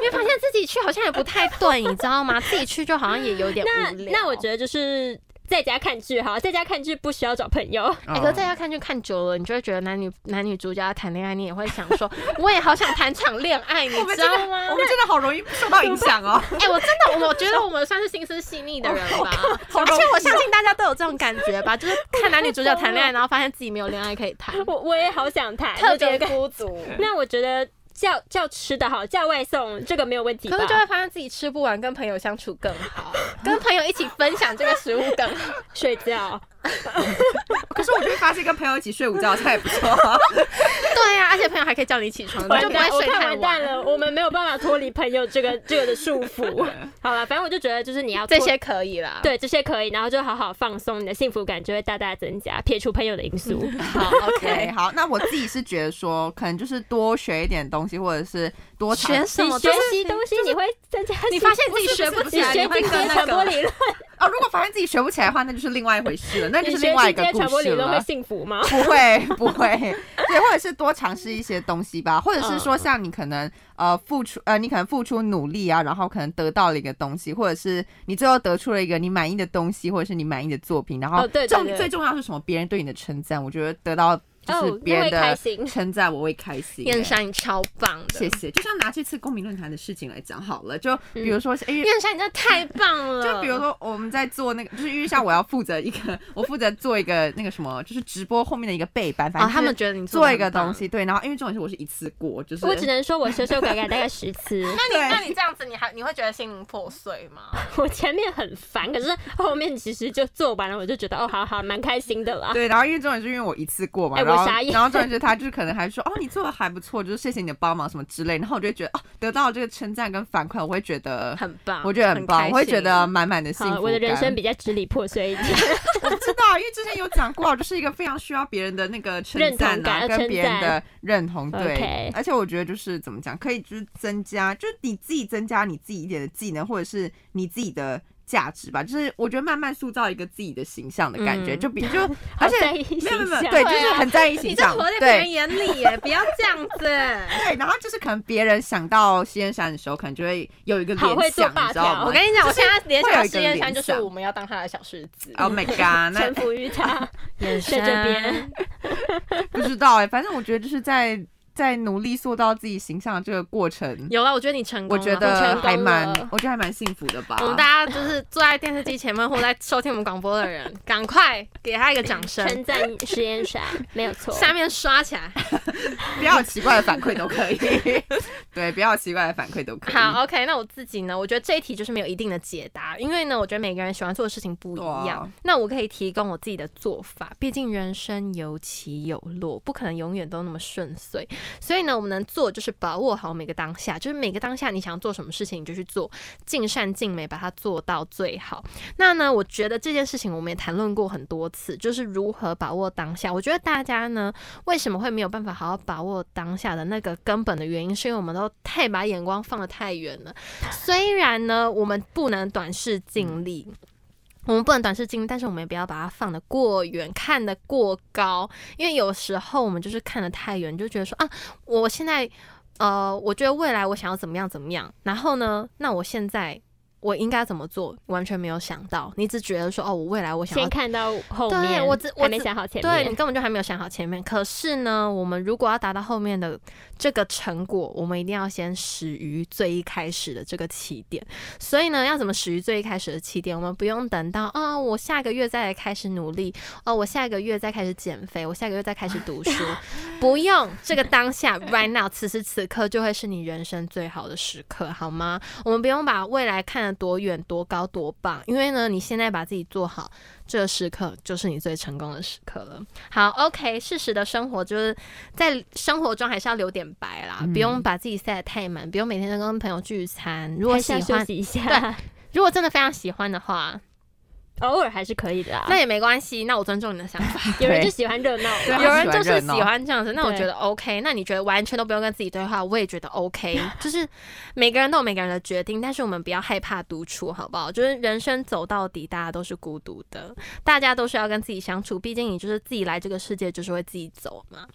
[SPEAKER 1] 因为发现自己去好像也不太对，你知道吗？自己去就好像也有点
[SPEAKER 3] 那
[SPEAKER 1] 无聊。
[SPEAKER 3] 那我觉得就是在家看剧好，在家看剧不需要
[SPEAKER 1] [LAUGHS]
[SPEAKER 3] 找朋友。
[SPEAKER 2] 哦
[SPEAKER 1] 哎、哥在家看剧看久了，你就会觉得男女男女主角要谈恋爱，你也会想说， [LAUGHS] 我也好想谈场恋爱，你
[SPEAKER 2] 我们
[SPEAKER 1] 知
[SPEAKER 2] 真的
[SPEAKER 1] 道吗
[SPEAKER 2] 我？们真的好容易受到影响哦，
[SPEAKER 1] 哎、我真的，我觉得我们算是心思细腻的人吧，
[SPEAKER 2] 好
[SPEAKER 1] 而
[SPEAKER 2] 容
[SPEAKER 1] 且
[SPEAKER 2] 易
[SPEAKER 1] 我相信大家都有这种感觉吧，就是看男女主角谈恋爱，然后发现自己没有恋爱可以谈，
[SPEAKER 3] 我我也好想谈，
[SPEAKER 1] 特
[SPEAKER 3] 那
[SPEAKER 1] 别
[SPEAKER 3] 种感
[SPEAKER 1] 孤独。
[SPEAKER 3] 那我觉得叫叫吃的好，叫外送这个没有问题吧
[SPEAKER 1] 可是？就会发现自己吃不完，跟朋友相处更好，跟朋友一起分享这个食物更好。
[SPEAKER 3] 睡觉，
[SPEAKER 2] [LAUGHS] 可是我就会发现跟朋友一起睡午觉好像也不错。啊
[SPEAKER 1] 对啊呀、而且朋友还可以叫你起床，你就
[SPEAKER 3] 完
[SPEAKER 1] 不
[SPEAKER 3] 蛋，
[SPEAKER 1] 会
[SPEAKER 3] 我
[SPEAKER 1] 睡
[SPEAKER 3] 太
[SPEAKER 1] 太
[SPEAKER 3] 完蛋了，我们没有办法脱离朋友这个这个的束
[SPEAKER 1] [LAUGHS]
[SPEAKER 3] 缚。好了，反正我就觉得就是你要
[SPEAKER 1] 这
[SPEAKER 3] 脱
[SPEAKER 1] 些可以啦。
[SPEAKER 3] 对，这些可以，然后就好好放松，你的幸福感就会大大增加，撇除朋友的因 [LAUGHS] 素。
[SPEAKER 1] 好
[SPEAKER 2] 对，
[SPEAKER 1] ，OK。
[SPEAKER 2] 好，那我自己是觉得说，可能就是多学一点东西，或者是多尝
[SPEAKER 1] 学什
[SPEAKER 3] 你
[SPEAKER 1] 么
[SPEAKER 3] 学
[SPEAKER 1] 东西
[SPEAKER 3] 习东西，你会增加幸福，
[SPEAKER 1] 你发现自己学
[SPEAKER 3] 不
[SPEAKER 1] 不
[SPEAKER 3] 是
[SPEAKER 1] 起来，
[SPEAKER 3] 你
[SPEAKER 1] 你
[SPEAKER 3] 学
[SPEAKER 1] 会
[SPEAKER 3] 经济
[SPEAKER 1] 跟那
[SPEAKER 3] 传播
[SPEAKER 1] 个。
[SPEAKER 3] 理论，
[SPEAKER 2] 哦，哦，如果发现自己学不起来的话，那就是另外一回
[SPEAKER 3] [LAUGHS]
[SPEAKER 2] 事了，那
[SPEAKER 3] 你
[SPEAKER 2] 就是
[SPEAKER 3] 学
[SPEAKER 2] 另外一
[SPEAKER 3] 世
[SPEAKER 2] 个
[SPEAKER 3] 界
[SPEAKER 2] 故
[SPEAKER 3] 传播理
[SPEAKER 2] 事
[SPEAKER 3] 论会
[SPEAKER 2] 了。
[SPEAKER 3] 幸福吗？
[SPEAKER 2] 不会，不会，对，或者是多尝试一些东西
[SPEAKER 3] [LAUGHS]
[SPEAKER 2] 吧，或者是
[SPEAKER 3] 嗯
[SPEAKER 2] 说像你可能呃付出呃，你可能付出努力啊，然后可能得到了一个东西，或者是你最后得出了一个你满意的东西，或者是你满意的作品，然后
[SPEAKER 3] 哦对对
[SPEAKER 2] 重
[SPEAKER 3] 对
[SPEAKER 2] 最重要是什么？别人对你的称赞，我觉得得到就是
[SPEAKER 3] 哦
[SPEAKER 2] 别
[SPEAKER 3] 那
[SPEAKER 2] 人
[SPEAKER 3] 会开
[SPEAKER 2] 的
[SPEAKER 3] 心
[SPEAKER 2] 称赞，我会开心。
[SPEAKER 1] 燕山，你超棒的，
[SPEAKER 2] 谢谢。就像拿这次公民论坛的事情来讲好了，就比如说是，哎、
[SPEAKER 1] 燕山你真的太棒嗯了。
[SPEAKER 2] 就比如说我们在做那个，就是因为像我要负责一个，我负责做一个那个什么，就是直播后面的一个背板，反
[SPEAKER 1] 哦，
[SPEAKER 2] 正、
[SPEAKER 1] 他们觉得你
[SPEAKER 2] 做
[SPEAKER 1] 得
[SPEAKER 2] 一个
[SPEAKER 1] 很棒
[SPEAKER 2] 东，西，对，然后因为这种事我是一次过，就是
[SPEAKER 3] 我只能说我修修改改大概十次，
[SPEAKER 4] 那
[SPEAKER 2] 对
[SPEAKER 4] 你那你这样子，你还你会觉得心灵破碎吗？
[SPEAKER 3] 我前面很烦，可是后面其实就做完了，我就觉得哦，好好，蛮开心的啦。
[SPEAKER 2] 对，然后因为重点是因为我一次过嘛，
[SPEAKER 3] 哎我
[SPEAKER 2] 然后
[SPEAKER 3] 傻眼
[SPEAKER 2] 然后重点是他就是可能还说哦你做的还不错，就是谢谢你的帮忙什么之类，然后我就会觉得哦得到这个称赞跟反馈，我会觉得
[SPEAKER 1] 很棒，
[SPEAKER 2] 我觉得很棒，
[SPEAKER 1] 开
[SPEAKER 2] 我会
[SPEAKER 1] 心
[SPEAKER 2] 觉得满满的幸福
[SPEAKER 3] 好，
[SPEAKER 2] 感。
[SPEAKER 3] 我的人生比较支离破碎一点。 [LAUGHS]
[SPEAKER 2] 我知道，因为之前有讲过，我就是一个非常需要别人的那个称赞
[SPEAKER 3] 认同
[SPEAKER 2] 啊，
[SPEAKER 3] 感
[SPEAKER 2] 跟别人的认同，
[SPEAKER 3] 称赞
[SPEAKER 2] 对
[SPEAKER 3] OK。
[SPEAKER 2] 而且我觉得就是怎么讲，可以就是增加，就是你自己增加你自己一点的技能，或者是你自己的。价值吧，就是我觉得慢慢塑造一个自己的形象的感觉，
[SPEAKER 1] 嗯
[SPEAKER 2] 就比
[SPEAKER 3] [LAUGHS]
[SPEAKER 2] 就，
[SPEAKER 3] 好
[SPEAKER 2] 而且
[SPEAKER 3] 在意
[SPEAKER 2] 没有没有没有，
[SPEAKER 3] 形象啊
[SPEAKER 2] 对，就
[SPEAKER 4] 对啊
[SPEAKER 2] 是很在意
[SPEAKER 1] 你
[SPEAKER 2] 形
[SPEAKER 1] 这
[SPEAKER 2] 象
[SPEAKER 1] 活在，别人
[SPEAKER 2] 对
[SPEAKER 1] 眼里
[SPEAKER 2] [LAUGHS]
[SPEAKER 1] 耶，不要这样子。
[SPEAKER 2] 对，然后就是可能别人想到西恩山的时候，可能就会有一个
[SPEAKER 3] 好
[SPEAKER 2] 联
[SPEAKER 3] 会做
[SPEAKER 2] 想，你
[SPEAKER 3] 霸
[SPEAKER 2] 知道
[SPEAKER 3] 条
[SPEAKER 2] 吗？
[SPEAKER 4] 我跟你讲，我
[SPEAKER 2] 就是
[SPEAKER 4] 现在联想
[SPEAKER 2] 会有
[SPEAKER 4] 到
[SPEAKER 2] 一个
[SPEAKER 4] 实验山，
[SPEAKER 2] 联
[SPEAKER 4] 就是
[SPEAKER 2] 想
[SPEAKER 4] 我们要当他的小狮子。
[SPEAKER 2] ，Oh my god，那
[SPEAKER 3] [LAUGHS] 臣服于他，
[SPEAKER 1] 眼
[SPEAKER 3] 在这边。
[SPEAKER 2] 不知道哎、反正我觉得就是在在努力塑造自己形象的这个过程，
[SPEAKER 1] 有了，我觉得你成功
[SPEAKER 2] 我
[SPEAKER 1] 了，
[SPEAKER 2] 觉
[SPEAKER 1] 我成
[SPEAKER 2] 得
[SPEAKER 1] 功
[SPEAKER 2] 还
[SPEAKER 1] 了
[SPEAKER 2] 蛮，我觉得还蛮幸福的吧。
[SPEAKER 1] 我们大家就是坐在电视机前面或在收听我们广播的人，赶快给他一个掌声，
[SPEAKER 3] 称赞实验傻，没有错。
[SPEAKER 1] 下面刷起来。
[SPEAKER 2] 不要有奇怪的反馈
[SPEAKER 1] [LAUGHS]
[SPEAKER 2] 都可以，对，不要有奇怪的反馈都可以。
[SPEAKER 1] 好，OK，那我自己呢？我觉得这一题就是没有一定的解答，因为呢，我觉得每个人喜欢做的事情不一
[SPEAKER 2] 哇
[SPEAKER 1] 样。那我可以提供我自己的做法，毕竟人生有起有落，不可能永远都那么顺遂。所以呢，我们能做就是把握好每个当下，就是每个当下你想做什么事情你就去做，尽善尽美，把它做到最好。那呢，我觉得这件事情我们也谈论过很多次，就是如何把握当下。我觉得大家呢，为什么会没有办法好好把握当下的那个根本的原因，是因为我们都太把眼光放得太远了。虽然呢，我们不能短视近利。我们不能短视近利，但是我们也不要把它放得过远，看得过高，因为有时候我们就是看得太远，就觉得说啊，我现在，呃，我觉得未来我想要怎么样怎么样，然后呢，那我现在我应该怎么做，完全没有想到，你只觉得说哦，我未来我想要
[SPEAKER 3] 先看到后
[SPEAKER 1] 对
[SPEAKER 3] 面，
[SPEAKER 1] 我只我
[SPEAKER 3] 还没
[SPEAKER 1] 只
[SPEAKER 3] 想好前
[SPEAKER 1] 对你
[SPEAKER 3] 面。
[SPEAKER 1] 根本就还没有想好前面。可是呢，我们如果要达到后面的这个成果，我们一定要先始于最一开始的这个起点。所以呢，要怎么始于最一开始的起点？我们不用等到啊、我下个月再来开始努力，哦，我下个月再开始减肥，我下个月再开始读书，不用这个当下 [LAUGHS] right now，此时此刻就会是你人生最好的时刻，好吗？我们不用把未来看得多远、多高、多棒，因为呢，你现在把自己做好，这个时刻就是你最成功的时刻了。好，OK，适时的生活就是在生活中还是要留点白
[SPEAKER 3] 嗯
[SPEAKER 1] 啦，不用把自己塞得太满，不用每天都跟朋友聚餐。如果
[SPEAKER 3] 还
[SPEAKER 1] 喜
[SPEAKER 3] 是要休
[SPEAKER 1] 欢，
[SPEAKER 3] 息一
[SPEAKER 1] 对
[SPEAKER 3] 下，
[SPEAKER 1] 如果真的非常喜欢的话，
[SPEAKER 3] 偶尔还是可以的啊。
[SPEAKER 1] 那也没关系，那我尊重你的想法。
[SPEAKER 3] 有人
[SPEAKER 2] 对
[SPEAKER 3] 就喜欢热闹嗯嘛，
[SPEAKER 2] 对啊
[SPEAKER 1] 有人就
[SPEAKER 2] 他喜欢
[SPEAKER 1] 是
[SPEAKER 2] 热闹
[SPEAKER 1] 喜欢这样子，那我
[SPEAKER 3] 对
[SPEAKER 1] 觉得 OK。那你觉得完全都不用跟自己对话，我也觉得
[SPEAKER 2] [LAUGHS]
[SPEAKER 1] OK。就是每个人都有每个人的决定，但是我们不要害怕独处，好不好？就是人生走到底，大家都是孤独的，大家都是要跟自己相处。毕竟你就是自己来这个世界，就是会自己走嘛。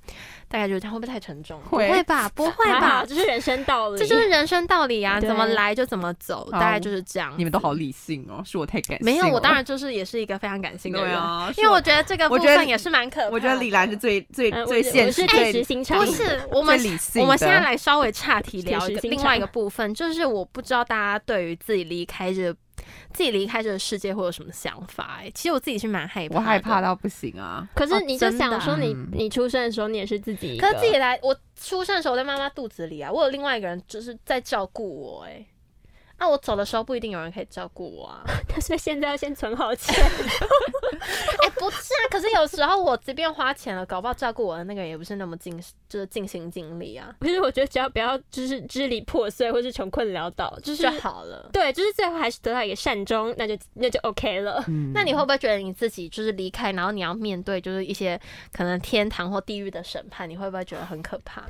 [SPEAKER 1] 大概就是这样，会不会太沉重？
[SPEAKER 2] 会
[SPEAKER 1] 不会吧？不会
[SPEAKER 3] 还好
[SPEAKER 1] 吧？
[SPEAKER 2] [LAUGHS]
[SPEAKER 3] 这是人生道理。
[SPEAKER 1] 这就是人生道理啊，
[SPEAKER 3] 对
[SPEAKER 1] 怎么来就怎么走，
[SPEAKER 2] 好
[SPEAKER 1] 大概就是这样。
[SPEAKER 2] 你们都好理性哦，是我太感性。
[SPEAKER 1] 没有，我当。然就是也是一个非常感性的
[SPEAKER 2] [LAUGHS] 对
[SPEAKER 1] 人，
[SPEAKER 2] 啊，
[SPEAKER 1] 因为我呃觉得这个部
[SPEAKER 2] 我觉得
[SPEAKER 1] 分也是蛮可怕的。
[SPEAKER 2] 我觉得李兰是最最
[SPEAKER 3] 嗯我
[SPEAKER 2] 最
[SPEAKER 3] 是
[SPEAKER 2] 现
[SPEAKER 3] 我
[SPEAKER 2] 实、
[SPEAKER 3] 是太
[SPEAKER 2] 最
[SPEAKER 3] 实心肠
[SPEAKER 1] 不，是，我们
[SPEAKER 2] 最理性的
[SPEAKER 1] 我们现在来稍微岔题聊一
[SPEAKER 3] 确
[SPEAKER 1] 个
[SPEAKER 3] 实欣赏
[SPEAKER 1] 另外一个部分，就是我不知道大家对于自己离开这自己离开这个世界会有什么想法、欸。其实我自己是蛮害怕，
[SPEAKER 2] 我害怕。到不行啊。
[SPEAKER 3] 可
[SPEAKER 1] 哦
[SPEAKER 3] 是你就
[SPEAKER 1] 真的
[SPEAKER 3] 想说
[SPEAKER 2] 啊
[SPEAKER 3] 你
[SPEAKER 2] 嗯
[SPEAKER 3] 你出生的时候你也是自己一
[SPEAKER 1] 可
[SPEAKER 3] 个
[SPEAKER 1] 是自己来，我出生的时候我在妈妈肚子里啊，我有另外一个人就是在照顾我、欸，哎。那我走的时候不一定有人可以照顾我啊！
[SPEAKER 3] [LAUGHS] 所以现在要先存好 [LAUGHS] 钱。
[SPEAKER 1] 哎、不是啊，可是有时候我即便花钱了，搞不好照顾我的那个人也不是那么尽，就是尽心尽力啊，
[SPEAKER 3] 可是我觉得只要不要就是支离破碎或是穷困潦倒，就是啊
[SPEAKER 1] 就好了。
[SPEAKER 3] 对，就是最后还是得到一个善终，那就那就 OK 了。
[SPEAKER 2] 嗯，
[SPEAKER 1] 那你会不会觉得你自己就是离开，然后你要面对就是一些可能天堂或地狱的审判，你会不会觉得很可
[SPEAKER 4] [LAUGHS]
[SPEAKER 1] 怕？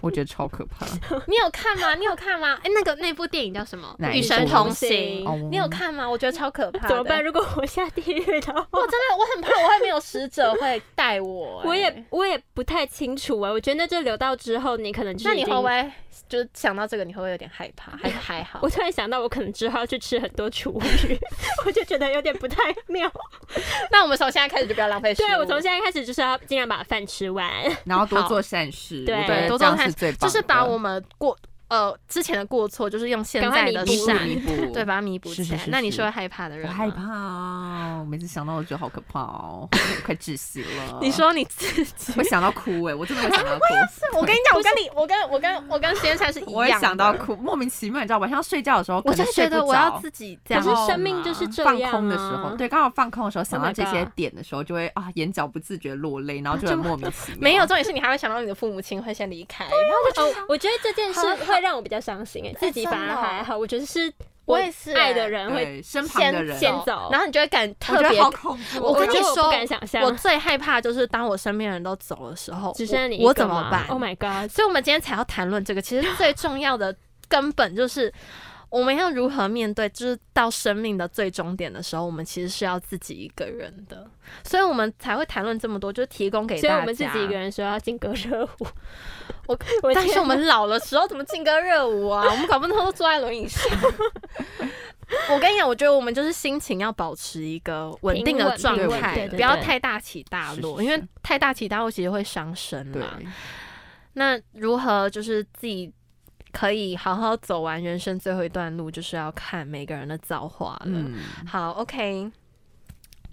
[SPEAKER 2] 我觉得超可
[SPEAKER 1] [LAUGHS]
[SPEAKER 2] 怕。
[SPEAKER 1] 你有看吗？你有看吗？哎、那个那部电影叫什么？
[SPEAKER 2] 哪一
[SPEAKER 1] 与
[SPEAKER 2] 部
[SPEAKER 1] 神同行
[SPEAKER 3] 哦》
[SPEAKER 1] 你有看吗？我觉得
[SPEAKER 4] 超可怕的。
[SPEAKER 3] [LAUGHS] 怎么办？？如果我下地狱的话，
[SPEAKER 4] [LAUGHS]
[SPEAKER 3] [LAUGHS]
[SPEAKER 4] 我真的我很怕，我还没有使者会带我、哎
[SPEAKER 3] 我也我也不太清楚哎、我觉得这留到之后，你可能就是
[SPEAKER 4] 那你
[SPEAKER 3] 已
[SPEAKER 4] 会
[SPEAKER 3] 经
[SPEAKER 4] 不会就是想到这个，你会不会有点害
[SPEAKER 1] [LAUGHS]
[SPEAKER 4] 怕？还是还好
[SPEAKER 3] 我？突然想到，我可能之后要去吃很多厨 [LAUGHS] 余，我就觉得有点不太妙。
[SPEAKER 4] 那我们从现在开始就不要浪费食物。
[SPEAKER 3] 对我从现在开始就是要尽量把饭吃完。
[SPEAKER 2] 然后多
[SPEAKER 4] 好
[SPEAKER 2] 做善事，
[SPEAKER 3] 对
[SPEAKER 2] 我觉得
[SPEAKER 1] 多
[SPEAKER 2] 这
[SPEAKER 1] 做
[SPEAKER 2] 样
[SPEAKER 1] 善
[SPEAKER 2] 是最棒的，
[SPEAKER 1] 就是把我们过呃之前的过错，就是用现
[SPEAKER 3] 赶快
[SPEAKER 1] 在
[SPEAKER 3] 弥
[SPEAKER 1] 的
[SPEAKER 3] 补
[SPEAKER 1] 善，
[SPEAKER 2] 弥补弥补
[SPEAKER 1] 对，把它弥补起
[SPEAKER 2] 是
[SPEAKER 1] 来。
[SPEAKER 2] 是是
[SPEAKER 1] 那你是
[SPEAKER 2] 是
[SPEAKER 1] 会害怕的人
[SPEAKER 2] 我
[SPEAKER 1] 吗？
[SPEAKER 2] 害怕哦，我每次想到我觉得好可怕哦，我快窒息了。
[SPEAKER 1] 你说你自己 [LAUGHS]
[SPEAKER 2] 会想到哭哎，我真的会想到哭，
[SPEAKER 4] 我跟你讲，我跟你，我跟我跟我跟先生是一样的。
[SPEAKER 2] [LAUGHS] 我会想到哭，莫名其妙，你知道晚上睡觉的时候，
[SPEAKER 1] 我
[SPEAKER 2] 可
[SPEAKER 1] 就
[SPEAKER 2] 能睡
[SPEAKER 1] 觉得
[SPEAKER 2] 不
[SPEAKER 1] 我要
[SPEAKER 2] 着
[SPEAKER 1] 自己哦这
[SPEAKER 3] 可
[SPEAKER 1] 样
[SPEAKER 3] 是。生命就是这
[SPEAKER 2] 放
[SPEAKER 3] 样、
[SPEAKER 2] 空的时候，，对，刚好放空的时候想
[SPEAKER 3] Oh
[SPEAKER 2] 到
[SPEAKER 3] my
[SPEAKER 2] 这些
[SPEAKER 3] God
[SPEAKER 2] 点的时候，就会啊眼角不自觉落泪，然后就很莫名其妙。
[SPEAKER 4] 没有，重点是你还会想到你的父母亲会先离开，然后我就
[SPEAKER 3] 哦， [LAUGHS] 我觉得这件事
[SPEAKER 4] 好
[SPEAKER 3] 会让我比较伤心哎、自己反而
[SPEAKER 4] 真的哦
[SPEAKER 3] 还好。我觉得是欸
[SPEAKER 4] 我也是
[SPEAKER 3] 爱
[SPEAKER 4] 哎
[SPEAKER 3] 的人会，
[SPEAKER 2] 对身旁的
[SPEAKER 4] 先
[SPEAKER 2] 人，哦
[SPEAKER 3] 先走
[SPEAKER 4] 然后你就会感
[SPEAKER 2] 我
[SPEAKER 4] 特
[SPEAKER 2] 觉
[SPEAKER 4] 别
[SPEAKER 2] 得好恐怖。哦
[SPEAKER 1] 我跟
[SPEAKER 3] 觉
[SPEAKER 1] 你
[SPEAKER 3] 得
[SPEAKER 1] 说
[SPEAKER 3] 不敢想象
[SPEAKER 1] 我，最害怕就是当我身边的人都走的时候，
[SPEAKER 3] 只剩下你一
[SPEAKER 1] 我我
[SPEAKER 3] 个
[SPEAKER 1] 怎么
[SPEAKER 3] 吗
[SPEAKER 1] 办
[SPEAKER 3] ？Oh my god！
[SPEAKER 1] 所以，我们今天才要谈论这个。其实最重要的根本就是我们要如何面对，就是到生命的最终点的时候，我们其实是要自己一个人的。所以我们才会谈论这么多，就提供给大
[SPEAKER 3] 所以
[SPEAKER 1] 家。
[SPEAKER 3] 我们自己一个人说要进歌热舞，
[SPEAKER 1] 我
[SPEAKER 3] 我
[SPEAKER 1] 但是
[SPEAKER 3] 天
[SPEAKER 1] 我们老了时候怎么劲歌热舞
[SPEAKER 2] [LAUGHS]
[SPEAKER 1] 啊？我们搞不懂都坐在轮椅上。我跟你讲，我觉得我们就是心情要保持一个稳定的状
[SPEAKER 2] 平稳
[SPEAKER 1] 态，
[SPEAKER 2] 对对对
[SPEAKER 1] 不要太大起大落，
[SPEAKER 2] 是是是
[SPEAKER 1] 因为太大起大落其实会伤身
[SPEAKER 2] 对，
[SPEAKER 1] 嘛。那如何就是自己可以好好走完人生最后一段路，就是要看每个人的造化了。
[SPEAKER 2] 嗯，
[SPEAKER 1] 好，OK，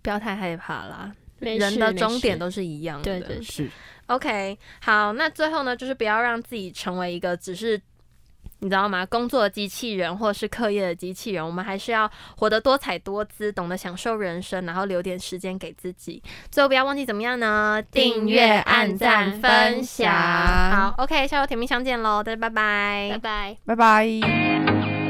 [SPEAKER 1] 不要太害怕啦，
[SPEAKER 3] 没事
[SPEAKER 1] 人的
[SPEAKER 3] 没
[SPEAKER 1] 终
[SPEAKER 3] 事
[SPEAKER 1] 点都是一样的。
[SPEAKER 3] 对对
[SPEAKER 2] 是
[SPEAKER 1] OK，好，那最后呢，就是不要让自己成为一个只是。你知道吗？工作的机器人或是课业的机器人，我们还是要活得多彩多姿，懂得享受人生，然后留点时间给自己。最后不要忘记怎么样呢？订阅、按赞、分享。好，OK，下周甜蜜相见喽，大家拜拜
[SPEAKER 3] 拜拜。
[SPEAKER 2] 拜拜。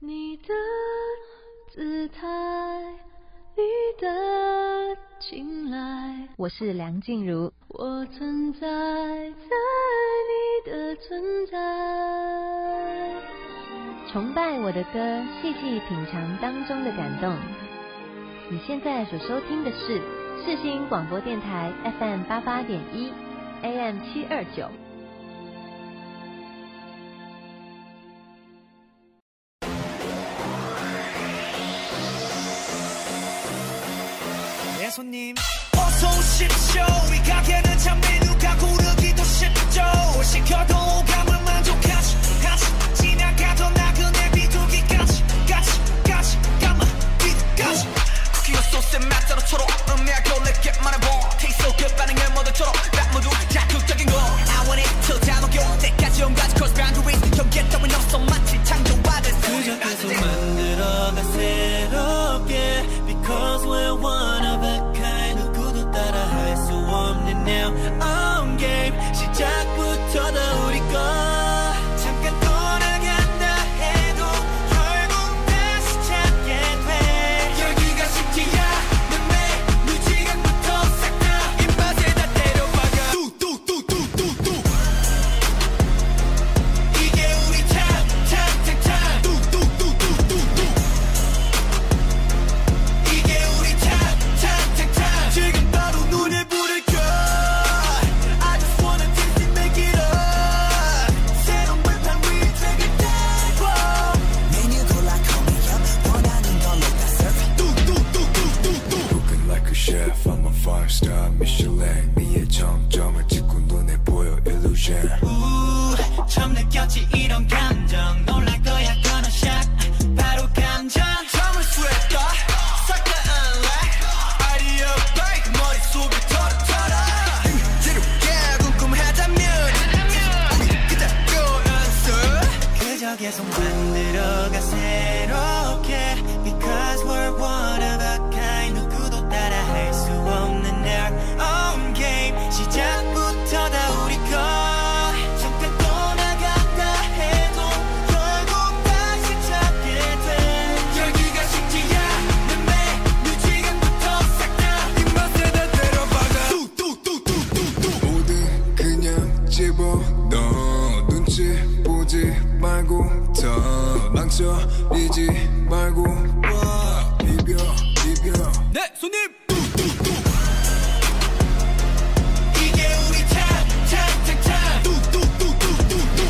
[SPEAKER 5] 你的姿态，你的青睐，
[SPEAKER 6] 我是梁静茹。
[SPEAKER 5] 我存在在你的存在。
[SPEAKER 6] 崇拜我的歌，细细品尝当中的感动。你现在所收听的是世新广播电台 FM 八八点一，AM 七二九。
[SPEAKER 7] 예 손님 어서 오십시오 이 가게는 참 메뉴가 고르기도 쉽죠 시켜도 오감을 만족하지 같이 지나가던 나그네 비둘기까지 같이 같이 감아 빛까지 쿠키와 소스의 맛대로처럼 음미하게 올릴게 말해봐 테이스 그 반응을 모두처럼 딱 모두 자극적인 거 I want it till 다 녹여 때까지 온 가지 cross boundaries 경계 따윈 없어 마치 창조받은 그저 계속 만들어가 새롭게 Because we're one of a kind 누구도 따라할 수 없는 now on game 시작부터 다 우리 거 잠깐 떠나간다 해도 결국 다시 찾게 돼 여기가 쉽지야 내 지금부터 싹 다 입맛에 다 때려박아 뚜뚜뚜뚜뚜뚜 이게 우리 탑탑탑탑 뚜뚜뚜뚜뚜뚜 이게 우리 탑탑탑탑 지금 바로 눈에 불을 켜 I just wanna taste it make it up 새로운 발판 위에 take it down 메뉴 골라 call me up 원하는 걸로 다 serve 뚜뚜뚜뚜뚜뚜
[SPEAKER 8] Looking like a chef, I'm a five star Michelin. 미의 정점을 찍고 눈에 보여 illusion.
[SPEAKER 7] 우, 처음 느꼈지 이런 감정 놀랄 거야 gonna shock 바로 감정 잠을 쇠다 싹다 unlock 아리어 break 머릿속에 털어털어 새롭게 궁금하다면 우리 그대로 연습 그저 계속 만들어가 새롭게 Because we're one of a kind 누구도 따라할 수 없는 our own game 시작부터 다 우리 거 잠깐 떠나간다 해도 결국 다시 찾게 돼 여기가 쉽지야 내매 뮤직엔부터 싹다 입맛에 다 때려박아 뚜뚜뚜뚜뚜뚜
[SPEAKER 8] 밀지 말고 와 비벼 비벼
[SPEAKER 7] 네 손님
[SPEAKER 9] 이게 우리 탑탑탑탑 뚝뚝뚝뚝뚝뚝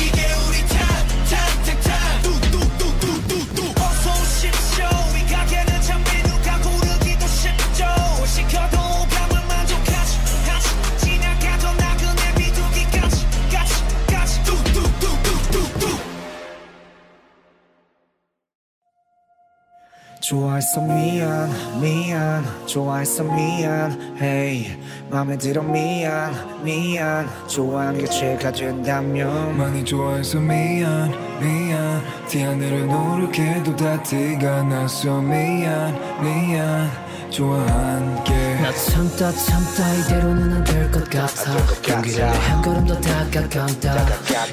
[SPEAKER 7] 이게 우리 탑탑탑탑 뚝뚝뚝뚝뚝뚝 어서 오십시오 이 가게는 참 메뉴가 고르기도 쉽죠 시켜도 오감을 만족하지 같이 지나가던 나그네 비둘기까지 같이 같이 뚝뚝뚝뚝뚝뚝
[SPEAKER 9] 좋아했어 미안 미안 좋아했어 미안 hey 맘에 들어 미안 미안 좋아하는 게 죄가 된다면
[SPEAKER 8] 많이 좋아해서 미안 미안 네 티안을 노력해도 다 티가 나서 미안 미안 좋아한 게
[SPEAKER 10] 나 참다 참다 이대로는 안 될 것 같아 용기를 한 걸음 더 다가간다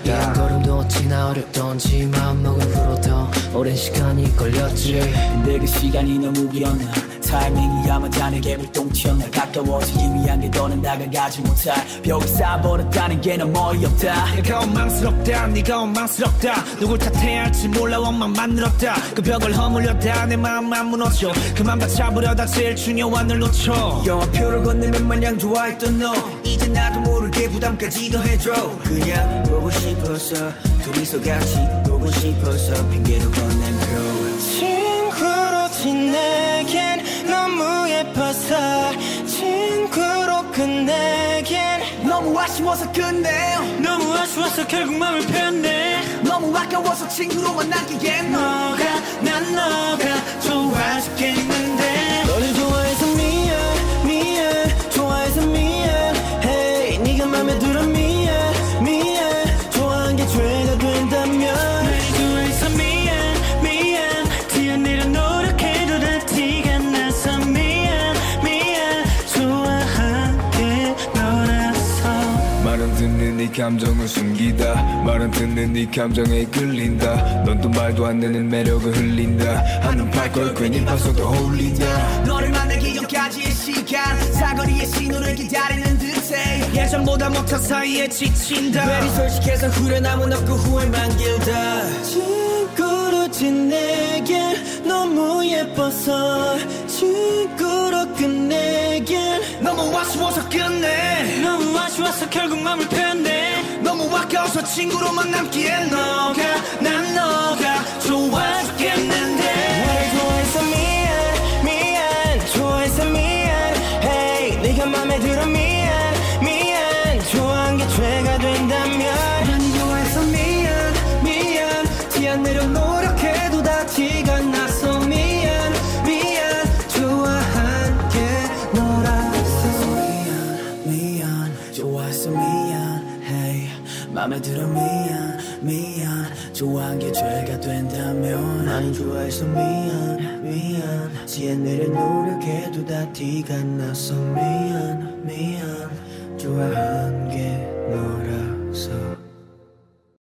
[SPEAKER 10] 이한 걸음도 어찌나 어렵던지 마음먹은 후로 더 오랜 시간이 걸렸지
[SPEAKER 11] 근데 그 시간이 너무 길었나 타이밍이야만 단에게 물동튀었나 가까워지기 위한 게 너는 다가가지 못할 벽을 쌓아버렸다는 게 너무 어이없다
[SPEAKER 9] 내가 원망스럽다 네가 원망스럽다 누굴 탓해야 할지 몰라 원망만 늘었다 그 벽을 허물려다 내 마음만 무너져 그만 바잡으려다 제일 중요한 을 놓쳐
[SPEAKER 11] 영화표를 건네면 마냥 좋아했던 너 이제 나도 모르게 부담까지 더해줘 그냥 보고 싶어서 둘이서 같이 보고 싶어서 핑계로 건넨 표
[SPEAKER 9] 친구로 지내겐 너무 예뻐서 친구로 끝내겐
[SPEAKER 11] 너무 아쉬워서 끝내
[SPEAKER 9] 너무 아쉬워서 결국 맘을 폈네
[SPEAKER 11] 너무 아까워서 친구로만 남기겠 너
[SPEAKER 9] 너가 난 너가 좋아 죽겠는데 너를 좋아해서 미안 미안 좋아해서 미안 hey 네가 맘에 들어 미안 미안 좋아한 게 죄가 된다면 날 좋아해서 미안 미안 티안 내려 노력해도 다 티가 나서 미안 미안 좋아한 게 너라서
[SPEAKER 8] 말은 듣는 네 감정을 숨기다 말은 듣는 네 감정에 끌린다 넌 또 말도 안 되는 매력을 흘린다 한눈 팔걸 괜히 봐서도 어울린다
[SPEAKER 11] 너를 만나기 전까지의 시간 사거리의 신호를 기다리는 듯해 예전보다 못한 사이에 지친다 괜히 솔직해서 후련함은 없고 후회만 길다
[SPEAKER 9] 친구로 지내겐 너무 예뻐서 친구로 끝내겐
[SPEAKER 11] 너무 아쉬워서 끝내
[SPEAKER 9] 너무 아쉬워서 결국 맘을 폈네
[SPEAKER 11] 너무 아까워서 친구로만 남기엔 너가
[SPEAKER 9] 난 너가 좋아 죽겠는데 나를 좋아해서 미안 미안 좋아해서 미안 hey 네가 맘에 들어 미안 미안 좋아한 게 죄가 된다면 난 좋아해서 미안 미안 티 안 내려 노력해도 다 티가 나서 미안 미안 좋아한 게 너라서
[SPEAKER 11] 미안 미안 좋아했어 미안 hey 맘에 들어 미안 미안 좋아한 게 죄가 된다면 난 좋아해서 미안 미안 지혜내를 노력해도 다 티가 나서 미안 미안 좋아한 게 너라서